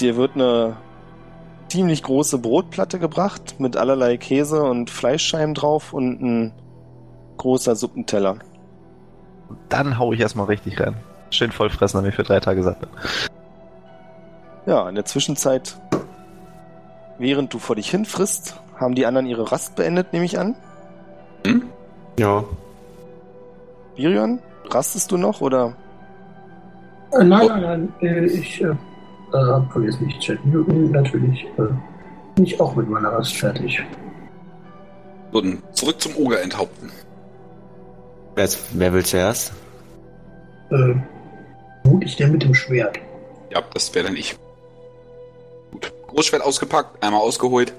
S2: Dir wird eine ziemlich große Brotplatte gebracht mit allerlei Käse und Fleischscheiben drauf und ein großer Suppenteller.
S1: Dann hau ich erstmal richtig rein. Schön voll fressen, damit ich für drei Tage satt bin.
S2: Ja, in der Zwischenzeit, während du vor dich hinfrisst, haben die anderen ihre Rast beendet, nehme ich an.
S3: Hm?
S5: Ja.
S2: Virion, rastest du noch oder?
S4: Äh, nein, nein, nein. Äh, ich äh, äh, hab vergessen, ich Chat Newton natürlich äh, bin ich auch mit meiner Rast fertig.
S3: So, dann zurück zum Oger enthaupten.
S5: Wer, wer will zuerst?
S4: Äh, mutig der mit dem Schwert.
S3: Ja, das wäre dann ich. Gut. Großschwert ausgepackt, einmal ausgeholt.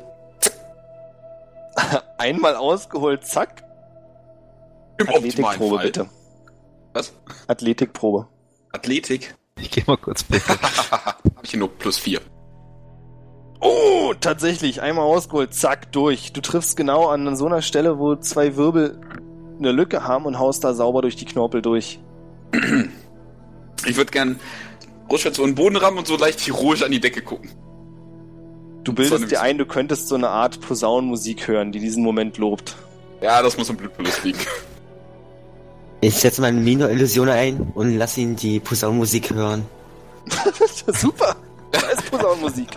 S2: Einmal ausgeholt, zack.
S3: Im optimalen
S2: Athletikprobe
S3: Fall.
S2: bitte.
S3: Was?
S2: Athletikprobe.
S3: Athletik.
S1: Ich gehe mal kurz picken.
S3: Hab ich hier nur plus vier.
S2: Oh, tatsächlich. Einmal ausgeholt, zack, durch. Du triffst genau an so einer Stelle, wo zwei Wirbel eine Lücke haben und haust da sauber durch die Knorpel durch.
S3: Ich würde gern Großschwert so in den Boden rammen und so leicht heroisch an die Decke gucken.
S2: Du
S3: So eine-
S2: bildest dir ein, du könntest so eine Art Posaunenmusik hören, die diesen Moment lobt.
S3: Ja, das muss im Blutverlust liegen.
S5: Ich setze meine Minor-Illusion ein und lass ihn die Posaunenmusik hören.
S2: Super. Da ist Posaunenmusik.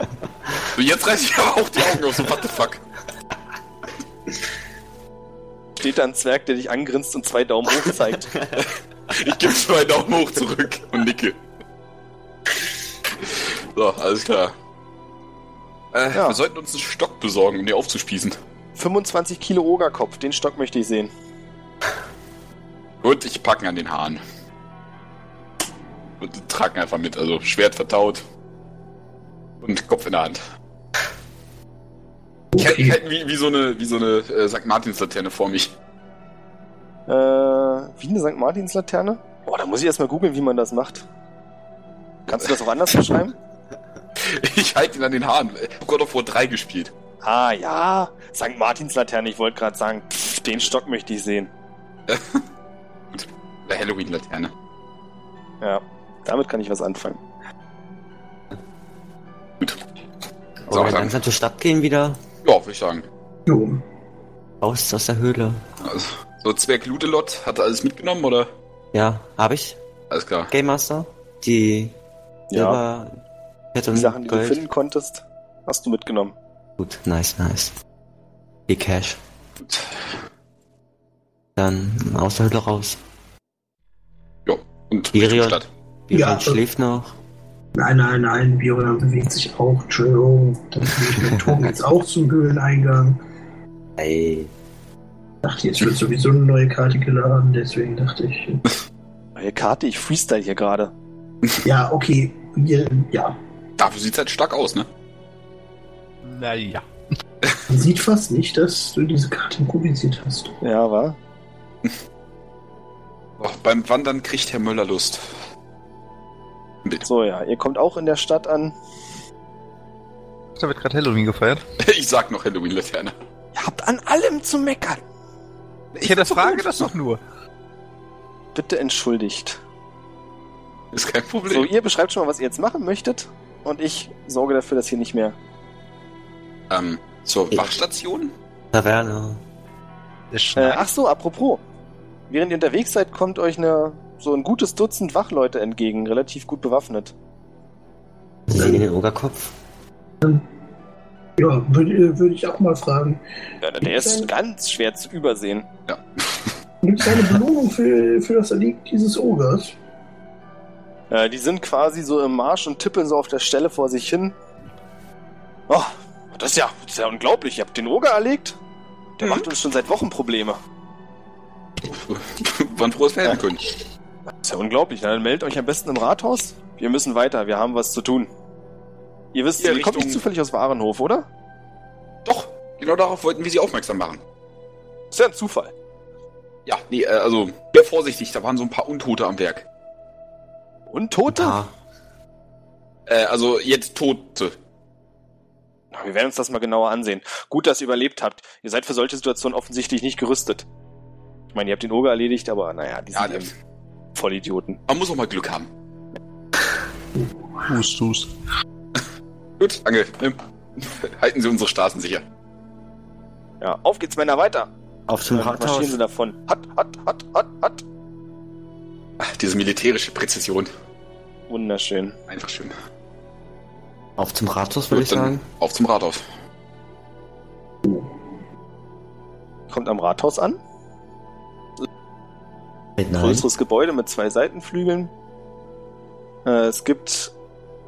S3: So, jetzt reiß ich aber auch die Augen auf, so what the fuck.
S2: Steht da ein Zwerg, der dich angrinst und zwei Daumen hoch zeigt.
S3: Ich gebe zwei Daumen hoch zurück und nicke. So, alles klar. Äh,
S2: Ja.
S3: Wir sollten uns einen Stock besorgen, um die aufzuspießen.
S2: 25 Kilo Ogerkopf, den Stock möchte ich sehen.
S3: Gut, ich packen an den Haaren. und tragen einfach mit. Also Schwert vertaut und Kopf in der Hand. Ich hätte ich hätte wie, wie so eine, wie so eine äh, St. Martins-Laterne vor mich.
S2: Äh, wie eine St. Martins Laterne? Boah, da muss ich erstmal googeln, wie man das macht. Kannst du das auch anders beschreiben?
S3: Ich halte ihn an den Haaren. Ich hab God of War 3 gespielt.
S2: Ah ja, St. Martins Laterne, ich wollte gerade sagen, pff, den Stock möchte ich sehen.
S3: Oder Halloween-Laterne.
S2: Ja, damit kann ich was anfangen.
S3: Gut.
S5: Sollen wir
S3: dann-
S5: langsam zur Stadt gehen wieder?
S3: Ja, würde ich sagen.
S4: Jo.
S5: Raus aus der Höhle.
S3: Also, so Zwerg Ludelot hat er alles mitgenommen, oder?
S5: Ja, habe ich.
S3: Alles klar.
S5: Game Master. Die
S2: Ja,
S5: Silber. Fett
S2: die
S5: und
S2: Sachen, die du
S5: Gold.
S2: finden konntest, hast du mitgenommen.
S5: Gut, nice, nice. Die Cash.
S3: Gut.
S5: Dann aus der Höhle raus.
S3: Ja, und
S5: Irion.
S3: Richtung Stadt.
S5: Die
S4: Ja,
S5: Welt
S4: also-
S5: schläft noch.
S4: Nein, nein, nein, Biolan bewegt sich auch. Entschuldigung. Dann bin ich mit Tom jetzt auch zum Höhleneingang.
S5: Ey.
S4: Dachte, jetzt wird sowieso eine neue Karte geladen, deswegen dachte ich.
S2: Neue Karte, ich freestyle hier gerade.
S4: Ja, okay. Wir, ja.
S3: Dafür sieht's halt stark aus, ne?
S1: Naja.
S4: Man sieht fast nicht, dass du diese Karte publiziert hast.
S2: Ja, war?
S3: Ach, beim Wandern kriegt Herr Möller Lust.
S2: So, ja, ihr kommt auch in der Stadt an.
S1: Da wird gerade Halloween gefeiert.
S3: Ich sag noch Halloween-Laterne.
S2: Ihr habt an allem zu meckern.
S1: Ich hinterfrage das doch nur.
S2: Bitte entschuldigt.
S3: Ist kein
S2: So,
S3: Problem.
S2: ihr beschreibt schon mal, was ihr jetzt machen möchtet. Und ich sorge dafür, dass hier nicht mehr.
S3: ähm, zur
S5: Ich-
S3: Wachstation?
S5: Taverne.
S2: Äh, ach so, apropos. Während ihr unterwegs seid, kommt euch eine, so ein gutes Dutzend Wachleute entgegen, relativ gut bewaffnet.
S5: Sie in den Ogerkopf.
S4: Ja, würde würde ich auch mal fragen.
S2: Ja, der ist ganz schwer zu übersehen.
S4: Gibt es eine Belohnung für, für das Erliegen dieses Ogers?
S2: Äh, die sind quasi so im Marsch und tippeln so auf der Stelle vor sich hin. Oh, das ist ja, das ist ja unglaublich. Ihr habt den Oger erlegt? Der
S3: Mhm.
S2: macht uns schon seit Wochen Probleme.
S3: Wann frohes werden können.
S2: Das ist ja unglaublich. Dann meldet euch am besten im Rathaus. Wir müssen weiter, wir haben was zu tun. Ihr wisst,
S3: Ja,
S2: ihr kommt nicht
S3: Richtung-
S2: zufällig aus Warenhof, oder?
S3: Doch, genau darauf wollten wir sie aufmerksam machen.
S2: Das ist ja ein Zufall.
S3: Ja, nee, äh, also, sehr vorsichtig, da waren so ein paar Untote am Werk.
S2: Und Tote?
S5: Ah,
S3: Äh, also jetzt Tote.
S2: Na, wir werden uns das mal genauer ansehen. Gut, dass ihr überlebt habt. Ihr seid für solche Situationen offensichtlich nicht gerüstet. Ich meine, ihr habt den Oger erledigt, aber naja, die
S3: Ja,
S2: sind
S3: der-
S2: eben Vollidioten.
S3: man muss auch mal Glück haben.
S1: Hust, hust.
S3: Gut, danke. Ähm, Halten Sie unsere Straßen sicher.
S2: Ja, auf geht's, Männer, weiter.
S5: auf zum
S2: Dann
S5: Rathaus.
S2: marschieren sie davon. Hat, hat, hat, hat, hat.
S3: Ach, diese militärische Präzision.
S2: Wunderschön.
S3: Einfach schön.
S5: Auf zum Rathaus, würde ich
S3: Gut, dann
S5: sagen.
S3: Auf zum Rathaus.
S2: Kommt am Rathaus an.
S5: Nein.
S2: größeres Gebäude mit zwei Seitenflügeln. Äh, es gibt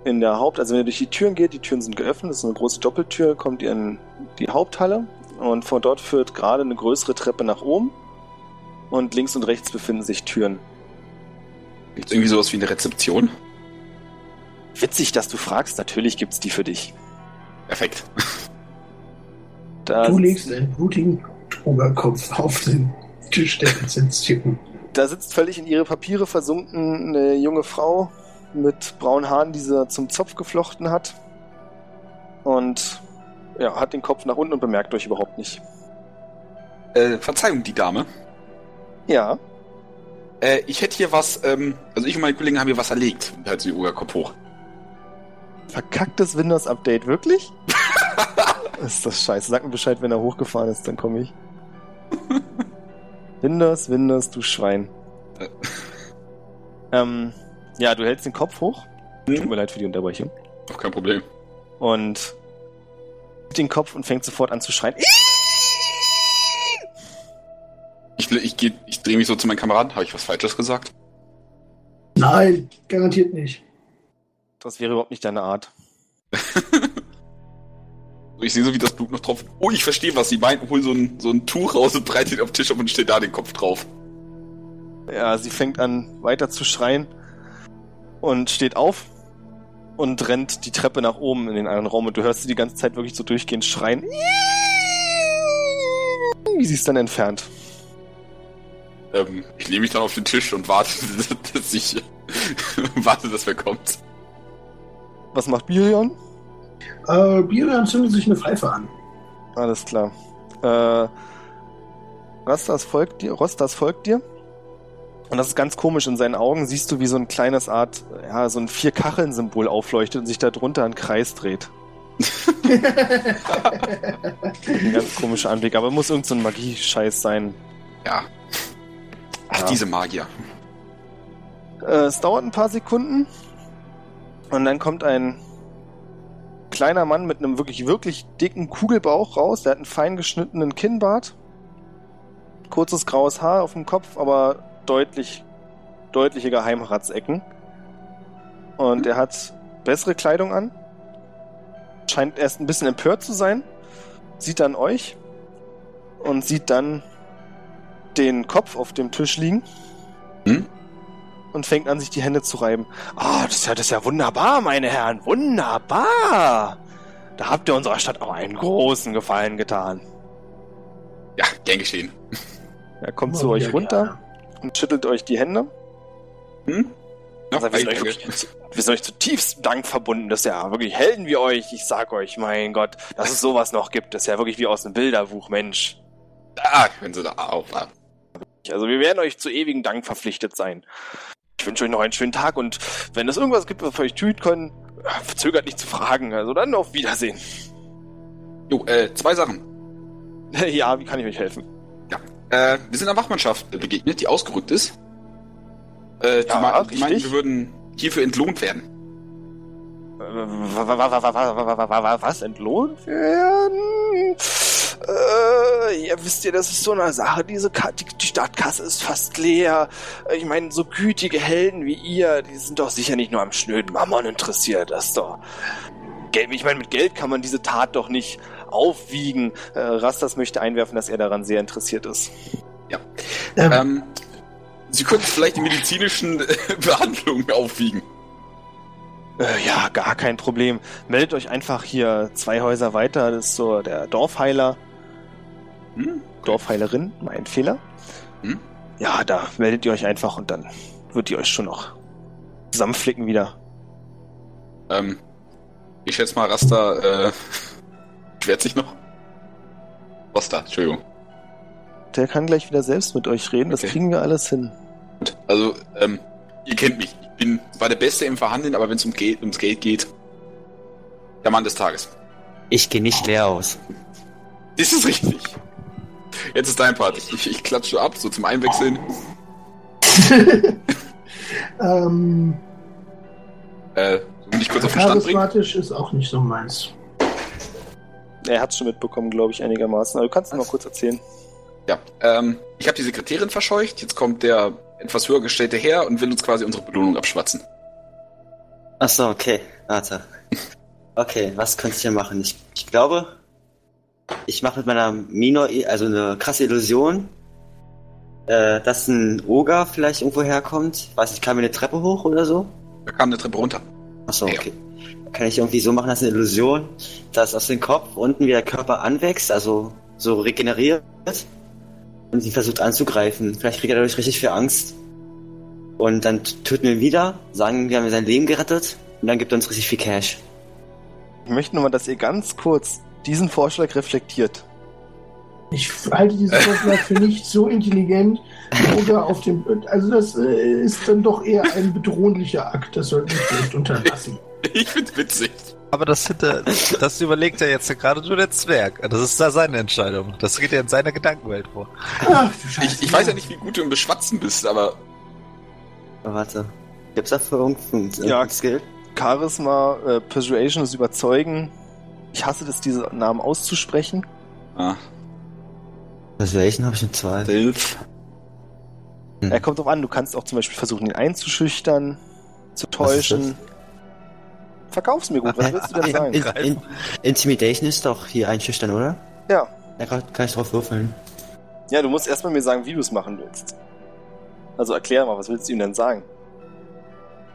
S2: in der Haupt, also wenn ihr durch die Türen geht, die Türen sind geöffnet, es ist eine große Doppeltür, kommt ihr in die Haupthalle und von dort führt gerade eine größere Treppe nach oben und links und rechts befinden sich Türen.
S3: Gibt's irgendwie sowas wie eine Rezeption?
S2: Witzig, dass du fragst, natürlich gibt's die für dich.
S3: Perfekt.
S2: Da,
S4: du
S2: sitzt,
S4: legst einen blutigen Ogerkopf auf den Tisch der Rezeption.
S2: da sitzt völlig in ihre Papiere versunken eine junge Frau mit braunen Haaren, die sie zum Zopf geflochten hat und ja, hat den Kopf nach unten und bemerkt euch überhaupt nicht.
S3: Äh, Verzeihung, die Dame.
S2: Ja,
S3: Äh, ich hätte hier was, ähm, also ich und meine Kollegen haben hier was erlegt. Und halt so den Ogerkopf hoch.
S2: verkacktes Windows-Update, wirklich? ist das scheiße. Sag mir Bescheid, wenn er hochgefahren ist, dann komme ich. Windows, Windows, du Schwein.
S3: Äh.
S2: ähm, ja, du hältst den Kopf hoch. Tut
S3: Hm?
S2: mir leid für die Unterbrechung.
S3: Doch kein Problem.
S2: Und hebt den Kopf und fängt sofort an zu schreien.
S3: Ich, will- ich, geh- ich drehe mich so zu meinen Kameraden. Habe ich was Falsches gesagt?
S4: Nein, garantiert nicht.
S2: Das wäre überhaupt nicht deine Art.
S3: Ich sehe so, wie das Blut noch tropft. Oh, ich verstehe, was sie meinen. Hol so ein, so ein Tuch raus und breite ihn auf den Tisch um und stell da den Kopf drauf.
S2: Ja, sie fängt an weiter zu schreien. und steht auf und rennt die Treppe nach oben in den anderen Raum und du hörst sie die ganze Zeit wirklich so durchgehend schreien. Wie sie ist dann entfernt.
S3: Ähm, ich lehne mich dann auf den Tisch und warte, dass ich warte, dass wer kommt.
S2: Was macht Birion?
S4: Äh, Birion zündet sich eine Pfeife an.
S2: Alles klar. Äh, Rastas folgt dir, Rostas folgt dir. Und das ist ganz komisch. In seinen Augen siehst du, wie so ein kleines Art, ja, so ein Vier-Kacheln-Symbol aufleuchtet und sich darunter ein Kreis dreht. Ein ganz komischer Anblick, aber muss irgendein so ein Magie-Scheiß sein.
S3: Ja. Ach,
S2: Ja.
S3: diese Magier.
S2: Äh, es dauert ein paar Sekunden und dann kommt ein kleiner Mann mit einem wirklich, wirklich dicken Kugelbauch raus. Der hat einen fein geschnittenen Kinnbart, kurzes graues Haar auf dem Kopf, aber deutlich, deutliche Geheimratsecken. Und er hat bessere Kleidung an, scheint erst ein bisschen empört zu sein, sieht dann euch und sieht dann den Kopf auf dem Tisch liegen
S3: Hm?
S2: und fängt an, sich die Hände zu reiben. Ah, das, ist ja, das ist ja wunderbar, meine Herren, wunderbar. Da habt ihr unserer Stadt auch einen großen Gefallen getan.
S3: Ja, gern geschehen.
S2: Er kommt
S4: Immer
S2: zu euch
S4: wieder
S2: runter und schüttelt euch die Hände.
S3: Hm? Ja,
S2: Also wir, sind
S3: danke.
S2: euch, wir sind euch zutiefst Dank verbunden. Das ist ja wirklich Helden wie euch. Ich sag euch, mein Gott, dass es sowas noch gibt. Das ist ja wirklich wie aus einem Bilderbuch, Mensch.
S3: Ah, können Sie da auf. ah.
S2: Also wir werden euch zu ewigem Dank verpflichtet sein. Ich wünsche euch noch einen schönen Tag und wenn es irgendwas gibt, was wir euch tun können, äh, zögert nicht zu fragen. Also dann auf Wiedersehen.
S3: Jo, äh, zwei Sachen.
S2: ja, wie kann ich euch helfen?
S3: Äh, wir sind einer Wachmannschaft begegnet, die ausgerückt ist. Äh, die,
S2: Ja,
S3: meinten- die meinten,
S2: richtig.
S3: wir würden hierfür entlohnt werden.
S2: Äh, wa- wa- wa- wa- wa- wa- wa- wa- wa- wa- Was entlohnt werden? Äh, ja, wisst ihr, das ist so eine Sache. Diese Ka die, die Stadtkasse ist fast leer. Äh, Ich meine, so gütige Helden wie ihr, die sind doch sicher nicht nur am schnöden Mammon interessiert. Das ist doch. Geld, ich meine, mit Geld kann man diese Tat doch nicht aufwiegen. Äh, Rastas möchte einwerfen, dass er daran sehr interessiert ist.
S4: Ähm,
S3: Ähm, Sie könnten vielleicht die medizinischen äh, Behandlungen aufwiegen.
S2: Äh, ja, gar kein Problem. Meldet euch einfach hier zwei Häuser weiter. Das ist so der Dorfheiler.
S3: Hm?
S2: Dorfheilerin, mein Fehler.
S3: Hm?
S2: Ja, da meldet ihr euch einfach und dann wird die euch schon noch zusammenflicken wieder.
S3: Ähm, ich schätze mal, Rasta, äh, schwert sich noch. Rasta, Entschuldigung.
S2: Der kann gleich wieder selbst mit euch reden, das
S3: Okay.
S2: kriegen wir alles hin.
S3: Gut. Also, ähm, ihr kennt mich. Ich bin zwar der Beste im Verhandeln, aber wenn es um Geld, ums Geld geht, der Mann des Tages.
S5: Ich gehe nicht leer aus.
S3: Das ist richtig. Jetzt ist dein Part. Ich, ich klatsche ab, so zum Einwechseln.
S4: ähm,
S3: Äh, um dich kurz auf den Stand bringen.
S4: charismatisch ist auch nicht so meins.
S2: Er hat's schon mitbekommen, glaube ich, einigermaßen. Aber du kannst es mal kurz erzählen.
S3: Ja. Ähm, ich habe die Sekretärin verscheucht. Jetzt kommt der etwas höher gestellte Herr und will uns quasi unsere Belohnung abschwatzen.
S5: Achso, okay. Warte. Okay, was könnt ihr machen? Ich, ich glaube, ich mache mit meiner Minor, also eine krasse Illusion, äh, dass ein Oger vielleicht irgendwo herkommt. Weiß ich, kam mir eine Treppe hoch oder so?
S3: Da kam eine Treppe runter.
S5: Achso,
S3: Ja.
S5: okay. Kann ich irgendwie so machen, dass eine Illusion, dass aus dem Kopf unten wieder der Körper anwächst, also so regeneriert und ihn versucht anzugreifen. Vielleicht kriegt er dadurch richtig viel Angst. Und dann t- töten wir ihn wieder, sagen, wir haben sein Leben gerettet und dann gibt er uns richtig viel Cash.
S2: Ich möchte nur mal, dass ihr ganz kurz diesen Vorschlag reflektiert.
S4: Ich halte diesen Vorschlag für nicht so intelligent oder auf dem. Also, das äh, ist dann doch eher ein bedrohlicher Akt. Das sollten wir vielleicht unterlassen.
S3: Ich find's witzig.
S1: Aber das, hinter, das überlegt er jetzt gerade nur der Zwerg. Das ist da seine Entscheidung. Das geht ja in seiner Gedankenwelt vor.
S4: Ach, du Scheiße.
S3: Ich, ich weiß ja nicht, wie gut du im Beschwatzen bist, aber
S5: Aber Oh, warte, gibt's dafür irgendeinen
S2: Ja.
S5: irgendeinen Skill?
S2: Charisma, äh, Persuasion ist Überzeugen. Ich hasse das, diese Namen auszusprechen.
S3: Ah,
S5: Was welchen habe ich mit zwei?
S3: Dilf.
S5: Hm.
S2: Er kommt drauf an, du kannst auch zum Beispiel versuchen, ihn einzuschüchtern, zu
S5: Was ist das?
S2: täuschen. Verkauf's mir gut, was willst du denn sagen?
S5: In, in, Intimidation ist doch hier einschüchtern, oder?
S2: Ja.
S5: Da kann, kann ich drauf würfeln.
S2: Ja, du musst erstmal mir sagen, wie du es machen willst. Also erklär mal, was willst du ihm denn sagen?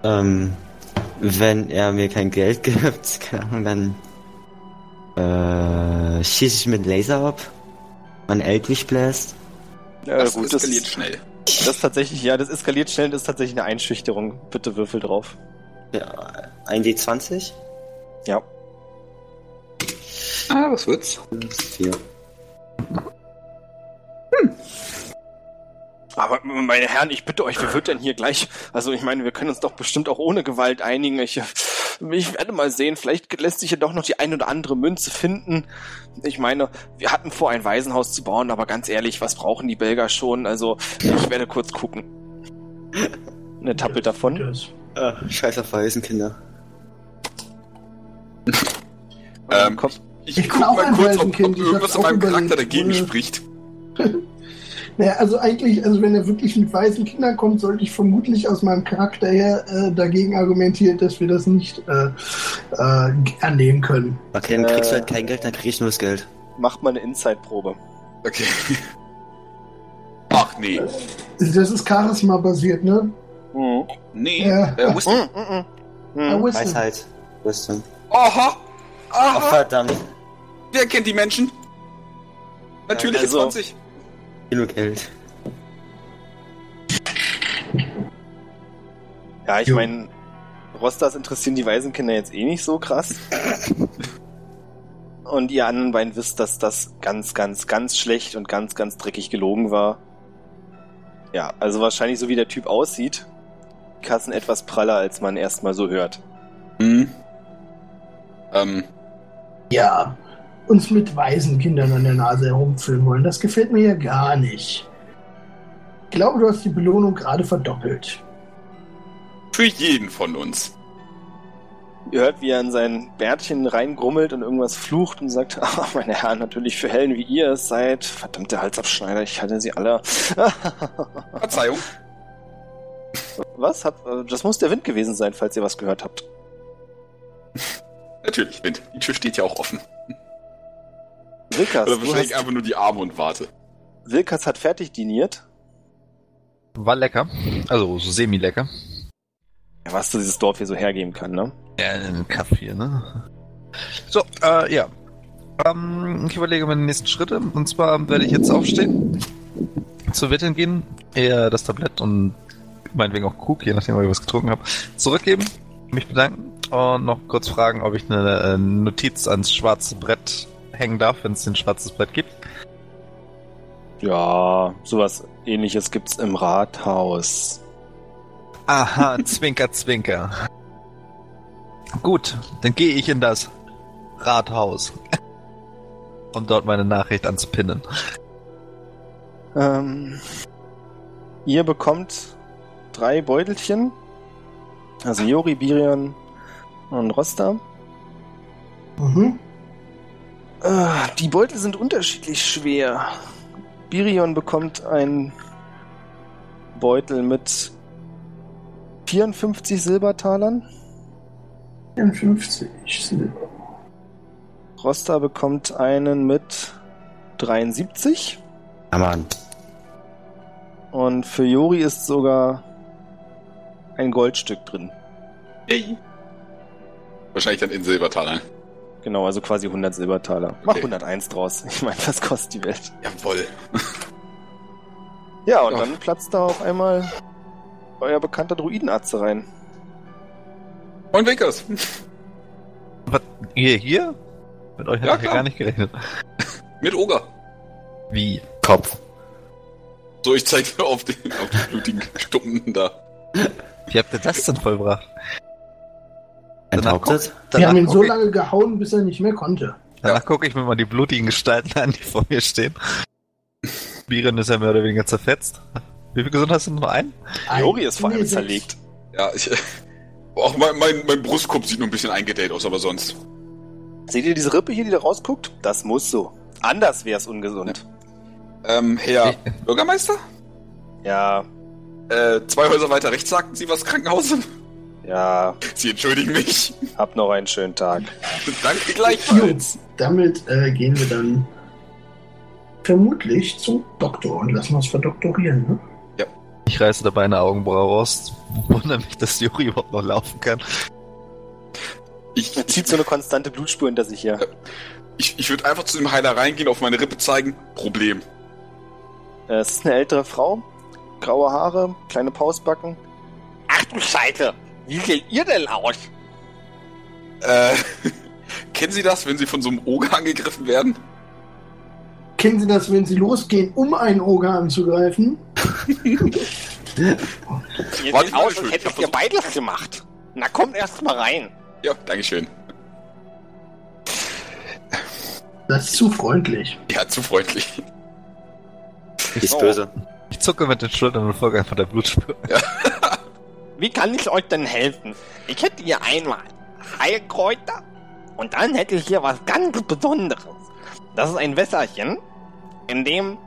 S5: Ähm, wenn er mir kein Geld gibt, keine Ahnung, dann äh, schieße ich mit Laser ab. Mein Eldritch Blast.
S2: Ja,
S3: Das
S2: gut, das,
S3: eskaliert
S2: das
S3: schnell.
S2: ist tatsächlich, ja, das eskaliert schnell, das ist tatsächlich eine Einschüchterung. Bitte würfel drauf.
S5: Ja, ein D20.
S2: Ja.
S3: Ah, was wird's?
S5: Vier.
S2: Aber meine Herren, ich bitte euch, wer wird denn hier gleich? Also ich meine, wir können uns doch bestimmt auch ohne Gewalt einigen. Ich, ich werde mal sehen, vielleicht lässt sich ja doch noch die ein oder andere Münze finden. Ich meine, wir hatten vor, ein Waisenhaus zu bauen, aber ganz ehrlich, was brauchen die Belger schon? Also ich werde kurz gucken. Eine Tappel davon.
S4: Das-
S5: Äh, scheiß auf Waisenkinder.
S3: Ähm,
S2: kommt,
S3: Ich,
S4: Ich
S3: guck
S4: bin auch
S3: mal
S4: ein
S3: kurz, ob, ob
S4: Waisenkind. Ich
S3: irgendwas
S4: hab's
S3: an meinem
S4: auch überlegt,
S3: Charakter dagegen
S4: ohne-
S3: spricht.
S4: Naja, also eigentlich, also wenn er wirklich mit weißen Kindern kommt, sollte ich vermutlich aus meinem Charakter her äh, dagegen argumentieren, dass wir das nicht äh, äh, annehmen können.
S5: Okay, dann kriegst du
S2: Äh.
S5: halt kein Geld, dann krieg ich nur das Geld.
S2: macht mal eine Inside-Probe.
S3: Okay. Ach nee.
S4: Also Das ist Charisma-basiert, ne?
S2: Mhm.
S3: Nee.
S4: Ja.
S3: Äh, Wisdom.
S2: Mhm, mhm,
S4: Ah,
S2: mhm.
S4: Wisdom.
S5: Weisheit. Rüstung.
S3: Aha!
S5: Oh,
S3: Aha!
S5: verdammt.
S3: Wer kennt die Menschen? Natürlich
S2: Also-
S3: 20.
S5: Genug Geld.
S2: Ja, ich
S4: Jo.
S2: meine, Rostas interessieren die Waisenkinder jetzt eh nicht so krass. Und ihr anderen beiden wisst, dass das ganz, ganz, ganz schlecht und ganz, ganz dreckig gelogen war. Ja, also wahrscheinlich so wie der Typ aussieht. die Kassen etwas praller, als man erstmal so hört.
S3: Hm. Ähm,
S4: Ja, uns mit weißen Kindern an der Nase herumführen wollen, das gefällt mir ja gar nicht. Ich glaube, du hast die Belohnung gerade verdoppelt.
S3: für jeden von uns.
S2: Ihr hört, wie er in sein Bärtchen reingrummelt und irgendwas flucht und sagt, ah, meine Herren, natürlich für Hellen wie ihr es seid. Verdammte Halsabschneider, ich hatte sie alle.
S3: Verzeihung.
S2: was? Hat, äh, das muss der Wind gewesen sein, falls ihr was gehört habt.
S3: Natürlich, Wind. Die Tür steht ja auch offen.
S2: Wilkas,
S3: Oder
S2: du
S3: wahrscheinlich
S2: hast,
S3: einfach nur die Arme und warte.
S2: Wilkas hat fertig diniert.
S1: War lecker. Also so semi-lecker.
S2: Ja, was du dieses Dorf hier so hergeben kann, ne?
S1: Ja, ein Kaffee, ne? So, äh, ja. Ähm, ich überlege meine nächsten Schritte. Und zwar werde ich jetzt aufstehen, zur Wirtin gehen, ihr das Tablett und meinetwegen auch Krug, je nachdem, ob ich was getrunken habe, zurückgeben, mich bedanken und noch kurz fragen, ob ich eine äh, Notiz ans schwarze Brett hängen darf, wenn es ein schwarzes Brett gibt.
S2: Ja, sowas ähnliches gibt's im Rathaus.
S1: Aha, Zwinker, Zwinker. Gut, dann gehe ich in das Rathaus, um dort meine Nachricht anzupinnen.
S2: Ähm, ihr bekommt drei Beutelchen. Also Jori, Birion und Rosta.
S4: Mhm.
S2: Äh, die Beutel sind unterschiedlich schwer. Birion bekommt einen Beutel mit 54 Silbertalern.
S4: 54 Silber.
S2: Rosta bekommt einen mit 73
S5: Ja, Mann.
S2: und für Jori ist sogar ein Goldstück drin.
S3: Yay. Wahrscheinlich dann in ne? Silbertalern.
S2: Genau, also quasi 100 Silbertaler. Mach
S3: Okay.
S2: 101 draus. Ich meine, was kostet die Welt?
S3: Jawoll.
S2: Ja, und
S3: Ja.
S2: dann platzt da auf einmal euer bekannter Druidenatze rein.
S3: Moin Winkers.
S1: Ihr hier? Mit euch
S3: Ja,
S1: hatte ich ja
S3: klar.
S1: gar nicht gerechnet.
S3: Mit Oger.
S1: Wie?
S5: Kopf.
S3: So, ich zeig dir auf den, auf den blutigen Stumpen da.
S1: Wie habt ihr das denn vollbracht?
S5: Enthauptet?
S4: Wir haben ihn so
S1: gucke
S4: lange gehauen, bis er nicht mehr konnte.
S1: ich, danach gucke ich mir mal die blutigen Gestalten an, die vor mir stehen. Biren ist ja mehr oder weniger zerfetzt. Wie viel Gesundheit hast du noch ein?
S2: Jori ist vor allem
S4: Nee, sechs.
S2: zerlegt.
S3: Ja, ich. Auch mein, mein, mein Brustkorb sieht nur ein bisschen eingedellt aus, aber sonst.
S2: Seht ihr diese Rippe hier, die da rausguckt? Das muss so. Anders wäre es ungesund.
S3: Ähm, Herr
S1: Ich-
S3: Bürgermeister?
S2: Ja,
S3: Äh, zwei Häuser weiter rechts sagten Sie was Krankenhaus?
S2: ja.
S3: Sie entschuldigen mich.
S2: Habt noch einen schönen Tag.
S3: Danke gleichfalls.
S4: Damit äh, gehen wir dann vermutlich zum Doktor und lassen uns verdoktorieren. Ne?
S1: Ich reiße dabei eine Augenbraue raus. Wundere mich, dass Juri überhaupt noch laufen kann.
S3: Ich,
S6: Er zieht so eine konstante Blutspur hinter sich her.
S3: ich, ich würde einfach zu dem Heiler reingehen, auf meine Rippe zeigen. Problem.
S6: Äh, Es ist eine ältere Frau, graue Haare, kleine Pausbacken.
S2: Ach du Scheiße, wie seht ihr denn aus?
S3: Äh, kennen Sie das, wenn Sie von so einem Oger angegriffen werden?
S4: Kennen Sie das, wenn Sie losgehen, um einen Oger anzugreifen?
S2: Ihr
S3: Warte,
S2: seht
S3: warte,
S2: aus, als
S3: schön.
S2: hättet ihr beides gemacht. Na kommt erst mal rein.
S3: Ja, Dankeschön.
S4: Das ist zu freundlich.
S3: Ja, zu freundlich.
S5: Die ist böse.
S1: Ich zucke mit den Schultern und folge einfach der Blutspur.
S2: Wie kann ich euch denn helfen? Ich hätte hier einmal Heilkräuter und dann hätte ich hier was ganz Besonderes. Das ist ein Wässerchen, in dem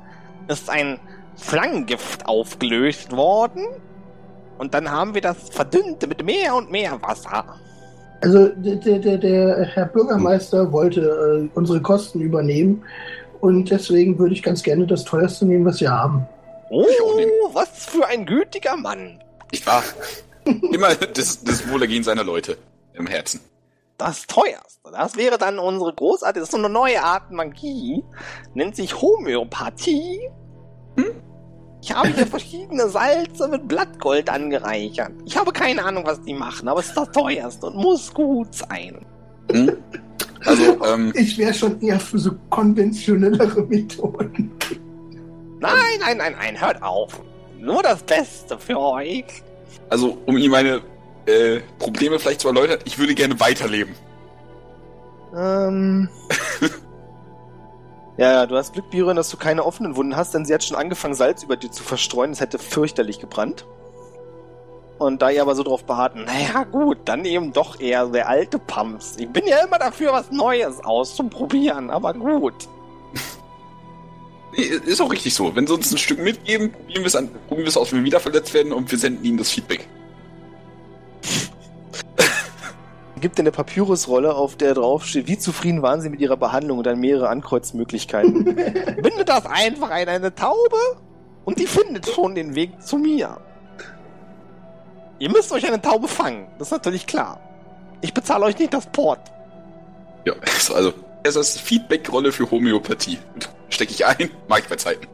S2: ist ein Schlangengift aufgelöst worden und dann haben wir das verdünnte mit mehr und mehr Wasser.
S4: Also der, der, der, der Herr Bürgermeister wollte äh, unsere Kosten übernehmen und deswegen würde ich ganz gerne das teuerste nehmen, was wir haben.
S2: Oh,
S3: Ich auch nehmen.
S2: was für ein gütiger Mann.
S3: Ich war immer das, das Wohlergehen seiner Leute im Herzen.
S2: Das teuerste. Das wäre dann unsere großartige, das ist so eine neue Art Magie. Nennt sich Homöopathie. Ich habe hier verschiedene Salze mit Blattgold angereichert. Ich habe keine Ahnung, was die machen, aber es ist das teuerste und muss gut sein.
S3: Hm? Also, ähm,
S4: Ich wäre schon eher für so konventionellere Methoden.
S2: Nein, nein, nein, nein, hört auf. Nur das Beste für euch.
S3: also um Ihnen meine äh, Probleme vielleicht zu erläutern, ich würde gerne weiterleben.
S6: Ähm. ja, ja, du hast Glück, Biron, dass du keine offenen Wunden hast, denn sie hat schon angefangen, Salz über dir zu verstreuen. Es hätte fürchterlich gebrannt. Und da ihr aber so drauf beharrt, naja gut, dann eben doch eher der alte Pumps. Ich bin ja immer dafür, was Neues auszuprobieren, aber gut.
S3: Nee, ist auch richtig so. Wenn Sie uns ein Stück mitgeben, probieren wir es an- probieren wir es aus, wenn wir wieder verletzt werden und wir senden Ihnen das Feedback.
S6: Sie Gibt dir eine Papyrusrolle, auf der drauf steht, wie zufrieden waren sie mit ihrer Behandlung und dann mehrere Ankreuzmöglichkeiten.
S2: Bindet das einfach in eine Taube und die findet schon den Weg zu mir. Ihr müsst euch eine Taube fangen, das ist natürlich klar. Ich bezahle euch nicht das Port.
S3: Ja, also, das ist das Feedback-Rolle für Homöopathie. Gut, Stecke ich ein, mag ich bei Zeiten.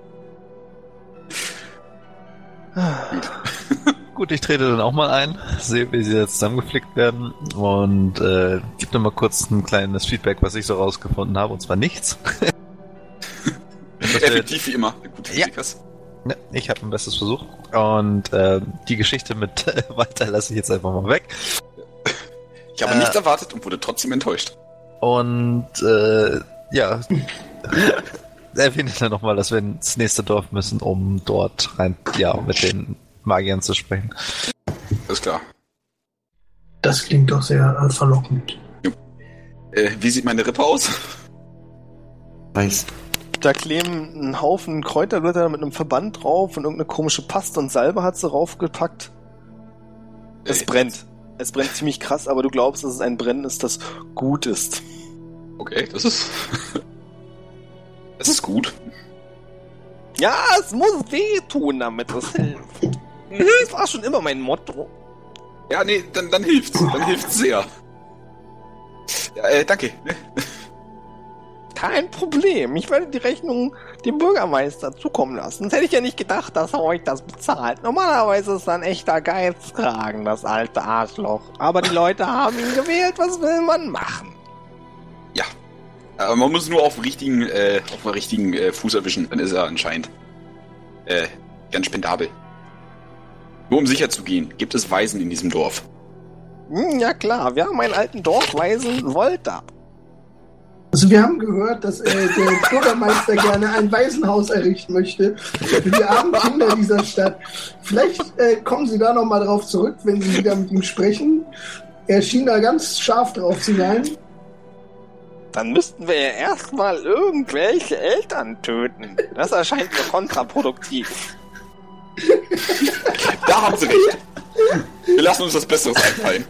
S1: Gut, ich trete dann auch mal ein, sehe, wie sie da zusammengeflickt werden und äh, gebe dann mal kurz ein kleines Feedback, was ich so rausgefunden habe, und zwar nichts. Das wird-
S3: Effektiv wie immer. Gut,
S1: Ja.
S3: Lukas.
S1: Ne, ich habe ein bestes Versuch. Und äh, die Geschichte mit äh, Walter lasse ich jetzt einfach mal weg.
S3: Ich habe
S1: Äh.
S3: nichts erwartet und wurde trotzdem enttäuscht.
S1: Und äh, ja, erwähne dann nochmal, dass wir ins nächste Dorf müssen, um dort rein, ja, mit den Magiern zu sprechen.
S3: Alles klar.
S4: Das klingt doch sehr äh, verlockend.
S3: Äh, wie sieht meine Rippe aus?
S5: Weiß.
S6: da kleben ein Haufen Kräuterblätter mit einem Verband drauf und irgendeine komische Paste und Salbe hat sie raufgepackt. Es
S3: Äh,
S6: brennt. Es brennt ziemlich krass, aber du glaubst, dass es ein Brennen ist, das gut ist.
S3: Okay, das ist. Das ist gut.
S2: Ja, es muss wehtun, damit es hilft. Das war schon immer mein Motto.
S3: Ja, nee, dann, dann hilft's. Dann hilft's sehr. Ja, äh, danke.
S2: Kein Problem. Ich werde die Rechnung dem Bürgermeister zukommen lassen. Das hätte ich ja nicht gedacht, dass er euch das bezahlt. Normalerweise ist er ein echter Geizkragen, das alte Arschloch. Aber die Leute haben ihn gewählt. Was will man machen?
S3: Aber man muss nur auf dem richtigen, äh, auf dem richtigen äh, Fuß erwischen, dann ist er anscheinend äh, ganz spendabel. Nur um sicher zu gehen, gibt es Waisen in diesem Dorf.
S2: Hm, ja klar, wir haben einen alten Dorfweisen Volta.
S4: Also wir haben gehört, dass äh, der Bürgermeister gerne ein Waisenhaus errichten möchte für die armen Kinder dieser Stadt. Vielleicht äh, kommen Sie da nochmal drauf zurück, wenn Sie wieder mit ihm sprechen. Er schien da ganz scharf drauf zu sein.
S2: Dann müssten wir ja erstmal irgendwelche Eltern töten. Das erscheint mir kontraproduktiv.
S3: Da haben sie recht. Wir lassen uns das Besseres einfallen.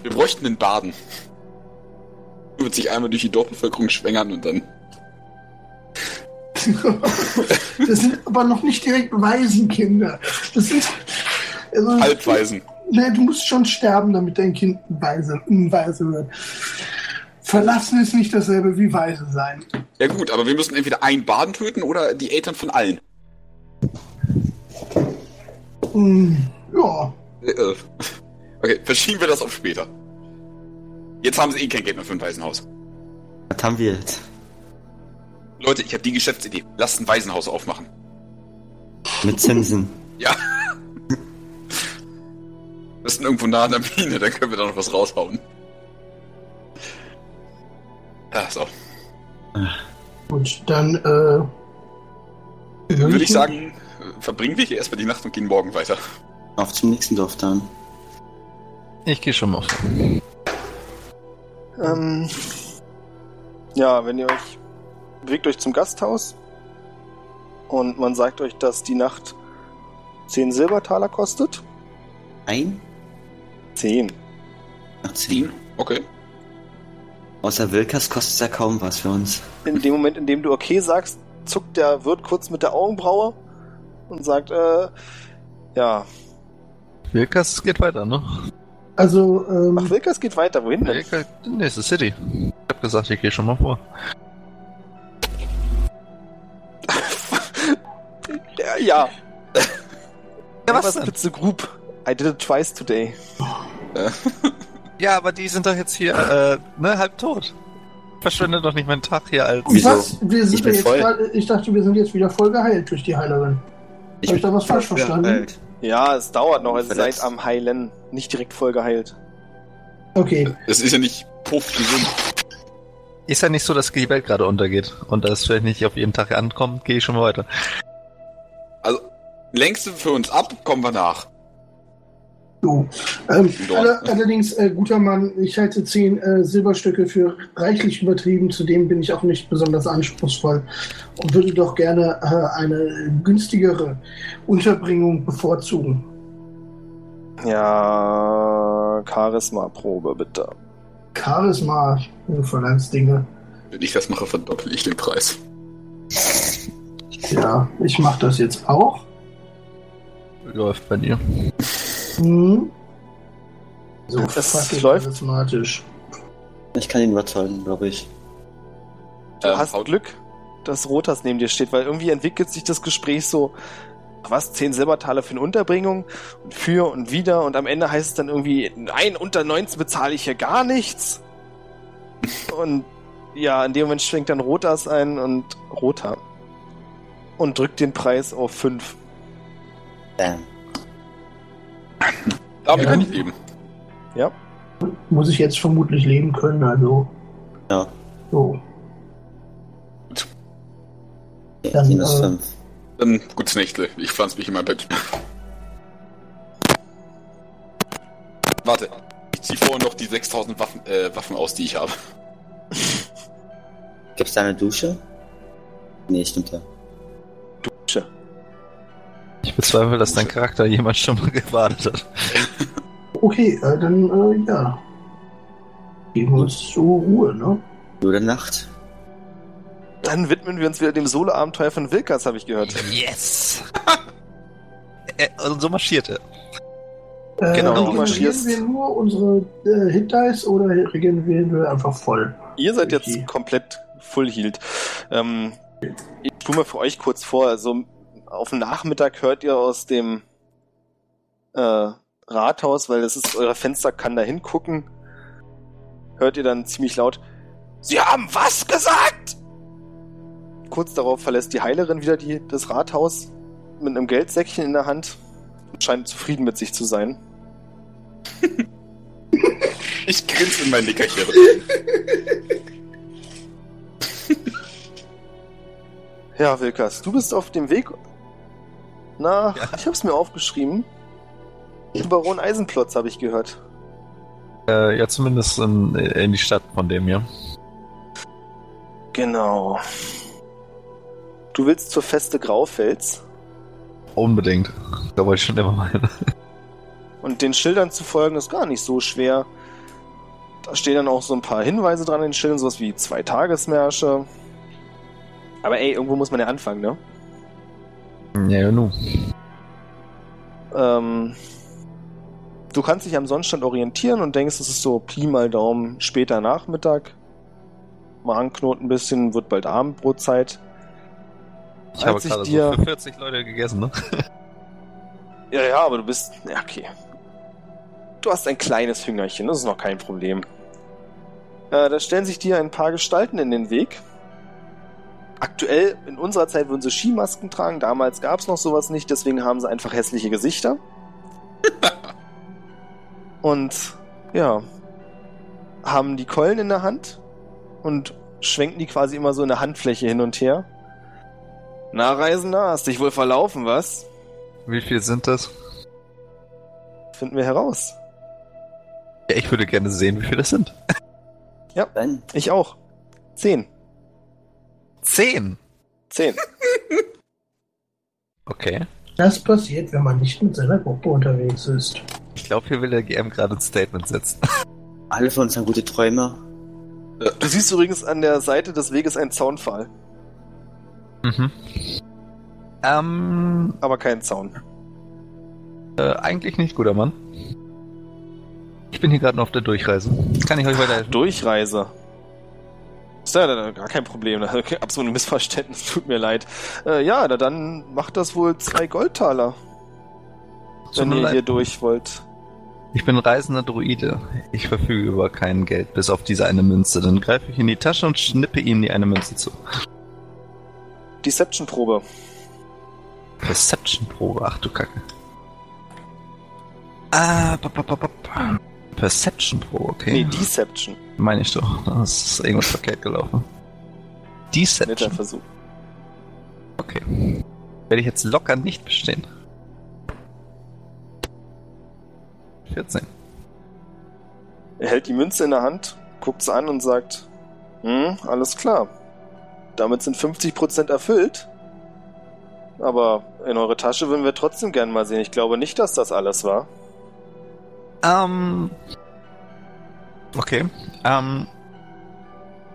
S3: Wir bräuchten einen Baden. Er Wird sich einmal durch die Dorfbevölkerung schwängern und dann.
S4: das sind aber noch nicht direkt Waisenkinder. Das sind. Also,
S3: Halbweisen.
S4: Nee, du musst schon sterben, damit dein Kind weise, mm, weise wird. Verlassen ist nicht dasselbe wie weise sein.
S3: Ja gut, aber wir müssen entweder einen Baden töten oder die Eltern von allen.
S4: Mm, ja,
S3: Äh, äh. Okay, verschieben wir das auf später. Jetzt haben sie eh kein Geld mehr für ein Waisenhaus.
S5: Was haben wir jetzt?
S3: Leute, ich habe die Geschäftsidee. Lasst ein Waisenhaus aufmachen.
S5: Mit Zinsen.
S3: Ja. Wir müssen irgendwo nah an der Mine, dann können wir da noch was raushauen. Ja, Ah, so.
S4: gut, dann. Äh,
S3: Würde ich sagen, äh, verbringen wir hier erstmal die Nacht und gehen morgen weiter.
S5: Auf zum nächsten Dorf dann.
S1: Ich gehe schon mal auf.
S2: Ähm, ja, wenn ihr euch bewegt euch zum Gasthaus und man sagt euch, dass die Nacht 10 Silbertaler kostet.
S5: Ein?
S2: 10.
S5: Nach zehn.
S3: Okay.
S5: Außer Wilkas kostet ja kaum was für uns.
S2: In dem Moment, in dem du okay sagst, zuckt der Wirt kurz mit der Augenbraue und sagt, äh, ja.
S1: Wilkas geht weiter, ne?
S4: Also, ähm,
S2: Ach, Wilkers geht weiter, wohin denn?
S1: Wilkas, nächste City. Ich hab gesagt, ich gehe schon mal vor.
S2: Ja, Äh, ja.
S1: Ja, was denn?
S2: It's a group. I did it twice today.
S1: Ja, aber die sind doch jetzt hier, äh, ne, halb tot. Verschwende doch nicht meinen Tag hier als.
S5: Wieso?
S4: was? Wir sind
S5: Ich
S4: ja
S5: bin
S4: jetzt
S5: voll.
S4: gerade- ich dachte, wir sind jetzt wieder voll geheilt durch die Heilerin. Hab ich da was falsch verstanden?
S5: Alt.
S2: Ja, es dauert noch, also
S5: Verletzt.
S2: seid am Heilen. Nicht direkt voll geheilt.
S4: Okay,
S3: Es ist ja nicht puff gesund.
S1: Ist ja nicht so, dass die Welt gerade untergeht und das vielleicht nicht auf jeden Tag ankommt, gehe ich schon mal weiter.
S3: Also, längste für uns ab, kommen wir nach.
S4: du. Ähm,
S3: Dort.
S4: alle, allerdings, äh, guter Mann, ich halte zehn äh, Silberstücke für reichlich übertrieben. Zudem bin ich auch nicht besonders anspruchsvoll und würde doch gerne äh, eine günstigere Unterbringung bevorzugen.
S2: Ja, Charisma-Probe, bitte.
S4: Charisma, äh, du verlangst Dinge.
S3: Wenn ich das mache, verdoppel ich den Preis.
S4: Ja, ich mache das jetzt auch.
S1: Läuft bei dir.
S4: Hm. So,
S2: Das
S4: fucking
S2: läuft.
S4: automatisch.
S5: Ich kann ihn überzeugen, glaube ich.
S2: Du
S3: Ähm,
S2: hast
S3: haut-
S2: Glück, dass Rotas neben dir steht, weil irgendwie entwickelt sich das Gespräch so, was, zehn Silbertaler für eine Unterbringung und für und wieder und am Ende heißt es dann irgendwie, nein, unter 19 bezahle ich hier gar nichts. Und ja, in dem Moment schwenkt dann Rotas ein und Rota und drückt den Preis auf fünf.
S5: Bam.
S3: Damit
S4: Ja.
S3: kann ich leben.
S4: Muss ich jetzt vermutlich leben können, also.
S5: Ja.
S4: So.
S5: Ja,
S4: Dann,
S5: minus
S4: äh,
S5: 5.
S3: Dann gut's Nächtle. Ich pflanze mich in mein Bett. Warte. Ich ziehe vorher noch die 6000 Waffen, äh, Waffen aus, die ich habe.
S5: Gibt's da eine Dusche? Nee, stimmt ja.
S1: Ich bezweifle, dass dein Charakter jemand schon mal gewartet hat.
S4: Okay, äh, dann, äh, ja. Gehen wir uns zur Ruhe, ne?
S5: Gute Nacht.
S2: Dann widmen wir uns wieder dem Solo-Abenteuer von Wilkas, habe ich gehört.
S1: Yes! Äh, Und so marschiert er.
S4: Äh,
S1: du
S2: Genau,
S4: regenerieren
S2: marschierst.
S4: wir nur unsere äh, Hit-Dice oder regenerieren wir einfach voll?
S2: Ihr seid jetzt
S4: Okay.
S2: komplett full healed. Ähm, ich tu mal für euch kurz vor. Also auf den Nachmittag hört ihr aus dem äh, Rathaus, weil das ist euer Fenster, kann da hingucken. Hört ihr dann ziemlich laut: Sie haben was gesagt? Kurz darauf verlässt die Heilerin wieder die, das Rathaus mit einem Geldsäckchen in der Hand. und Scheint zufrieden mit sich zu sein.
S3: Ich grinse in mein Nickerchen.
S2: Ja, Wilkas, du bist auf dem Weg. Na, ich hab's mir aufgeschrieben. Zum Baron Eisenplotz habe ich gehört.
S1: Äh, ja, zumindest in, in die Stadt von dem hier.
S2: Genau. Du willst zur Feste Graufels
S1: Unbedingt. Da wollte ich schon immer mal hin.
S2: und den Schildern zu folgen ist gar nicht so schwer. Da stehen dann auch so ein paar Hinweise dran in den Schildern, sowas wie zwei Tagesmärsche,
S7: Aber ey, irgendwo muss man ja anfangen, ne?
S8: Ja, ja, nun.
S2: Ähm, du kannst dich am Sonnenstand orientieren und denkst, es ist so Pi mal Daumen später Nachmittag. Mal anknoten ein bisschen, wird bald Abendbrotzeit.
S1: Ich habe
S2: Als ich
S1: gerade
S2: dir-
S1: so für 40 Leute gegessen, ne?
S2: Ja, ja, aber du bist. Ja, okay. Du hast ein kleines Hüngerchen, das ist noch kein Problem. Äh, da stellen sich dir ein paar Gestalten in den Weg. Aktuell, in unserer Zeit würden sie Skimasken tragen, damals gab es noch sowas nicht, deswegen haben sie einfach hässliche Gesichter. und ja, haben die Keulen in der Hand und schwenken die quasi immer so in der Handfläche hin und her. Na, Reisender, hast dich wohl verlaufen, was?
S8: Wie viel sind das?
S2: Finden wir heraus.
S1: Ja, ich würde gerne sehen, wie viele das sind.
S5: Dann
S2: Ich auch. Zehn.
S1: Zehn!
S2: Zehn.
S1: Okay.
S4: Das passiert, wenn man nicht mit seiner Gruppe unterwegs ist.
S1: Ich glaube, hier will der GM gerade ein Statement setzen.
S5: alle von uns haben gute Träume.
S2: Äh, Du siehst übrigens an der Seite des Weges einen Zaunpfahl,
S1: Mhm. Ähm,
S2: aber keinen Zaun.
S1: Äh, eigentlich nicht, guter Mann. Ich bin hier gerade noch auf der Durchreise. Kann ich euch weiterhelfen?
S2: Durchreise. Ist ja da- da gar kein Problem. da- Absolut ein Missverständnis, tut mir leid. Äh, ja, na dann macht das wohl zwei Goldtaler,
S1: Tut
S2: wenn
S1: mir
S2: ihr
S1: leid.
S2: hier durch wollt.
S1: Ich bin reisender Druide. Ich verfüge über kein Geld, bis auf diese eine Münze. Dann greife ich in die Tasche und schnippe ihm die eine Münze zu.
S2: Deception-Probe.
S1: Perception-Probe, ach du Kacke. Ah, ba, ba, ba, ba, ba. Perception-Probe, okay.
S2: Nee, Deception.
S1: Meine ich doch. Da ist irgendwas verkehrt gelaufen.
S2: Netter
S1: Deception,
S2: Versuch.
S1: okay. Werde ich jetzt locker nicht bestehen. 14.
S2: Er hält die Münze in der Hand, guckt sie an und sagt: Hm, alles klar. Damit sind 50% erfüllt. Aber in eure Tasche würden wir trotzdem gern mal sehen. Ich glaube nicht, dass das alles war.
S1: Ähm. Okay. Ähm.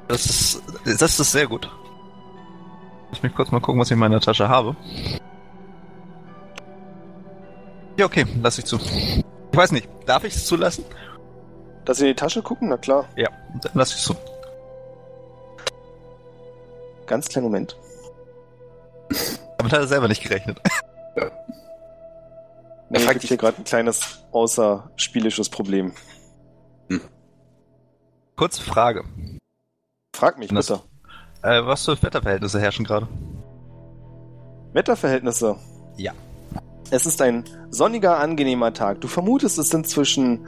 S1: Das ist. Das ist sehr gut. Lass mich kurz mal gucken, was ich in meiner Tasche habe. Ja, okay, lass ich zu. Ich weiß nicht, darf ich es zulassen?
S2: Dass sie in die Tasche gucken? Na klar.
S1: Ja, dann lass ich es zu.
S2: Ganz kleinen Moment.
S1: Damit hat er selber nicht gerechnet.
S2: Nee, es
S3: fragt
S2: gibt
S3: dich-
S2: hier gerade ein kleines außerspielisches Problem.
S1: Kurze Frage.
S2: Frag mich
S1: Das-
S2: bitte.
S1: Äh, was für Wetterverhältnisse herrschen gerade?
S2: Wetterverhältnisse.
S1: Ja.
S2: Es ist ein sonniger, angenehmer Tag. Du vermutest, es sind zwischen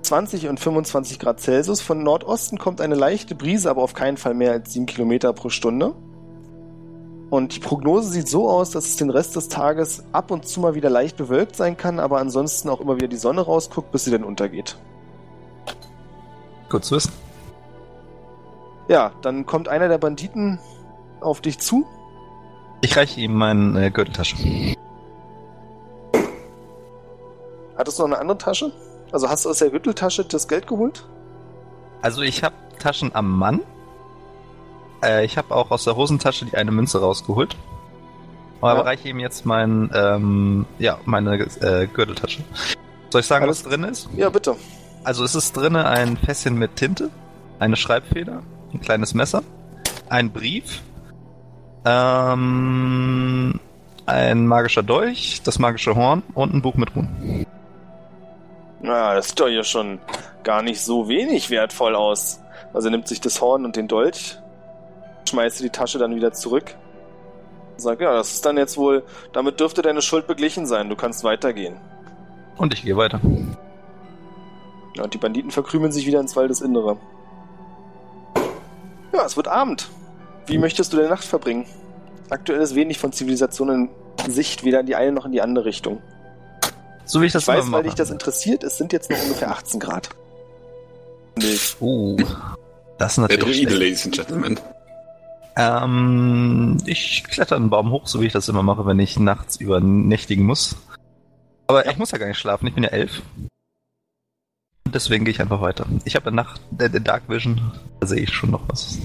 S2: 20 und 25 Grad Celsius. Von Nordosten kommt eine leichte Brise, aber auf keinen Fall mehr als 7 Kilometer pro Stunde. Und die Prognose sieht so aus, dass es den Rest des Tages ab und zu mal wieder leicht bewölkt sein kann, aber ansonsten auch immer wieder die Sonne rausguckt, bis sie dann untergeht.
S1: Kurz zu wissen.
S2: Ja, dann kommt einer der Banditen auf dich zu.
S1: Ich reiche ihm meine äh, Gürteltasche.
S2: Hattest du noch eine andere Tasche? Also hast du aus der Gürteltasche das Geld geholt?
S1: Also ich habe Taschen am Mann. Äh, ich habe auch aus der Hosentasche die eine Münze rausgeholt. Aber
S2: Ja.
S1: reiche ihm jetzt mein, ähm, ja, meine äh, Gürteltasche. Soll ich sagen,
S2: Alles-
S1: was drin ist?
S2: Ja, bitte.
S1: Also es ist drinne ein Fässchen mit Tinte, eine Schreibfeder, ein kleines Messer, ein Brief, ähm, ein magischer Dolch, das magische Horn und ein Buch mit Runen.
S2: Na, das sieht doch hier schon gar nicht so wenig wertvoll aus. Also er nimmt sich das Horn und den Dolch, schmeißt die Tasche dann wieder zurück. Sagt, ja, das ist dann jetzt wohl, damit dürfte deine Schuld beglichen sein, du kannst weitergehen.
S1: Und ich gehe weiter.
S2: Ja, und die Banditen verkrümeln sich wieder ins Waldesinnere. Ja, es wird Abend. Wie möchtest du deine Nacht verbringen? Aktuell ist wenig von Zivilisationen in Sicht, weder in die eine noch in die andere Richtung.
S1: So wie ich das
S2: Ich weiß,
S1: immer
S2: weil
S1: mache.
S2: dich das interessiert, es sind jetzt noch ungefähr 18 Grad. Nee,
S1: Uh, das ist
S3: Der
S1: natürlich
S3: Druide,
S1: schlecht.
S3: Ladies and Gentlemen.
S1: Ähm, ich kletter einen Baum hoch, so wie ich das immer mache, wenn ich nachts übernächtigen muss. Aber ich muss ja gar nicht schlafen, ich bin ja elf. Und Deswegen gehe ich äh, einfach weiter. Ich habe Nacht, der, der Dark Vision, da sehe ich schon noch was.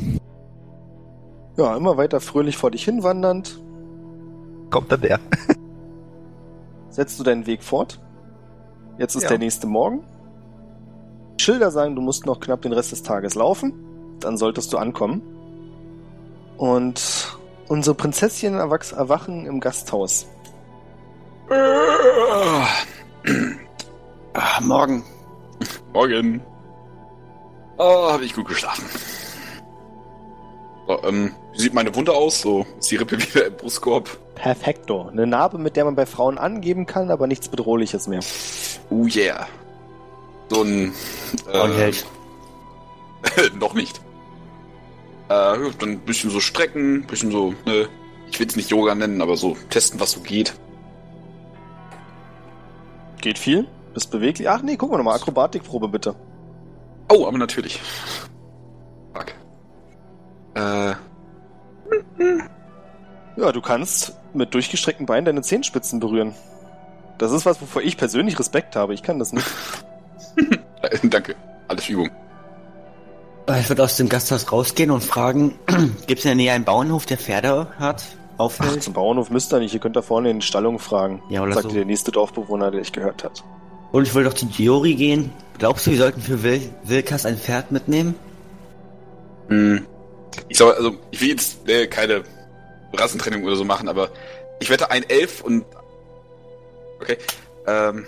S2: Ja, immer weiter fröhlich vor dich hinwandernd,
S1: Kommt dann der.
S2: setzt du deinen Weg fort. Jetzt ist
S1: Ja.
S2: der nächste Morgen. Die Schilder sagen, du musst noch knapp den Rest des Tages laufen. Dann solltest du ankommen. Und unsere Prinzesschen erwachs- erwachen im Gasthaus.
S3: Ah, morgen. Morgen. Oh, habe ich gut geschlafen. So, ähm, wie sieht meine Wunde aus? So ist die Rippe wieder im Brustkorb.
S2: Perfekto. Eine Narbe, mit der man bei Frauen angeben kann, aber nichts Bedrohliches mehr.
S3: Oh yeah. So ein. äh,
S5: Äh. Frauenheld.
S3: noch nicht. Äh, ja, dann ein bisschen so strecken, ein bisschen so, ne, ich will es nicht Yoga nennen, aber so testen, was so geht.
S2: Geht viel? Bist beweglich? Ach nee, gucken wir nochmal. Akrobatikprobe bitte.
S3: Oh, aber natürlich. Fuck. Äh,
S2: Ja, du kannst mit durchgestreckten Beinen deine Zehenspitzen berühren. Das ist was, wovor ich persönlich Respekt habe. Ich kann das nicht.
S3: danke. Alles Übung.
S5: Ich würde aus dem Gasthaus rausgehen und fragen, gibt es in der Nähe einen Bauernhof, der Pferde hat?
S2: Ach,
S5: Auffällt?
S2: zum Bauernhof müsst ihr nicht. Ihr könnt da vorne in den Stallungen fragen.
S5: Ja, oder
S2: Sagt
S5: so.
S2: dir der nächste Dorfbewohner, der ich gehört hat.
S5: Und ich wollte doch zu Diori gehen. Glaubst du, wir sollten für Wil Wilkas ein Pferd mitnehmen?
S3: Hm. Ich sag mal, also, ich will jetzt äh, keine Rassentrennung oder so machen, aber ich wette ein Elf und. Okay. Ähm.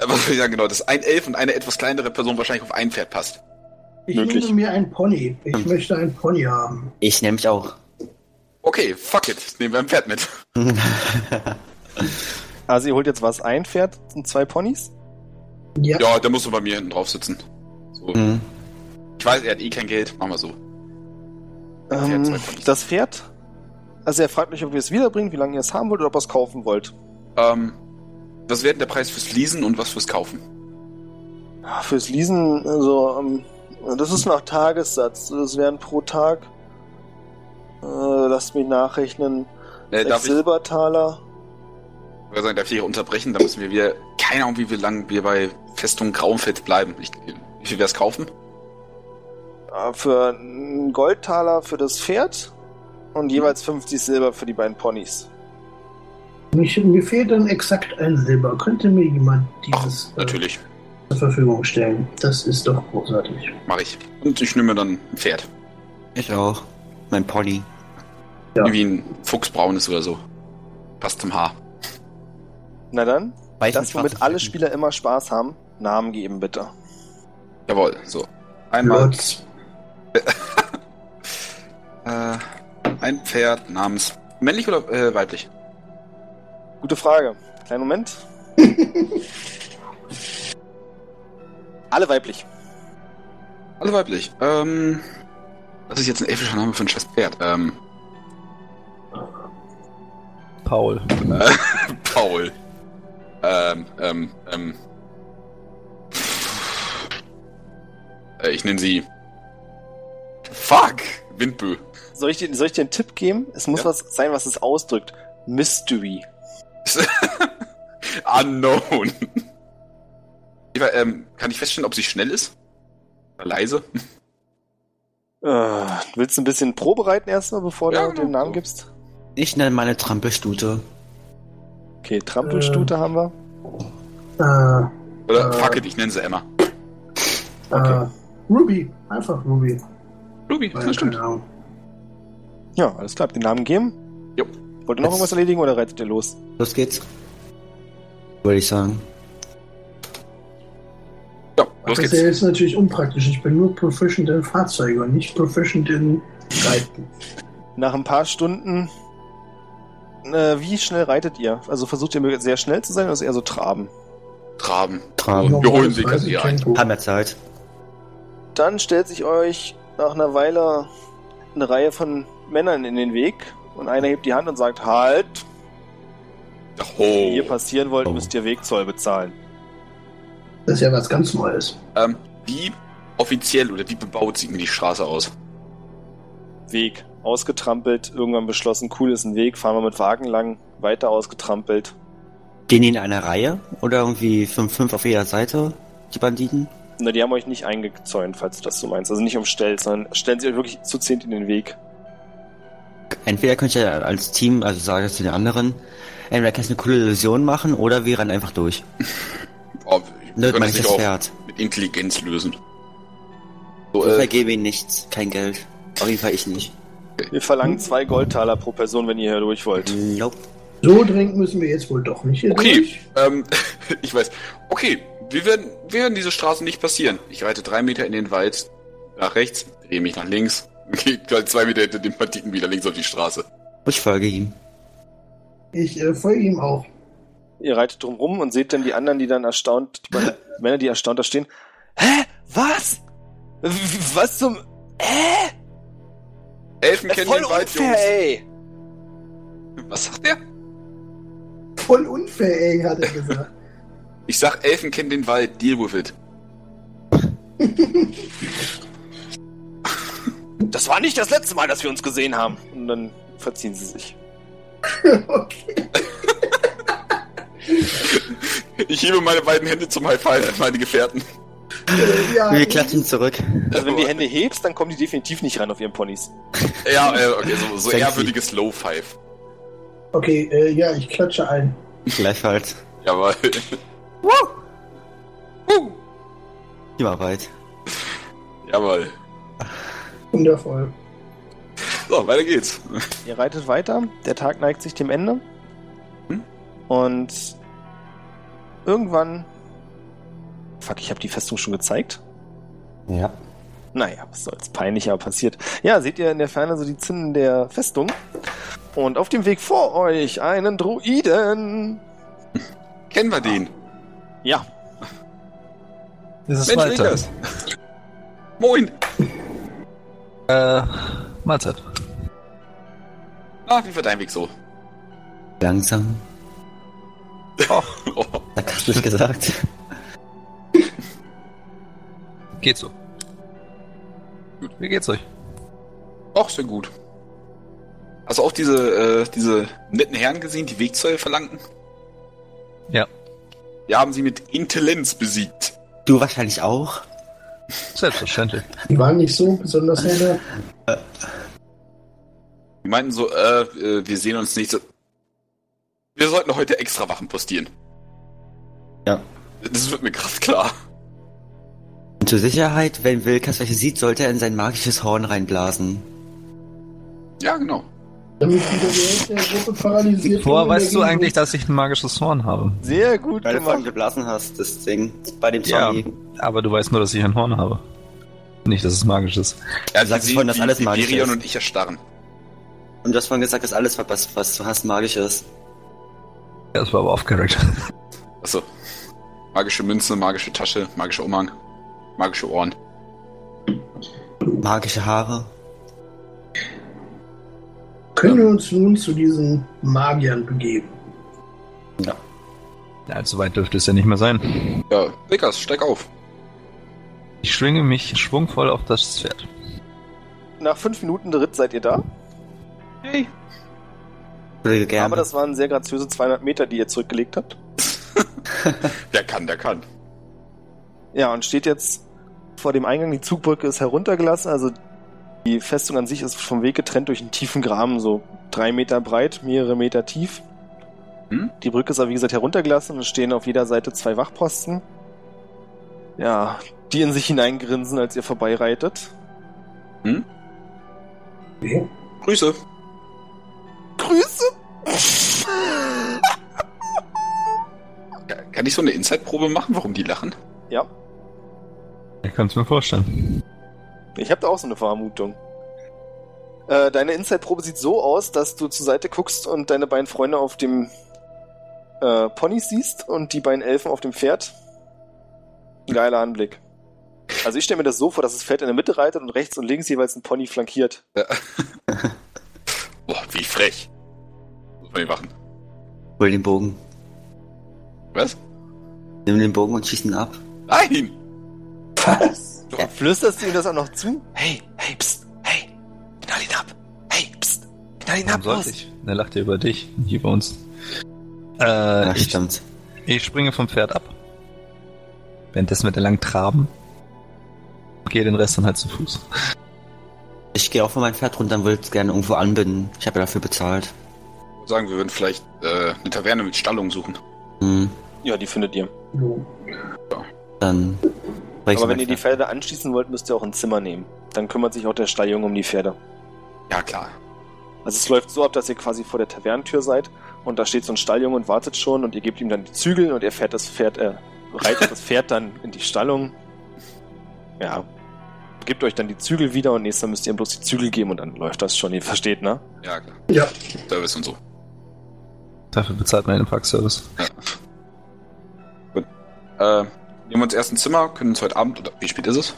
S3: Aber was soll ich sagen, genau, dass ein Elf und eine etwas kleinere Person wahrscheinlich auf ein Pferd passt.
S4: Ich
S2: Möglich. Hm.
S4: nehme mir einen Pony. Ich möchte einen Pony haben.
S5: Ich nehme mich auch.
S3: Okay, fuck it. Nehmen wir ein Pferd mit.
S2: Also ihr holt jetzt was ein Pferd und zwei Ponys?
S4: Ja.
S3: Ja, der muss so bei mir hinten drauf sitzen. So.
S5: Mhm.
S3: Ich weiß, er hat eh kein Geld. Machen wir so. Pferd,
S2: Ähm,
S3: zwei Ponys.
S2: das Pferd? Also er fragt mich, ob ihr es wiederbringt, wie lange ihr es haben wollt oder ob ihr es kaufen wollt.
S3: Ähm. Was wäre denn der Preis fürs Leasen und was fürs Kaufen?
S2: Ah, Fürs Leasen, also, ähm, das ist nach Tagessatz. Das wären pro Tag, äh, lasst mich nachrechnen,
S3: Äh,
S2: sechs
S3: darf ich,
S2: Silbertaler.
S3: ich würde sagen, darf ich hier unterbrechen? Da müssen wir wieder. Keine Ahnung, wie wir lang wir bei Festung Graumfeld bleiben. Ich, wie viel wär's kaufen?
S2: Ah, Für einen Goldtaler für das Pferd und jeweils 50 Silber für die beiden Ponys.
S4: Mich, mir fehlt dann exakt ein Silber. Könnte mir jemand
S3: Ach,
S4: dieses äh,
S3: natürlich.
S4: zur Verfügung stellen? Das ist doch großartig.
S3: Mache ich. Und ich nehme mir dann ein Pferd.
S5: Ich auch. Mein Pony.
S4: Ja.
S3: Irgendwie ein fuchsbraunes oder so. Passt zum Haar.
S2: Na dann,
S5: Weiß
S2: das, womit alle Spieler immer Spaß haben, Namen geben bitte.
S3: Jawohl, so. Einmal
S4: Lutz.
S3: äh, ein Pferd namens. Männlich oder äh, weiblich?
S2: Gute Frage. Kleinen Moment. Alle weiblich.
S3: Alle weiblich. Ähm. Das ist jetzt ein elfischer Name für ein scheiß Pferd. Ähm.
S1: Paul.
S3: Paul. Ähm, ähm, ähm. Äh, ich nenne sie. Fuck! Windbö.
S2: Soll ich, dir, soll ich dir einen Tipp geben? Es muss
S3: Ja.
S2: was sein, was es ausdrückt. Mystery.
S3: Unknown. Ich weiß, ähm, kann ich feststellen, ob sie schnell ist? Oder leise?
S2: Äh, willst du ein bisschen probereiten erstmal, bevor
S3: Ja,
S2: du
S3: genau.
S2: den Namen gibst?
S5: Ich nenne meine Trampelstute.
S2: Okay, Trampelstute haben wir.
S4: Äh,
S3: Oder
S4: Äh.
S3: fuck it, ich nenne sie Emma.
S4: äh, Ruby. Einfach Ruby.
S3: Ruby,
S4: Weil, keine Ahnung.
S2: Ja, alles klar. Habt ihr den Namen gegeben?
S3: Jo.
S2: Wollt ihr noch
S5: Jetzt-
S2: irgendwas erledigen oder reitet ihr los?
S5: Los geht's. Würde ich sagen.
S3: Ja, los
S4: Das
S3: geht's.
S4: ist ja jetzt natürlich unpraktisch. Ich bin nur proficient in Fahrzeuge und nicht proficient in Reiten.
S2: Nach ein paar Stunden. Äh, wie schnell reitet ihr? Also versucht ihr möglichst sehr schnell zu sein oder ist eher so traben?
S3: Traben.
S5: Traben.
S3: Wir holen sie ganz hier ein.
S4: Tempo.
S5: Haben wir Zeit.
S2: Dann stellt sich euch nach einer Weile eine Reihe von Männern in den Weg und einer hebt die Hand und sagt: Halt! Wenn ihr
S3: Oh.
S2: passieren wollt,
S5: Oh.
S2: müsst ihr Wegzoll bezahlen.
S4: Das ist ja was ganz Neues.
S3: Ähm, wie offiziell oder wie bebaut sieht denn die Straße aus?
S2: Weg. Ausgetrampelt, irgendwann beschlossen, cool ist ein Weg, fahren wir mit Wagen lang, weiter ausgetrampelt.
S5: Gehen die in einer Reihe? Oder irgendwie 5-5 auf jeder Seite? Die Banditen?
S2: Na, die haben euch nicht eingezäunt, falls du das so meinst. Also nicht umstellt, sondern stellen sie euch wirklich zu zehnt in den Weg.
S5: Entweder könnt ihr als Team, also sage ich zu den anderen, entweder kannst du eine coole Illusion machen oder wir rennen einfach durch.
S3: Oh, wir
S5: Nö,
S3: können
S5: mein
S3: das nicht
S5: das
S3: auch
S5: Pferd.
S3: mit Intelligenz lösen. So,
S5: Ich
S3: äh,
S5: vergebe ihm nichts, kein Geld. Auf jeden Fall ich nicht.
S2: Wir verlangen zwei Goldtaler pro Person, wenn ihr hier durch wollt.
S5: Nope.
S4: So dringend müssen wir jetzt wohl doch nicht hier
S3: Okay,
S4: durch.
S3: ähm, ich weiß. Okay, wir werden, wir werden diese Straße nicht passieren. Ich reite drei Meter in den Wald nach rechts, drehe mich nach links, gehe gleich zwei Meter hinter den Banditen wieder links auf die Straße.
S5: Ich folge ihm.
S4: Ich äh, folge ihm auch.
S2: Ihr reitet drumrum und seht dann die anderen, die dann erstaunt, die beiden Männer, die erstaunt da stehen. Hä? Was? W- Was zum... Hä?
S3: Elfen kennen
S2: Äh, Voll
S3: den Wald,
S2: unfair, ey!
S3: Jungs. Was sagt er?
S4: Voll unfair, ey, hat er gesagt.
S3: Ich sag, Elfen kennen den Wald, deal with it.
S2: Das war nicht das letzte Mal, dass wir uns gesehen haben. Und dann verziehen sie sich.
S4: okay.
S3: Ich hebe meine beiden Hände zum High Five an meine Gefährten.
S4: Äh, ja,
S5: Wir klatschen zurück.
S2: Also wenn die Hände hebst, dann kommen die definitiv nicht ran auf ihren Ponys.
S3: Ja, äh, okay, so, so
S5: Sexy.
S3: ehrwürdiges Low Five.
S4: okay, äh, ja, ich klatsche ein.
S5: Gleichfalls.
S3: Jawohl.
S5: Teamarbeit.
S3: Jawohl.
S4: Wundervoll.
S3: So, weiter geht's.
S2: Ihr reitet weiter, der Tag neigt sich dem Ende.
S3: Hm?
S2: Und irgendwann... Fuck, ich habe die Festung schon gezeigt.
S5: Ja.
S2: Naja, was soll's, peinlich, aber passiert. Ja, seht ihr in der Ferne so die Zinnen der Festung. Und auf dem Weg vor euch einen Druiden.
S3: Kennen wir den?
S2: Ja,
S8: Ist es
S3: Mensch, Niklas. Moin.
S8: Äh, Mahlzeit.
S3: Ah, wie war dein Weg so?
S5: Langsam.
S3: Oh.
S5: Sarkastisch gesagt.
S8: Geht so. Gut, wie geht's euch?
S3: Auch sehr gut. Hast du auch diese, äh, diese netten Herren gesehen, die Wegzoll verlangten?
S8: Ja.
S3: Wir haben sie mit Intelligenz besiegt.
S5: Du wahrscheinlich auch.
S8: Selbstverständlich.
S4: Die waren nicht so besonders nett.
S3: Die meinten so, äh, äh, wir sehen uns nicht. so- Wir sollten heute extra Wachen postieren.
S5: Ja.
S3: Das wird mir krass klar.
S5: Und zur Sicherheit, wenn Wilkas welche sieht, sollte er in sein magisches Horn reinblasen.
S3: Ja, genau.
S4: Damit wieder die Hälfte der Gruppe paralysiert
S8: Woher
S4: wurde,
S8: weißt du
S4: dagegen-
S8: eigentlich, dass ich ein magisches Horn habe?
S2: sehr gut
S5: Weil du vorhin
S2: gemacht.
S5: geblasen hast, das Ding. Bei dem
S8: Ja.
S5: Zombie.
S8: Aber du weißt nur, dass ich ein Horn habe. Nicht, dass es magisch ist.
S3: Ja,
S5: sagst vorhin, dass alles magisch
S3: Virion
S5: ist.
S3: und ich erstarren.
S5: Und du hast vorhin gesagt, dass alles, was, was du hast, magisch ist.
S8: Ja, Das war aber off-character.
S3: Achso. Magische Münze, magische Tasche, magischer Umhang, magische Ohren.
S5: Magische Haare.
S4: Können wir uns nun zu diesen Magiern begeben?
S8: Ja, allzu weit dürfte es ja nicht mehr sein.
S3: Ja, Rickers, steig auf.
S8: Ich schwinge mich schwungvoll auf das Pferd.
S2: Nach fünf Minuten Ritt seid ihr da.
S5: Würde gerne.
S2: Aber das waren sehr graziöse 200 Meter, die ihr zurückgelegt habt.
S3: Der kann, der kann.
S2: Ja, und steht jetzt vor dem Eingang. Die Zugbrücke ist heruntergelassen. Also die Festung an sich ist vom Weg getrennt durch einen tiefen Graben. So drei Meter breit, mehrere Meter tief.
S3: Hm?
S2: Die Brücke ist aber wie gesagt heruntergelassen und es stehen auf jeder Seite zwei Wachposten. Ja, die in sich hineingrinsen, als ihr vorbeireitet.
S3: Grüße.
S2: Grüße!
S3: Kann ich so eine Inside-Probe machen, warum die lachen?
S2: Ja,
S8: Ich kann es mir vorstellen.
S2: ich habe da auch so eine Vermutung. Äh, deine Inside-Probe sieht so aus, dass du zur Seite guckst und deine beiden Freunde auf dem äh, Pony siehst und die beiden Elfen auf dem Pferd. Ein geiler Anblick. Also ich stelle mir das so vor, dass das Pferd in der Mitte reitet und rechts und links jeweils ein Pony flankiert.
S3: Boah, wie frech. Muss man ihn machen.
S5: Hol den Bogen.
S3: Was?
S5: Nimm den Bogen und schieß ihn ab.
S3: Nein!
S2: Flüsterst du ihm das auch noch zu? Hey, hey, pst, hey, knall ihn ab. Hey, pst, knall ihn
S8: Warum sollte ich? Der lacht ja über dich, nicht über uns. Äh,
S5: Ach,
S8: ich,
S5: stimmt.
S8: ich springe vom Pferd ab. Währenddessen wird er lang traben. Gehe den Rest dann halt zu Fuß.
S5: Ich gehe auch von meinem Pferd runter und würde es gerne irgendwo anbinden. Ich habe ja dafür bezahlt.
S3: Ich würde sagen, wir würden vielleicht äh, eine Taverne mit Stallung suchen.
S5: Hm.
S7: Ja, die findet ihr.
S5: Dann. bringst
S2: Aber
S5: du
S2: wenn
S5: mein
S2: ihr die
S5: Pferd.
S2: Pferde anschließen wollt, müsst ihr auch ein Zimmer nehmen. Dann kümmert sich auch der Stalljunge um die Pferde.
S3: Ja, klar.
S2: Also es läuft so ab, dass ihr quasi vor der Tavernentür seid und da steht so ein Stalljunge und wartet schon und ihr gebt ihm dann die Zügel und er fährt das Pferd, äh, reitet das Pferd dann in die Stallung. Ja. Gebt euch dann die Zügel wieder und nächstes Mal müsst ihr ihm bloß die Zügel geben und dann läuft das schon. Ihr versteht, ne?
S3: Ja, klar.
S4: Ja.
S3: Service und so.
S8: Dafür bezahlt man den Parkservice.
S3: Äh, nehmen wir uns erst ein Zimmer, können uns heute Abend, oder wie spät ist es?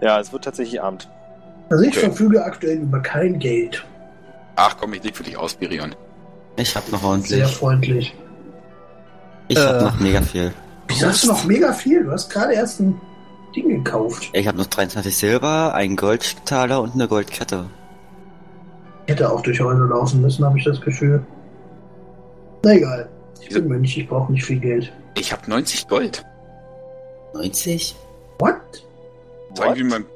S2: Ja, es wird tatsächlich Abend.
S4: Also ich
S3: Okay.
S4: verfüge aktuell über kein Geld.
S3: Ach komm, ich leg für dich aus, Birion.
S5: Ich habe noch
S4: Sehr
S5: ordentlich.
S4: freundlich.
S5: Ich habe noch mega viel.
S4: Wieso hast du noch mega viel? Du hast gerade erst ein Ding gekauft.
S5: Ich habe noch 23 Silber, einen Goldtaler und eine Goldkette.
S4: Ich hätte auch durch Häuser laufen müssen, habe ich das Gefühl. Na egal. Ich
S3: Wieso?
S4: bin Mönch, ich brauche nicht viel Geld.
S3: Ich habe 90 Gold.
S5: 90?
S4: What?
S3: Das war irgendwie mein.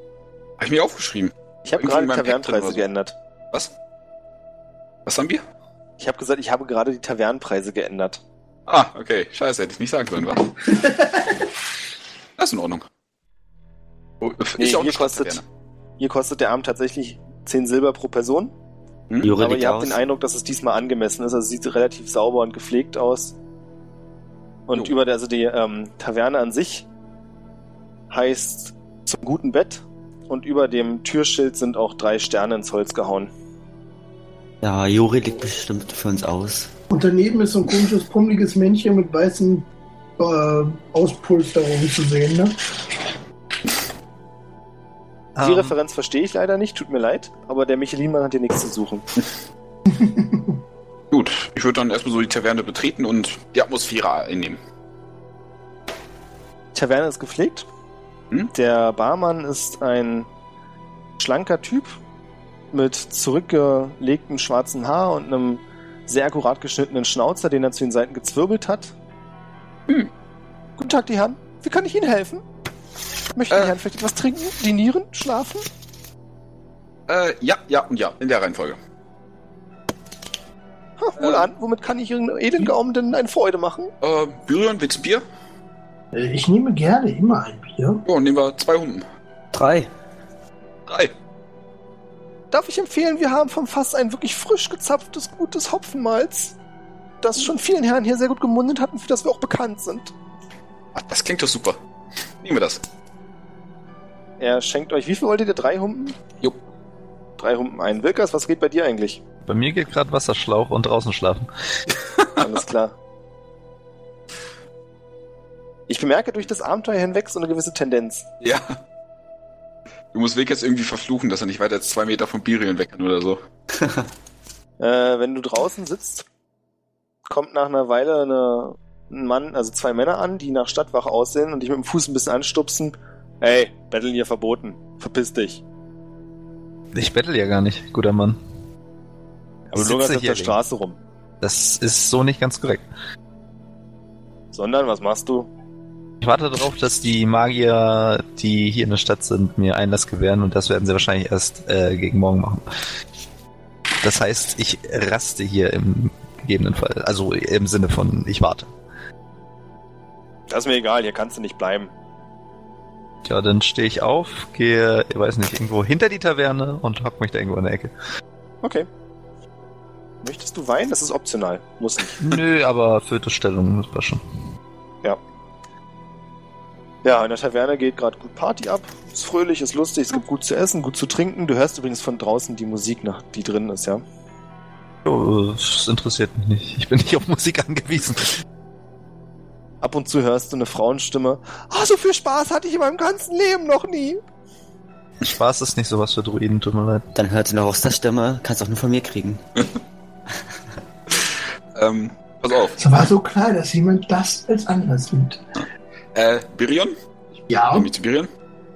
S3: Hab ich mir aufgeschrieben.
S2: Ich habe
S3: Irgendwie
S2: gerade die
S3: mein Pack drin oder
S2: Tavernenpreise
S3: so.
S2: geändert.
S3: Was? Was haben wir?
S2: Ich habe gesagt, ich habe gerade die Tavernenpreise geändert.
S3: Ah, okay. Scheiße, hätte ich nicht sagen können, warte. das ist in Ordnung. Oh,
S2: Nee,
S3: ich auch
S2: hier,
S3: eine
S2: kostet,
S3: Stadtaverne.
S2: hier kostet der Abend tatsächlich 10 Silber pro Person.
S5: Jure
S2: aber
S5: liegt
S2: ihr habt
S5: aus.
S2: den Eindruck, dass es diesmal angemessen ist. Also es sieht relativ sauber und gepflegt aus. Und
S3: Jo.
S2: über der, also die ähm, Taverne an sich heißt zum guten Bett. Und über dem Türschild sind auch drei Sterne ins Holz gehauen.
S5: Ja, Juri liegt bestimmt für uns aus.
S4: Und daneben ist so ein komisches, pummeliges Männchen mit weißen äh, Auspolsterungen zu sehen, ne?
S2: Die
S8: Ähm,
S2: Referenz verstehe ich leider nicht, tut mir leid. Aber der Michelin-Mann hat hier nichts zu suchen.
S3: Gut, ich würde dann erstmal so die Taverne betreten und die Atmosphäre einnehmen.
S2: Die Taverne ist gepflegt.
S3: Hm?
S2: Der Barmann ist ein schlanker Typ mit zurückgelegtem schwarzen Haar und einem sehr akkurat geschnittenen Schnauzer, den er zu den Seiten gezwirbelt hat.
S3: Hm.
S2: Guten Tag, die Herren. Wie kann ich Ihnen helfen? Möchten
S3: Äh.
S2: die Herren vielleicht etwas trinken, dinieren, schlafen?
S3: Äh, ja, ja und ja, in der Reihenfolge.
S2: Ha, wohl
S3: Äh. Hm?
S2: an. Womit kann ich Ihren edlen Gaumen denn eine Freude machen?
S3: Äh, Birion, willst du ein Bier?
S4: Äh, Ich nehme gerne immer ein Bier.
S3: Ja, nehmen wir zwei Humpen.
S5: Drei.
S3: Drei.
S2: Darf ich empfehlen, wir haben vom Fass ein wirklich frisch gezapftes, gutes Hopfenmalz, das
S3: Hm.
S2: schon vielen Herren hier sehr gut gemundet hat und für das wir auch bekannt sind.
S3: Ach, das klingt doch super. Nehmen wir das.
S2: Er schenkt euch, wie viel wolltet ihr? Drei Humpen?
S3: Jo.
S2: Drei Humpen ein. Wilkas, was geht bei dir eigentlich?
S8: bei mir geht gerade Wasserschlauch und draußen schlafen.
S2: Alles klar. Ich bemerke durch das Abenteuer hinweg so eine gewisse Tendenz.
S3: Ja. Du musst Weg jetzt irgendwie verfluchen, dass er nicht weiter als zwei Meter von Birion weg kann oder so.
S2: Äh, wenn du draußen sitzt, kommt nach einer Weile eine, ein Mann, also zwei Männer an, die nach Stadtwache aussehen und dich mit dem Fuß ein bisschen anstupsen. Ey, Betteln hier verboten. Verpiss dich.
S8: Ich bettel ja gar nicht, guter Mann.
S2: Aber
S8: Sitze
S2: du auf
S8: hier
S2: der
S8: links.
S2: Straße rum.
S8: Das ist so nicht ganz korrekt.
S2: Sondern, was machst du?
S8: Ich warte darauf, dass die Magier, die hier in der Stadt sind, mir Einlass gewähren und das werden sie wahrscheinlich erst äh, gegen morgen machen. Das heißt, ich raste hier im gegebenen Fall. Also im Sinne von, ich warte.
S2: Das ist mir egal, hier kannst du nicht bleiben.
S8: Ja, dann stehe ich auf, gehe, ich weiß nicht, irgendwo hinter die Taverne und hock mich da irgendwo in der Ecke.
S2: Okay. Möchtest du Wein? Das ist optional. Muss nicht.
S8: Nö, aber Viertelstellung, das war schon.
S2: Ja, in der Taverne geht gerade gut Party ab. Ist fröhlich, ist lustig, es gibt gut zu essen, gut zu trinken. Du hörst übrigens von draußen die Musik, nach, die drin ist, ja.
S8: Oh, das interessiert mich nicht. Ich bin nicht auf Musik angewiesen.
S2: Ab und zu hörst du eine Frauenstimme. Ah, so viel Spaß hatte ich in meinem ganzen Leben noch nie.
S8: Spaß ist nicht sowas für Druiden, tut mir leid.
S5: Dann hört sie noch aus der Stimme. Kannst auch nur von mir kriegen.
S3: Ähm, pass auf.
S4: Es war so klar, dass jemand das als anders nimmt.
S3: Äh, Birion?
S4: Ja,
S3: Komm ich zu Birion?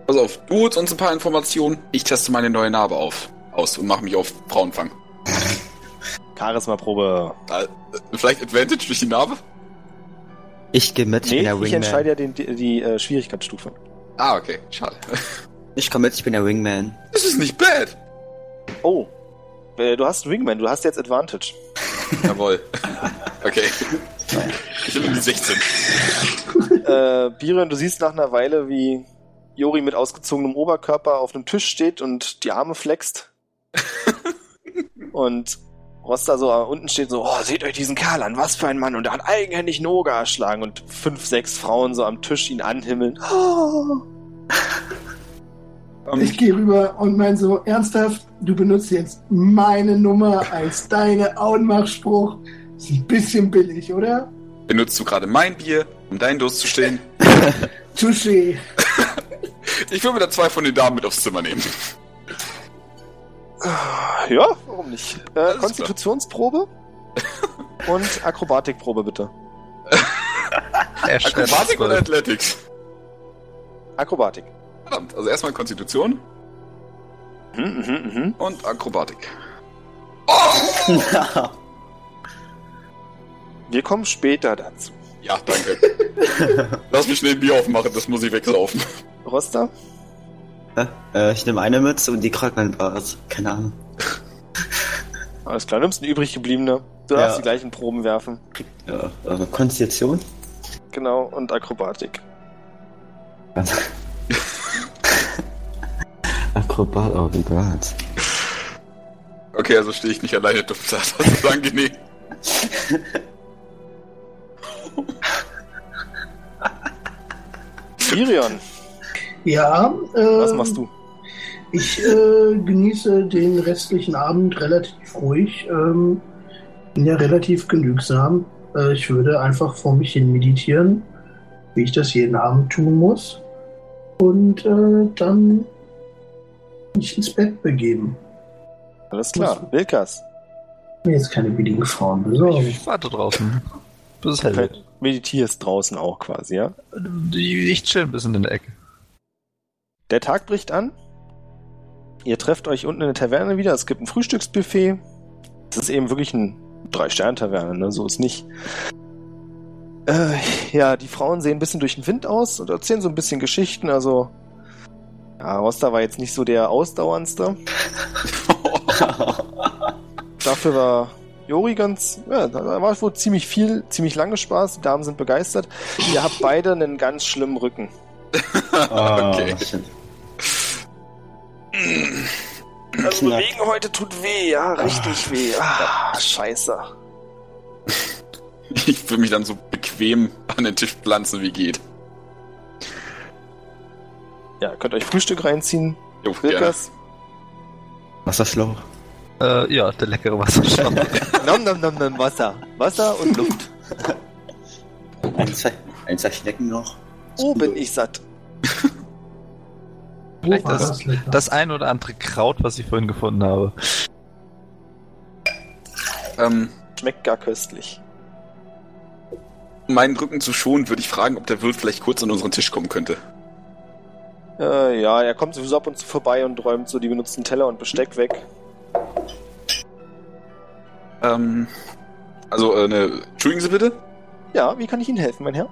S3: Pass auf, du holst uns ein paar Informationen. Ich teste meine neue Narbe auf. Aus und mach mich auf Frauenfang.
S2: Charisma-Probe.
S3: Äh, Vielleicht Advantage durch die Narbe?
S5: Ich gehe mit, ich
S2: Nee,
S5: bin der
S2: ich
S5: Wingman.
S2: entscheide ja den, die, die äh, Schwierigkeitsstufe.
S3: Ah, okay. Schade.
S5: Ich komme mit, ich bin der Wingman.
S3: Das ist nicht bad.
S2: Oh. Äh, Du hast Wingman, du hast jetzt Advantage.
S3: Jawohl. Okay. Ich bin um die 16.
S2: Äh, Biren, du siehst nach einer Weile, wie Jori mit ausgezogenem Oberkörper auf einem Tisch steht und die Arme flext. und Rosta so unten steht so, oh, seht euch diesen Kerl an, was für ein Mann. Und er hat eigenhändig Noga erschlagen und fünf, sechs Frauen so am Tisch ihn anhimmeln.
S4: Oh.
S3: Ähm,
S4: Ich gehe rüber und meine so, ernsthaft, du benutzt jetzt meine Nummer als deine Auenmachspruch. Ist ein bisschen billig, oder?
S3: benutzt du gerade mein Bier, um deinen Durst zu stillen?
S4: Touché.
S3: Ich will mir da zwei von den Damen mit aufs Zimmer nehmen.
S2: Ah, Ja, warum nicht?
S3: Alles
S2: Äh,
S3: klar.
S2: Konstitutionsprobe und Akrobatikprobe bitte.
S8: Er stellt
S3: Akrobatik oder
S8: zwölf.
S3: Athletics?
S2: Akrobatik.
S3: Verdammt, also erstmal Konstitution
S2: Mhm, mhm, mhm.
S3: und Akrobatik.
S2: Wir kommen später dazu.
S3: Ja, danke. Lass mich schnell ein Bier aufmachen, das muss ich wegsaufen.
S2: Rosta?
S5: Äh, ich nehme eine mit und die Krogman-Bars. Keine Ahnung.
S2: Alles klar, nimmst einen übrig gebliebene. Du darfst
S5: Ja.
S2: die gleichen Proben werfen.
S5: Ja, äh, Konstitution?
S2: Genau, und Akrobatik.
S5: Akrobat, oh mein Gott.
S3: Okay, also stehe ich nicht alleine dumm da. Das ist angenehm.
S2: Sirion,
S4: Ja. Äh,
S2: was machst du?
S4: Ich äh, genieße den restlichen Abend relativ ruhig. Ähm, bin ja relativ genügsam. Äh, ich würde einfach vor mich hin meditieren, wie ich das jeden Abend tun muss. Und äh, dann mich ins Bett begeben.
S2: Alles klar, Wilkas.
S4: Mir jetzt keine billigen Frauen besorgen.
S8: Ich warte draußen. Bis es hell
S1: Äh,
S2: Du
S8: wird.
S2: meditierst draußen auch quasi, ja?
S8: Ich chill ein bisschen in der Ecke.
S2: Der Tag bricht an. Ihr trefft euch unten in der Taverne wieder. Es gibt ein Frühstücksbuffet. Es ist eben wirklich ein Drei-Sterne-Taverne, ne? So ist nicht. Äh, ja, die Frauen sehen ein bisschen durch den Wind aus und erzählen so ein bisschen Geschichten. Also, ja, Rosta war jetzt nicht so der ausdauerndste. Dafür war Jori ganz, ja, da war wohl ziemlich viel, ziemlich lange Spaß. Die Damen sind begeistert. Ihr habt beide einen ganz schlimmen Rücken. Ah,
S5: Ah,
S3: Okay.
S5: shit.
S2: Also
S5: Knack.
S2: bewegen heute tut weh, ja, richtig weh. Ah, scheiße.
S3: Ich will mich dann so bequem an den Tisch pflanzen, wie geht.
S2: Ja, könnt euch Frühstück reinziehen.
S3: Jo, gerne.
S2: Wilkas.
S5: Wasserschlauch.
S8: Äh, ja, der leckere Wasserstoff.
S2: Nom nom nom nom Wasser. Wasser und Luft.
S5: Ein, zwei, ein, zwei Schnecken noch.
S2: Oh, bin ich satt.
S4: Wo war
S8: das-
S4: lecker?
S8: Das ein oder andere Kraut, was ich vorhin gefunden habe.
S3: Ähm,
S2: Schmeckt gar köstlich.
S3: um meinen Rücken zu schonen, würde ich fragen, ob der Wirt vielleicht kurz an unseren Tisch kommen könnte.
S2: Äh, ja, er kommt sowieso ab und zu vorbei und räumt so die benutzten Teller und Besteck weg.
S3: Ähm, also, äh, ne, entschuldigen Sie bitte.
S2: Ja, wie kann ich Ihnen helfen, mein Herr?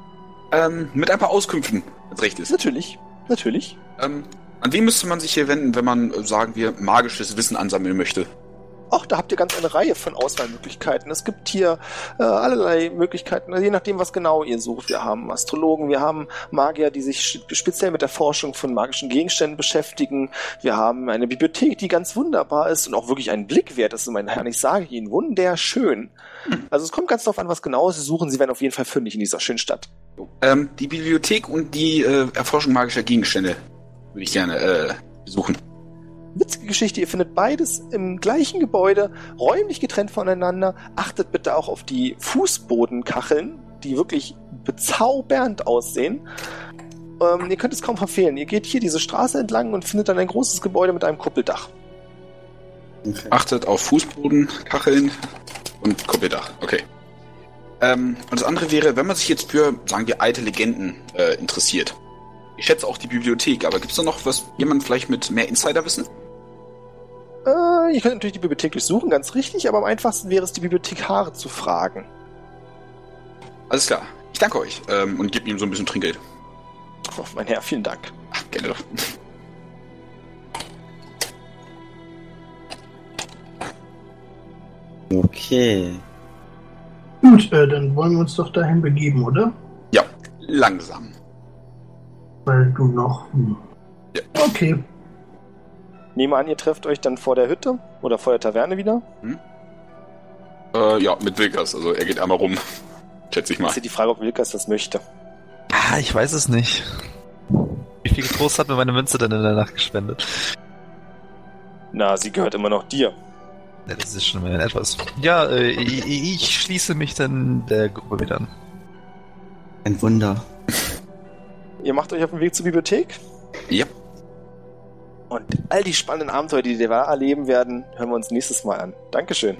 S3: Ähm, mit ein paar Auskünften, wenn's recht ist.
S2: Natürlich, natürlich.
S3: Ähm, an wen müsste man sich hier wenden, wenn man, äh, sagen wir, magisches Wissen ansammeln möchte?
S2: Ach, da habt ihr ganz eine Reihe von Auswahlmöglichkeiten. Es gibt hier äh, allerlei Möglichkeiten, je nachdem, was genau ihr sucht. Wir haben Astrologen, wir haben Magier, die sich sch- speziell mit der Forschung von magischen Gegenständen beschäftigen. Wir haben eine Bibliothek, die ganz wunderbar ist und auch wirklich einen Blick wert ist, mein Herr. Ich sage Ihnen, wunderschön. Also es kommt ganz darauf an, was genau Sie suchen. Sie werden auf jeden Fall fündig in dieser schönen Stadt.
S3: Ähm, die Bibliothek und die äh, Erforschung magischer Gegenstände würde ich gerne äh, besuchen.
S2: Witzige Geschichte, ihr findet beides im gleichen Gebäude, räumlich getrennt voneinander. Achtet bitte auch auf die Fußbodenkacheln, die wirklich bezaubernd aussehen. Ähm, ihr könnt es kaum verfehlen. Ihr geht hier diese Straße entlang und findet dann ein großes Gebäude mit einem Kuppeldach.
S5: Okay.
S3: Achtet auf Fußboden, Kacheln und Kopieldach. Okay. Ähm, und das andere wäre, wenn man sich jetzt für, sagen wir, alte Legenden äh, interessiert. Ich schätze auch die Bibliothek, aber gibt es da noch was, jemand vielleicht mit mehr Insiderwissen?
S2: Äh, ihr könnt natürlich die Bibliothek durchsuchen, ganz richtig, aber am einfachsten wäre es, die Bibliothekare zu fragen.
S3: Alles klar. Ich danke euch ähm, und gebe ihm so ein bisschen Trinkgeld.
S2: Oh, mein Herr, vielen Dank.
S3: Ach, gerne doch.
S5: Okay.
S4: Gut, äh, dann wollen wir uns doch dahin begeben, oder?
S3: Langsam.
S4: Weil du noch. Hm.
S3: Ja.
S4: Okay.
S2: Nehme an, ihr trefft euch dann vor der Hütte oder vor der Taverne wieder.
S3: Äh, ja, mit Wilkas. Also er geht einmal rum. Schätze ich mal.
S2: Ist ja die Frage, ob Wilkas das möchte.
S1: Ah, ich weiß es nicht. Wie viel Trost hat mir meine Münze denn in der Nacht gespendet?
S2: Na, sie gehört immer noch dir.
S1: Ja, Das ist schon mal etwas. Ja, äh, ich, ich schließe mich dann der Gruppe wieder an.
S5: Ein Wunder.
S2: Ihr macht euch auf den Weg zur Bibliothek.
S3: Ja.
S2: Und all die spannenden Abenteuer, die wir da erleben werden, hören wir uns nächstes Mal an. Dankeschön.